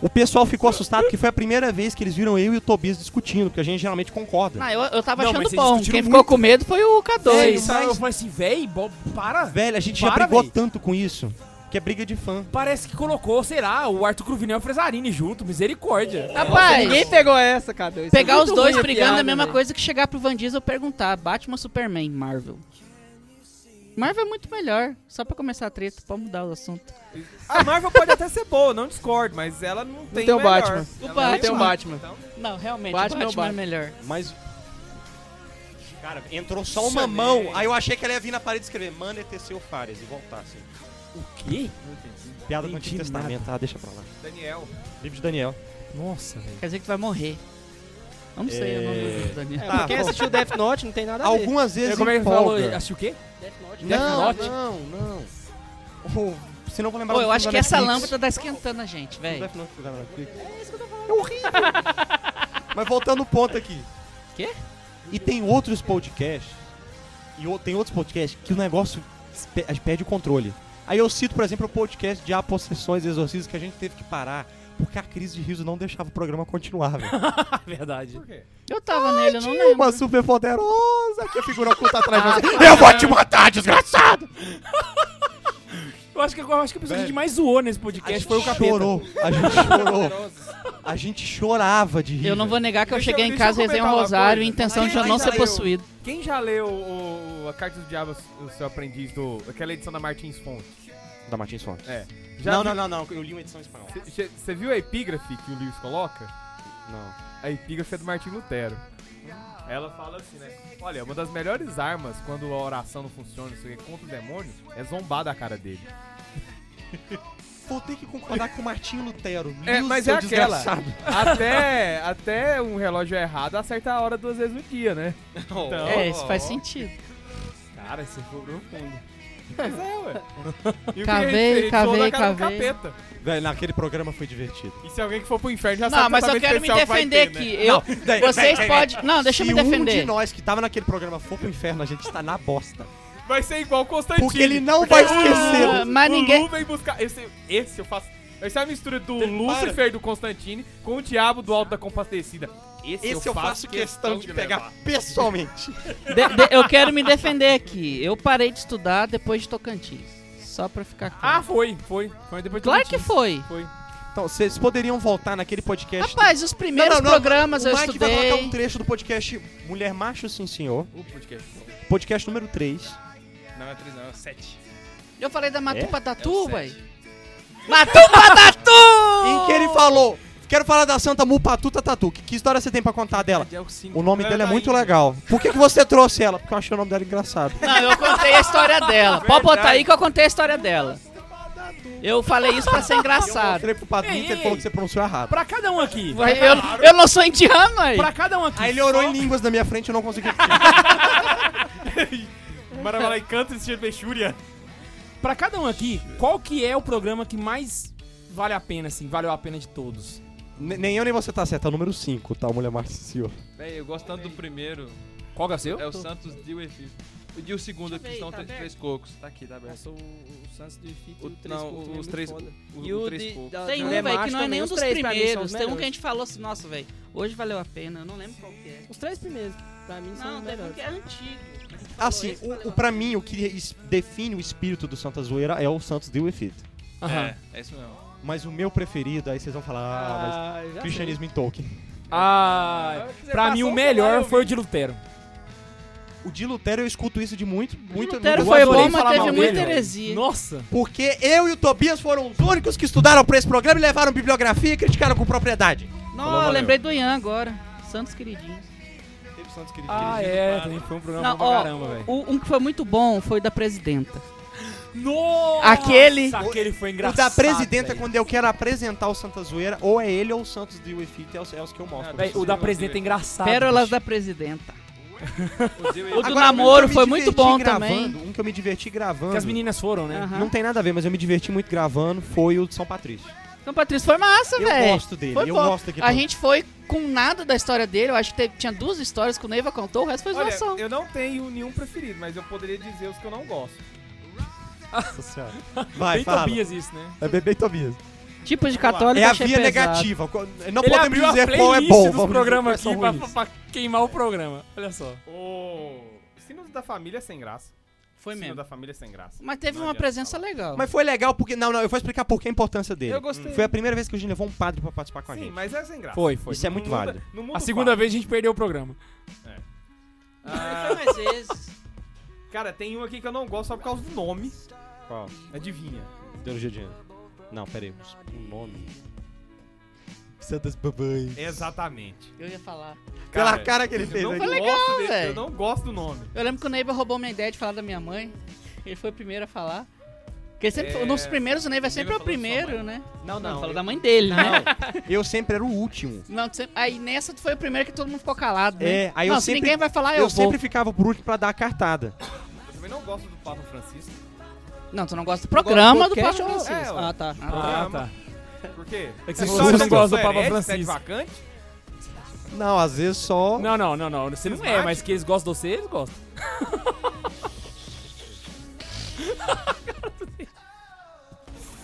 [SPEAKER 3] O pessoal ficou assustado porque foi a primeira vez que eles viram eu e o Tobias discutindo, porque a gente geralmente concorda.
[SPEAKER 5] Não, eu, eu tava
[SPEAKER 1] Não,
[SPEAKER 5] achando
[SPEAKER 1] mas vocês
[SPEAKER 5] bom.
[SPEAKER 1] discutiram
[SPEAKER 5] Quem ficou
[SPEAKER 1] muito.
[SPEAKER 5] com medo foi o
[SPEAKER 1] Sei,
[SPEAKER 5] K2.
[SPEAKER 1] sabe?
[SPEAKER 3] mas-
[SPEAKER 1] Eu falei assim, véi, bo- para.
[SPEAKER 3] Velho, a gente já
[SPEAKER 1] Para,
[SPEAKER 3] brigou
[SPEAKER 1] véi.
[SPEAKER 3] tanto com isso que é briga de fã.
[SPEAKER 1] Parece que colocou, sei lá, o Arthur Cruvinel e o Fresarini junto, misericórdia.
[SPEAKER 5] Rapaz,
[SPEAKER 8] Ninguém pegou essa, cara.
[SPEAKER 5] pegar os dois brigando é a mesma coisa que chegar pro Van Diesel e perguntar: Batman, Superman, Marvel. Marvel é muito melhor. Só pra começar a treta, pra mudar o assunto.
[SPEAKER 2] A Marvel pode até ser boa, não discordo, mas ela não tem
[SPEAKER 8] tem o
[SPEAKER 2] melhor.
[SPEAKER 8] Batman.
[SPEAKER 5] O
[SPEAKER 2] Ela
[SPEAKER 5] Batman.
[SPEAKER 2] não tem o Batman. Então,
[SPEAKER 5] Não, realmente,
[SPEAKER 8] Batman é
[SPEAKER 5] Batman,
[SPEAKER 8] o
[SPEAKER 5] é
[SPEAKER 8] Batman.
[SPEAKER 5] melhor.
[SPEAKER 3] Mas. é Cara, entrou só uma mão. Aí eu achei que ela ia vir na parede escrever, mano, ETC o Fares e voltar assim.
[SPEAKER 1] O quê?
[SPEAKER 3] Piada do
[SPEAKER 1] Entendi
[SPEAKER 3] Antigo Testamento, tá? Deixa pra lá.
[SPEAKER 2] Daniel.
[SPEAKER 3] Livro de Daniel.
[SPEAKER 1] Nossa, velho.
[SPEAKER 5] Quer dizer que tu vai morrer. Eu Não sei o nome do Daniel.
[SPEAKER 8] É,
[SPEAKER 3] Tá,
[SPEAKER 8] pra quem
[SPEAKER 3] pô.
[SPEAKER 8] assistiu Death Note não tem
[SPEAKER 5] Tá
[SPEAKER 8] nada a ver.
[SPEAKER 3] Algumas vezes.
[SPEAKER 1] Como é que falou?
[SPEAKER 3] empolga.
[SPEAKER 1] Acho o quê?
[SPEAKER 8] Death Note.
[SPEAKER 3] Não,
[SPEAKER 1] Death Note?
[SPEAKER 3] não, não. Oh, se não vou lembrar
[SPEAKER 5] Pô,
[SPEAKER 3] do
[SPEAKER 5] eu
[SPEAKER 3] filme
[SPEAKER 5] acho
[SPEAKER 3] da
[SPEAKER 5] que essa
[SPEAKER 3] Netflix.
[SPEAKER 5] lâmpada tá esquentando a gente, velho.
[SPEAKER 3] Death Note da Netflix. É horrível. Mas voltando ao ponto aqui.
[SPEAKER 5] Quê?
[SPEAKER 3] E tem outros podcasts. E o- tem outros podcasts que o negócio espe- perde o controle. Aí eu cito, por exemplo, o podcast de apossessões e exorcismos que a gente teve que parar. Porque a crise de riso não deixava o programa continuar, velho.
[SPEAKER 1] Ah, verdade.
[SPEAKER 2] Por quê?
[SPEAKER 5] Eu tava nele, eu não
[SPEAKER 3] Tinha uma
[SPEAKER 5] lembro.
[SPEAKER 3] super poderosa que a figura oculta atrás de você. Eu vou te matar, desgraçado!
[SPEAKER 1] Eu acho que, eu acho que a pessoa que a gente mais zoou nesse
[SPEAKER 3] A
[SPEAKER 1] podcast
[SPEAKER 3] gente
[SPEAKER 1] foi o capeta.
[SPEAKER 3] chorou. A gente chorou. A gente chorava de rir.
[SPEAKER 5] Eu não vou negar que eu
[SPEAKER 4] Deixa eu-
[SPEAKER 5] cheguei em
[SPEAKER 4] deixa eu
[SPEAKER 5] casa e rezei um
[SPEAKER 4] comentar uma
[SPEAKER 5] rosário,
[SPEAKER 4] coisa.
[SPEAKER 5] intenção de eu
[SPEAKER 4] Aí-
[SPEAKER 5] não
[SPEAKER 4] aí
[SPEAKER 5] ser
[SPEAKER 4] saiu.
[SPEAKER 5] possuído.
[SPEAKER 4] Quem já leu o- o- a Carta do Diabo, o seu aprendiz, do, aquela edição da Martins Fonte?
[SPEAKER 3] velho. Da Martins Fontes.
[SPEAKER 5] É.
[SPEAKER 4] Já
[SPEAKER 3] não, não, não, não. Eu li uma edição em espanhol.
[SPEAKER 4] Você viu a epígrafe que o Lewis coloca?
[SPEAKER 3] Não.
[SPEAKER 4] A epígrafe é do Martin Lutero. Ela fala assim, né? Olha, uma das melhores armas quando a oração não funciona, não sei o que, contra o demônio, é zombar da cara dele.
[SPEAKER 3] Vou ter que concordar com o Martinho Lutero.
[SPEAKER 4] É,
[SPEAKER 3] Meu
[SPEAKER 4] mas
[SPEAKER 3] seu
[SPEAKER 4] é aquela.
[SPEAKER 3] desgraçado.
[SPEAKER 4] até, até um relógio errado acerta a hora duas vezes no dia, né? Então,
[SPEAKER 5] É, isso faz sentido.
[SPEAKER 4] Cara, você foi profundo. Pois é, ué. E o
[SPEAKER 5] Cavei,
[SPEAKER 4] que a gente fez? Zoou na
[SPEAKER 5] cavei,
[SPEAKER 4] cara do
[SPEAKER 5] cavei.
[SPEAKER 4] Capeta.
[SPEAKER 3] Velho, naquele programa foi divertido.
[SPEAKER 4] E se alguém que for pro inferno já sabe
[SPEAKER 5] Não, mas
[SPEAKER 4] tratamento
[SPEAKER 5] eu quero me
[SPEAKER 4] especial que vai
[SPEAKER 5] defender
[SPEAKER 4] ter, né?
[SPEAKER 5] aqui. Eu, vocês podem. Não, deixa eu
[SPEAKER 3] Se
[SPEAKER 5] me
[SPEAKER 3] um de
[SPEAKER 5] defender.
[SPEAKER 3] nós que tava naquele programa for pro inferno, a gente está na bosta.
[SPEAKER 4] Vai ser igual o Constantino.
[SPEAKER 3] Porque ele não vai esquecer.
[SPEAKER 5] Ah, mas
[SPEAKER 4] o
[SPEAKER 5] ninguém.
[SPEAKER 4] Lu vem buscar. Esse, esse eu faço. Essa é a mistura do Lúcifer do Constantine com o diabo do Alto da Compastecida. Esse,
[SPEAKER 3] Esse eu faço questão de pegar pessoalmente.
[SPEAKER 5] de- de- eu quero me defender aqui. Eu parei de estudar depois de Tocantins. Só pra ficar claro.
[SPEAKER 4] Ah, foi, foi. Foi depois de
[SPEAKER 5] claro que
[SPEAKER 4] Tocantins.
[SPEAKER 5] foi.
[SPEAKER 3] Então, vocês poderiam voltar naquele podcast.
[SPEAKER 5] Rapaz, os primeiros
[SPEAKER 3] Não, não, não.
[SPEAKER 5] programas
[SPEAKER 3] o
[SPEAKER 5] eu
[SPEAKER 3] Mike vai colocar um
[SPEAKER 5] estudei.
[SPEAKER 3] trecho do podcast Mulher Macho Sim Senhor,
[SPEAKER 2] O podcast.
[SPEAKER 3] podcast número 3.
[SPEAKER 2] Não é 3, não, é 7.
[SPEAKER 5] Eu falei da
[SPEAKER 3] É?
[SPEAKER 5] Matupa
[SPEAKER 2] É o
[SPEAKER 5] Tatu,
[SPEAKER 2] sete.
[SPEAKER 5] ué. Matupa Tatu!
[SPEAKER 3] Em que ele falou: Quero falar da Santa Mupatuta Tatu. Que, que história você tem pra contar dela?
[SPEAKER 2] É o 5.
[SPEAKER 3] O nome
[SPEAKER 2] Ela
[SPEAKER 3] dela é
[SPEAKER 2] tá
[SPEAKER 3] muito
[SPEAKER 2] indo.
[SPEAKER 3] legal. Por que, que você trouxe ela? Porque eu achei o nome dela engraçado.
[SPEAKER 5] Não, eu contei a história dela. Pode botar aí que eu contei a história dela. Eu falei isso pra ser
[SPEAKER 3] Eu
[SPEAKER 5] engraçado.
[SPEAKER 3] mostrei pro Paduca
[SPEAKER 1] Ei,
[SPEAKER 3] ele
[SPEAKER 1] ei,
[SPEAKER 3] falou
[SPEAKER 1] ei.
[SPEAKER 3] que você pronunciou errado.
[SPEAKER 1] Pra cada um aqui.
[SPEAKER 5] Vai, Eu, eu não sou indiano, aí.
[SPEAKER 1] Pra cada um aqui.
[SPEAKER 3] Aí ele orou em línguas na minha frente e eu não consegui.
[SPEAKER 4] Maravilha e canta esse jeito Xúria.
[SPEAKER 1] Pra cada um aqui, qual que é o programa que mais vale a pena, assim, valeu a pena de todos?
[SPEAKER 3] N- nem eu nem você tá certo, é o número 5, tá? Mulher Macho Sim Senhor.
[SPEAKER 7] Véi, eu gosto tanto do primeiro.
[SPEAKER 1] Qual que é o seu?
[SPEAKER 7] É o Santos de Efif. E o segundo aqui
[SPEAKER 5] ver,
[SPEAKER 7] estão
[SPEAKER 5] tá
[SPEAKER 7] tre-
[SPEAKER 5] aberto?
[SPEAKER 7] três cocos. Tá aqui, tá aberto.
[SPEAKER 8] Nossa, o, o Santos do Fito,
[SPEAKER 7] O-
[SPEAKER 8] o, três
[SPEAKER 7] não,
[SPEAKER 8] pontos,
[SPEAKER 7] os
[SPEAKER 8] é
[SPEAKER 7] três-
[SPEAKER 8] muito foda.
[SPEAKER 7] o-
[SPEAKER 8] E
[SPEAKER 7] o
[SPEAKER 8] o
[SPEAKER 7] três
[SPEAKER 8] de-
[SPEAKER 7] pouco.
[SPEAKER 8] da-
[SPEAKER 5] Tem
[SPEAKER 8] da
[SPEAKER 5] um,
[SPEAKER 8] Mulher
[SPEAKER 5] velho, que
[SPEAKER 8] Macho
[SPEAKER 5] não é
[SPEAKER 8] também,
[SPEAKER 5] nenhum
[SPEAKER 8] os
[SPEAKER 5] dos
[SPEAKER 8] três pra mim são os
[SPEAKER 5] primeiros. Tem um que a
[SPEAKER 8] melhores.
[SPEAKER 5] gente falou assim, nossa, velho, hoje valeu a pena. Eu não lembro qual que é.
[SPEAKER 8] Os três primeiros, pra mim, são
[SPEAKER 5] Não,
[SPEAKER 8] os
[SPEAKER 5] teve um que
[SPEAKER 8] melhores.
[SPEAKER 5] é antigo. A gente falou,
[SPEAKER 3] Assim,
[SPEAKER 5] esse valeu
[SPEAKER 3] o, o,
[SPEAKER 5] a
[SPEAKER 3] pra mim, o que es- define o espírito do Santa Zoeira é o Santos de Efif.
[SPEAKER 1] Aham.
[SPEAKER 8] Ah.
[SPEAKER 7] É, é isso mesmo.
[SPEAKER 3] Mas o meu preferido, aí vocês vão falar, ah,
[SPEAKER 8] já
[SPEAKER 3] mas
[SPEAKER 8] sei.
[SPEAKER 3] cristianismo em Tolkien.
[SPEAKER 1] Ah, pra mim o melhor foi o de Lutero.
[SPEAKER 3] O de Lutero eu escuto isso de muito, muito.
[SPEAKER 5] Lutero
[SPEAKER 3] eu
[SPEAKER 5] foi
[SPEAKER 3] adorei
[SPEAKER 5] bom, mas
[SPEAKER 3] falar
[SPEAKER 5] teve
[SPEAKER 3] mal
[SPEAKER 5] muita
[SPEAKER 3] dele.
[SPEAKER 5] heresia.
[SPEAKER 1] Nossa.
[SPEAKER 3] Porque eu e o Tobias foram os únicos que estudaram pra esse programa e levaram bibliografia e criticaram com propriedade.
[SPEAKER 5] pena.
[SPEAKER 2] Falou,
[SPEAKER 5] Não, eu
[SPEAKER 2] valeu.
[SPEAKER 5] lembrei do Ian agora. Santos queridinhos.
[SPEAKER 3] Teve Santos querido.
[SPEAKER 1] Ah, é, também foi um programa
[SPEAKER 5] Não,
[SPEAKER 1] bom pra
[SPEAKER 5] ó,
[SPEAKER 1] caramba, velho.
[SPEAKER 5] o- um que foi muito bom foi o da presidenta.
[SPEAKER 1] Nossa!
[SPEAKER 5] Aquele-
[SPEAKER 1] Aquele foi
[SPEAKER 3] O
[SPEAKER 1] engraçado.
[SPEAKER 3] da presidenta, é
[SPEAKER 1] velho.
[SPEAKER 3] quando eu quero apresentar o Santa Zoeira, ou é ele ou o Santos de Wefit, é, os- é os que eu mostro.
[SPEAKER 1] Véi, o da presidenta é engraçado.
[SPEAKER 5] Pérolas
[SPEAKER 1] bicho.
[SPEAKER 5] da presidenta.
[SPEAKER 7] O Dewey
[SPEAKER 5] O
[SPEAKER 3] Tá, Agora,
[SPEAKER 5] do
[SPEAKER 3] um que eu
[SPEAKER 5] namoro
[SPEAKER 3] me
[SPEAKER 5] foi muito
[SPEAKER 3] diverti
[SPEAKER 5] bom
[SPEAKER 3] gravando,
[SPEAKER 5] também.
[SPEAKER 3] Um que eu me diverti gravando.
[SPEAKER 1] Que as meninas foram, né?
[SPEAKER 5] Aham.
[SPEAKER 3] Não tem nada a ver, mas eu me diverti muito gravando, foi o de São Patrício.
[SPEAKER 5] Então, Patrício, foi massa,
[SPEAKER 3] Eu
[SPEAKER 5] velho.
[SPEAKER 3] gosto dele,
[SPEAKER 5] Foi
[SPEAKER 3] eu
[SPEAKER 5] bom.
[SPEAKER 3] gosto daquele
[SPEAKER 5] A gente foi com nada da história dele. Eu acho que teve- tinha duas histórias que o Neiva contou, o resto foi
[SPEAKER 4] Olha,
[SPEAKER 5] zoação.
[SPEAKER 4] eu não tenho nenhum preferido, mas eu poderia dizer os que eu não gosto.
[SPEAKER 3] Nossa Senhora. Vai,
[SPEAKER 1] Bem
[SPEAKER 3] fala.
[SPEAKER 1] Tobias isso, né?
[SPEAKER 3] É bem Tobias.
[SPEAKER 5] Tipo de católico,
[SPEAKER 3] É a
[SPEAKER 5] achei
[SPEAKER 3] via
[SPEAKER 5] pesado.
[SPEAKER 3] negativa. co- Não
[SPEAKER 1] Ele
[SPEAKER 3] podemos
[SPEAKER 1] abriu a
[SPEAKER 3] dizer
[SPEAKER 1] playlist
[SPEAKER 3] qual é bom.
[SPEAKER 1] dos
[SPEAKER 3] vamos
[SPEAKER 1] programas
[SPEAKER 3] dizer
[SPEAKER 1] aqui
[SPEAKER 3] quais são
[SPEAKER 1] pra,
[SPEAKER 3] ruins.
[SPEAKER 1] pra queimar o programa. Olha só.
[SPEAKER 4] O Sinos da Família é sem graça.
[SPEAKER 5] Foi
[SPEAKER 4] Sinos
[SPEAKER 5] mesmo.
[SPEAKER 4] da Família é sem
[SPEAKER 3] Hum.
[SPEAKER 4] graça.
[SPEAKER 5] Mas teve
[SPEAKER 4] Não
[SPEAKER 5] uma
[SPEAKER 4] adianta
[SPEAKER 5] presença
[SPEAKER 4] falar.
[SPEAKER 5] legal.
[SPEAKER 3] Mas foi legal porque. Não, não, eu vou explicar por que a importância dele.
[SPEAKER 4] Eu gostei.
[SPEAKER 3] Foi a primeira vez que a gente levou um padre pra participar com a
[SPEAKER 4] Sim,
[SPEAKER 3] gente.
[SPEAKER 4] mas é sem graça.
[SPEAKER 1] Foi, foi.
[SPEAKER 3] Isso é muito
[SPEAKER 4] No mundo-
[SPEAKER 3] válido.
[SPEAKER 4] no mundo
[SPEAKER 1] A segunda
[SPEAKER 4] fala.
[SPEAKER 1] vez a gente perdeu o programa.
[SPEAKER 4] Ah,
[SPEAKER 5] Foi mais vezes.
[SPEAKER 4] cara, tem um aqui que eu não gosto só por causa do nome. É
[SPEAKER 3] Qual?
[SPEAKER 4] Adivinha.
[SPEAKER 3] Teologia de Ana. Não, peraí. O nome. Santas Babães.
[SPEAKER 4] Exatamente.
[SPEAKER 5] Eu ia falar.
[SPEAKER 3] Pela cara que ele fez,
[SPEAKER 4] eu não
[SPEAKER 3] né?
[SPEAKER 4] gosto
[SPEAKER 5] Foi legal,
[SPEAKER 4] desse-
[SPEAKER 5] velho.
[SPEAKER 4] Eu não gosto do nome.
[SPEAKER 5] Eu lembro que o Neiva roubou minha ideia de falar da minha mãe. Ele foi o primeiro a falar. Porque ele sempre,
[SPEAKER 4] É.
[SPEAKER 5] nos primeiros o Neiva é sempre o
[SPEAKER 7] Neiva falou da sua
[SPEAKER 5] primeiro,
[SPEAKER 7] mãe.
[SPEAKER 5] né?
[SPEAKER 3] Não,
[SPEAKER 5] Não,
[SPEAKER 3] não.
[SPEAKER 5] falou da mãe dele, né?
[SPEAKER 3] Eu sempre era o último.
[SPEAKER 5] Não, tu sempre- aí nessa tu foi o primeiro que todo mundo ficou calado, né?
[SPEAKER 3] É, aí
[SPEAKER 5] não,
[SPEAKER 3] eu
[SPEAKER 5] se
[SPEAKER 3] sempre.
[SPEAKER 5] ninguém vai falar, Ah, eu,
[SPEAKER 3] eu
[SPEAKER 5] vou.
[SPEAKER 3] sempre ficava por último pra dar a cartada.
[SPEAKER 4] Eu também não gosto do Papa Francisco.
[SPEAKER 5] Não, tu não gosta do programa do
[SPEAKER 8] podcast,
[SPEAKER 5] Papa
[SPEAKER 8] eu-
[SPEAKER 5] Francisco.
[SPEAKER 4] é, ué.
[SPEAKER 5] ah, tá. Ah,
[SPEAKER 1] Ah,
[SPEAKER 4] Ah,
[SPEAKER 1] tá.
[SPEAKER 4] Por quê?
[SPEAKER 1] É que você
[SPEAKER 4] só
[SPEAKER 1] falou que
[SPEAKER 4] porque
[SPEAKER 1] não gosta do
[SPEAKER 4] eu
[SPEAKER 1] Papa
[SPEAKER 4] sou herege,
[SPEAKER 1] Francisco.
[SPEAKER 4] sede vacante?
[SPEAKER 3] Não, às vezes só.
[SPEAKER 1] Não, não, não, não. Você não é, mas que eles gostam de você, eles gostam.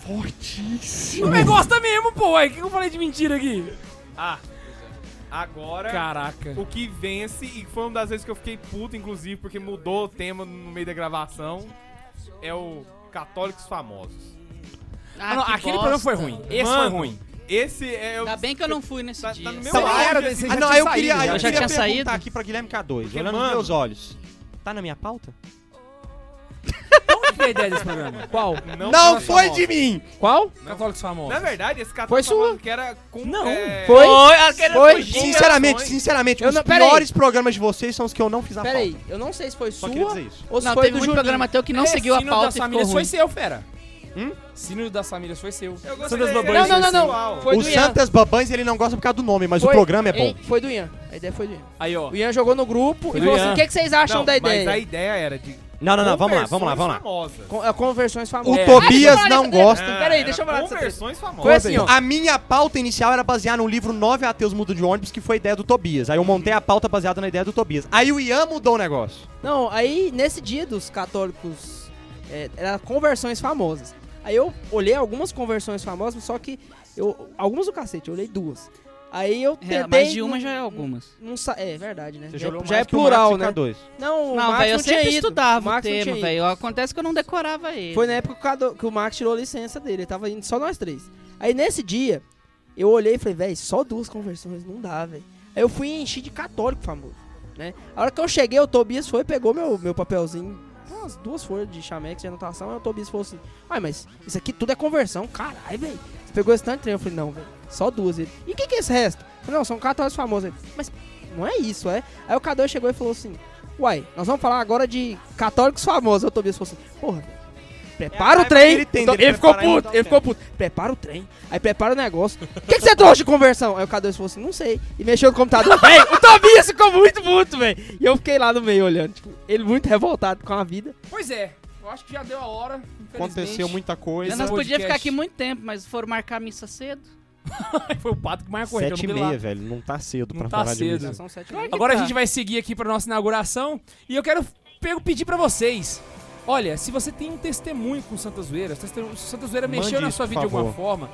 [SPEAKER 3] Fortíssimo.
[SPEAKER 1] Não me gosta mesmo, pô. Ué, O que eu falei de mentira aqui?
[SPEAKER 4] Ah, agora...
[SPEAKER 1] Caraca.
[SPEAKER 4] O que vence, e foi uma das vezes que eu fiquei puto, inclusive, porque mudou o tema no meio da gravação, é o
[SPEAKER 2] católicos famosos.
[SPEAKER 5] Ah,
[SPEAKER 1] Ah, não,
[SPEAKER 5] que
[SPEAKER 1] aquele
[SPEAKER 5] bosta.
[SPEAKER 1] programa foi ruim. Esse
[SPEAKER 2] Mano,
[SPEAKER 1] foi ruim.
[SPEAKER 2] Esse é o.
[SPEAKER 5] Ainda bem que eu não fui nesse
[SPEAKER 2] Tá- tá
[SPEAKER 5] dia.
[SPEAKER 2] no meu
[SPEAKER 3] Não,
[SPEAKER 2] lado.
[SPEAKER 3] era
[SPEAKER 2] desse-
[SPEAKER 3] Ah, não,
[SPEAKER 2] já
[SPEAKER 3] eu
[SPEAKER 2] tinha
[SPEAKER 3] queria,
[SPEAKER 2] saído,
[SPEAKER 3] eu
[SPEAKER 5] já
[SPEAKER 3] queria
[SPEAKER 5] tinha
[SPEAKER 3] perguntar
[SPEAKER 5] saído.
[SPEAKER 3] aqui pra Guilherme K2, olhando nos
[SPEAKER 2] mano-
[SPEAKER 3] meus olhos. Tá na minha pauta?
[SPEAKER 8] Então
[SPEAKER 1] Qual que é a ideia desse programa? Qual?
[SPEAKER 2] Não,
[SPEAKER 8] tá
[SPEAKER 3] mim!
[SPEAKER 1] Qual? Católicos famosos.
[SPEAKER 2] Na verdade, esse
[SPEAKER 4] tá
[SPEAKER 2] católico
[SPEAKER 8] Foi sua.
[SPEAKER 2] famoso que era com.
[SPEAKER 1] Não,
[SPEAKER 2] é,
[SPEAKER 8] Foi?
[SPEAKER 5] aquele
[SPEAKER 8] Foi?
[SPEAKER 3] Sinceramente, sinceramente,
[SPEAKER 8] Eu
[SPEAKER 3] os
[SPEAKER 8] não- pera
[SPEAKER 3] piores programas de vocês são os que eu não fiz a
[SPEAKER 8] Pera
[SPEAKER 3] pauta.
[SPEAKER 8] aí, eu não sei se foi
[SPEAKER 3] Só
[SPEAKER 8] sua
[SPEAKER 3] queria dizer isso.
[SPEAKER 8] ou se
[SPEAKER 5] Não,
[SPEAKER 8] foi
[SPEAKER 5] teve
[SPEAKER 8] do
[SPEAKER 5] muito
[SPEAKER 8] Juninho.
[SPEAKER 5] programa teu que não
[SPEAKER 1] É,
[SPEAKER 5] seguiu a
[SPEAKER 1] Sino
[SPEAKER 5] pauta
[SPEAKER 1] das
[SPEAKER 5] e ficou
[SPEAKER 1] famílias
[SPEAKER 5] ruim.
[SPEAKER 1] foi seu, fera.
[SPEAKER 3] Hum?
[SPEAKER 1] Sino das famílias foi seu.
[SPEAKER 2] Eu gostei
[SPEAKER 1] Santas
[SPEAKER 2] desse
[SPEAKER 1] Babães
[SPEAKER 8] Não, não,
[SPEAKER 1] foi
[SPEAKER 8] não,
[SPEAKER 1] seu.
[SPEAKER 2] não.
[SPEAKER 8] Foi
[SPEAKER 3] o
[SPEAKER 8] do Ian.
[SPEAKER 3] Santas Babães ele não gosta por causa do nome, mas
[SPEAKER 8] Foi-
[SPEAKER 3] o programa é bom.
[SPEAKER 8] Ei, Foi do Ian. A ideia foi do Ian.
[SPEAKER 1] Aí, ó.
[SPEAKER 8] O Ian jogou no grupo
[SPEAKER 1] Foi
[SPEAKER 8] e
[SPEAKER 1] do
[SPEAKER 8] falou
[SPEAKER 1] Ian.
[SPEAKER 8] assim: o que, que vocês acham
[SPEAKER 2] Não,
[SPEAKER 8] da
[SPEAKER 2] Mas a
[SPEAKER 8] ideia?
[SPEAKER 2] ideia era de.
[SPEAKER 3] Não, não, não, vamos lá, vamos lá, vamos lá.
[SPEAKER 2] Famosas.
[SPEAKER 8] Con- é, Conversões
[SPEAKER 3] O
[SPEAKER 8] famosas.
[SPEAKER 1] É.
[SPEAKER 3] Tobias
[SPEAKER 8] Ah, deixa eu falar
[SPEAKER 3] não
[SPEAKER 8] dessa treta.
[SPEAKER 3] gosta.
[SPEAKER 1] né?
[SPEAKER 8] Ah,
[SPEAKER 2] Peraí,
[SPEAKER 8] peraí, deixa eu falar dessa
[SPEAKER 2] Conversões famosas.
[SPEAKER 8] Foi assim, ó.
[SPEAKER 3] A minha pauta inicial era baseada no livro Nove Ateus Mudo de Ônibus, que foi ideia do Tobias. Aí eu montei a pauta baseada na ideia do Tobias. Aí o Ian mudou o negócio.
[SPEAKER 8] Não, aí nesse dia dos católicos, é, era conversões famosas. Aí eu olhei algumas conversões famosas, só que eu. Algumas do cacete, eu olhei duas. Aí eu tentei.
[SPEAKER 5] É, mais de uma
[SPEAKER 8] não-
[SPEAKER 5] já é algumas.
[SPEAKER 8] não sa- é verdade, né?
[SPEAKER 3] Você
[SPEAKER 8] já
[SPEAKER 3] jogou
[SPEAKER 8] é, já
[SPEAKER 3] mais
[SPEAKER 8] é
[SPEAKER 3] que o Marcos
[SPEAKER 8] plural,
[SPEAKER 3] e
[SPEAKER 8] né?
[SPEAKER 3] K2.
[SPEAKER 8] Não, o
[SPEAKER 5] não,
[SPEAKER 8] Max
[SPEAKER 5] velho, eu
[SPEAKER 8] não tinha
[SPEAKER 5] sempre
[SPEAKER 8] ido.
[SPEAKER 5] estudava o
[SPEAKER 8] Max não tinha
[SPEAKER 5] tema,
[SPEAKER 8] ido.
[SPEAKER 5] velho. Acontece que eu não decorava ele.
[SPEAKER 8] Foi na época que o Cadu- que o Max tirou a licença dele, ele tava indo só nós três. Aí nesse dia, eu olhei e falei, velho, só duas conversões, não dá, velho. Aí eu fui e enchi de católico famoso, né? A hora que eu cheguei, o Tobias foi, pegou meu, meu papelzinho, umas duas folhas de chamex de anotação, aí o Tobias falou assim, ai, mas isso aqui tudo é conversão, caralho, velho. Você pegou esse tanto de trem? Eu falei, não, velho, só duas. Ele, e o que que é esse resto? Eu falei, não, são católicos famosos. Ele, mas não é isso, é? Aí o Cadu chegou e falou assim, uai, nós vamos falar agora de católicos famosos. Aí o Tobias falou assim, porra, velho, prepara
[SPEAKER 3] É a
[SPEAKER 8] o trem.
[SPEAKER 3] raiva que ele tem
[SPEAKER 8] Então,
[SPEAKER 3] dele
[SPEAKER 8] ele ficou
[SPEAKER 3] preparar e não
[SPEAKER 8] puto,
[SPEAKER 3] dar o
[SPEAKER 8] ele ficou puto. Prepara o trem, aí prepara o negócio. O que, que você trouxe de conversão? Aí o K2 falou assim, não sei. E mexeu no computador. Véi, o Tobias ficou muito puto, velho. E eu fiquei lá no meio olhando, tipo, ele muito revoltado com a vida.
[SPEAKER 1] Pois é. Eu acho que já deu a hora. infelizmente.
[SPEAKER 3] Aconteceu muita coisa.
[SPEAKER 5] Nós podíamos
[SPEAKER 1] podcast.
[SPEAKER 5] ficar aqui muito tempo, mas foram marcar a missa cedo.
[SPEAKER 1] Foi o pato que mais correu.
[SPEAKER 3] Sete e meia, velho. Não tá cedo
[SPEAKER 1] Não
[SPEAKER 3] pra
[SPEAKER 1] tá
[SPEAKER 3] falar
[SPEAKER 1] cedo.
[SPEAKER 3] de mim.
[SPEAKER 8] São sete
[SPEAKER 5] Claro que
[SPEAKER 1] Agora a
[SPEAKER 5] tá.
[SPEAKER 1] gente vai seguir aqui para nossa inauguração e eu quero pe- pedir para vocês. Olha, se você tem um testemunho com Santa Zoeira, se o Santa Zoeira
[SPEAKER 3] Mande
[SPEAKER 1] mexeu na
[SPEAKER 3] isso,
[SPEAKER 1] sua
[SPEAKER 3] por
[SPEAKER 1] vida de alguma
[SPEAKER 3] favor.
[SPEAKER 1] forma,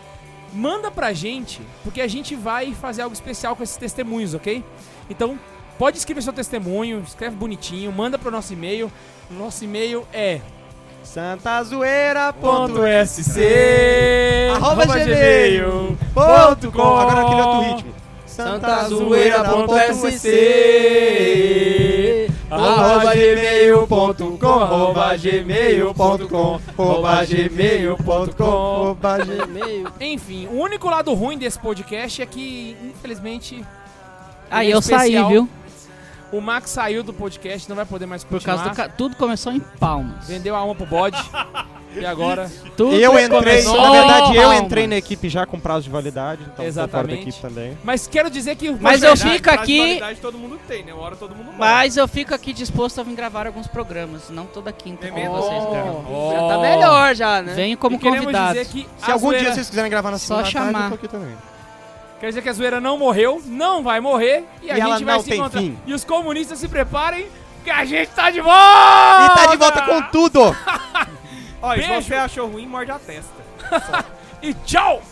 [SPEAKER 1] manda pra gente, porque a gente vai fazer algo especial com esses testemunhos, ok? Então, pode escrever seu testemunho, escreve bonitinho, manda pro nosso e-mail. Nosso e-mail é
[SPEAKER 3] santazoeira.sc
[SPEAKER 1] arroba gmail. ponto com.
[SPEAKER 3] é Agora naquele outro ritmo.
[SPEAKER 8] santazoeira.sc
[SPEAKER 1] arroba
[SPEAKER 3] gmail.com
[SPEAKER 1] arroba
[SPEAKER 3] gmail.com arroba
[SPEAKER 1] gmail.com,
[SPEAKER 8] Meio.
[SPEAKER 1] Enfim, o único lado ruim desse podcast é que, infelizmente,
[SPEAKER 5] Aí
[SPEAKER 1] ele é
[SPEAKER 5] eu saí,
[SPEAKER 1] especial.
[SPEAKER 5] viu?
[SPEAKER 1] O Max saiu do podcast, não vai poder mais
[SPEAKER 5] Por
[SPEAKER 1] continuar.
[SPEAKER 5] causa do. ca- Tudo começou em palmas.
[SPEAKER 1] Vendeu a alma pro bode. e agora.
[SPEAKER 5] Tudo
[SPEAKER 3] Eu entrei,
[SPEAKER 5] começou
[SPEAKER 3] na verdade
[SPEAKER 5] em
[SPEAKER 3] eu
[SPEAKER 5] palmas.
[SPEAKER 3] entrei na equipe já com prazo de validade, então tô fora da
[SPEAKER 1] Exatamente.
[SPEAKER 3] equipe também.
[SPEAKER 1] Mas quero dizer que. o é
[SPEAKER 5] Mas
[SPEAKER 1] podcast-
[SPEAKER 5] eu fico aqui-
[SPEAKER 2] qualidade todo mundo tem, né? Uma hora todo mundo morre.
[SPEAKER 5] Mas eu fico aqui disposto a vir gravar alguns programas, não toda quinta
[SPEAKER 2] Emenda.
[SPEAKER 5] como
[SPEAKER 8] assim,
[SPEAKER 5] vocês gravam.
[SPEAKER 1] Oh.
[SPEAKER 8] Já tá melhor já, né?
[SPEAKER 5] Venho
[SPEAKER 1] e
[SPEAKER 5] como
[SPEAKER 1] queremos
[SPEAKER 5] convidado.
[SPEAKER 1] dizer que.
[SPEAKER 3] Se
[SPEAKER 1] a
[SPEAKER 3] algum
[SPEAKER 1] zoeira...
[SPEAKER 3] dia vocês quiserem gravar na
[SPEAKER 5] Só
[SPEAKER 3] segunda tarde,
[SPEAKER 5] chamar.
[SPEAKER 3] eu tô aqui também.
[SPEAKER 1] Quer dizer que a zoeira não morreu, não vai morrer. E a
[SPEAKER 3] E
[SPEAKER 1] gente
[SPEAKER 3] ela
[SPEAKER 1] vai
[SPEAKER 3] não
[SPEAKER 1] se
[SPEAKER 3] tem
[SPEAKER 1] encontrar.
[SPEAKER 3] fim.
[SPEAKER 1] E os comunistas se preparem, que a gente tá de volta!
[SPEAKER 3] E tá de volta com é tudo!
[SPEAKER 2] Ó, e se
[SPEAKER 1] Beijo.
[SPEAKER 2] você achou ruim, morde a testa.
[SPEAKER 1] E tchau!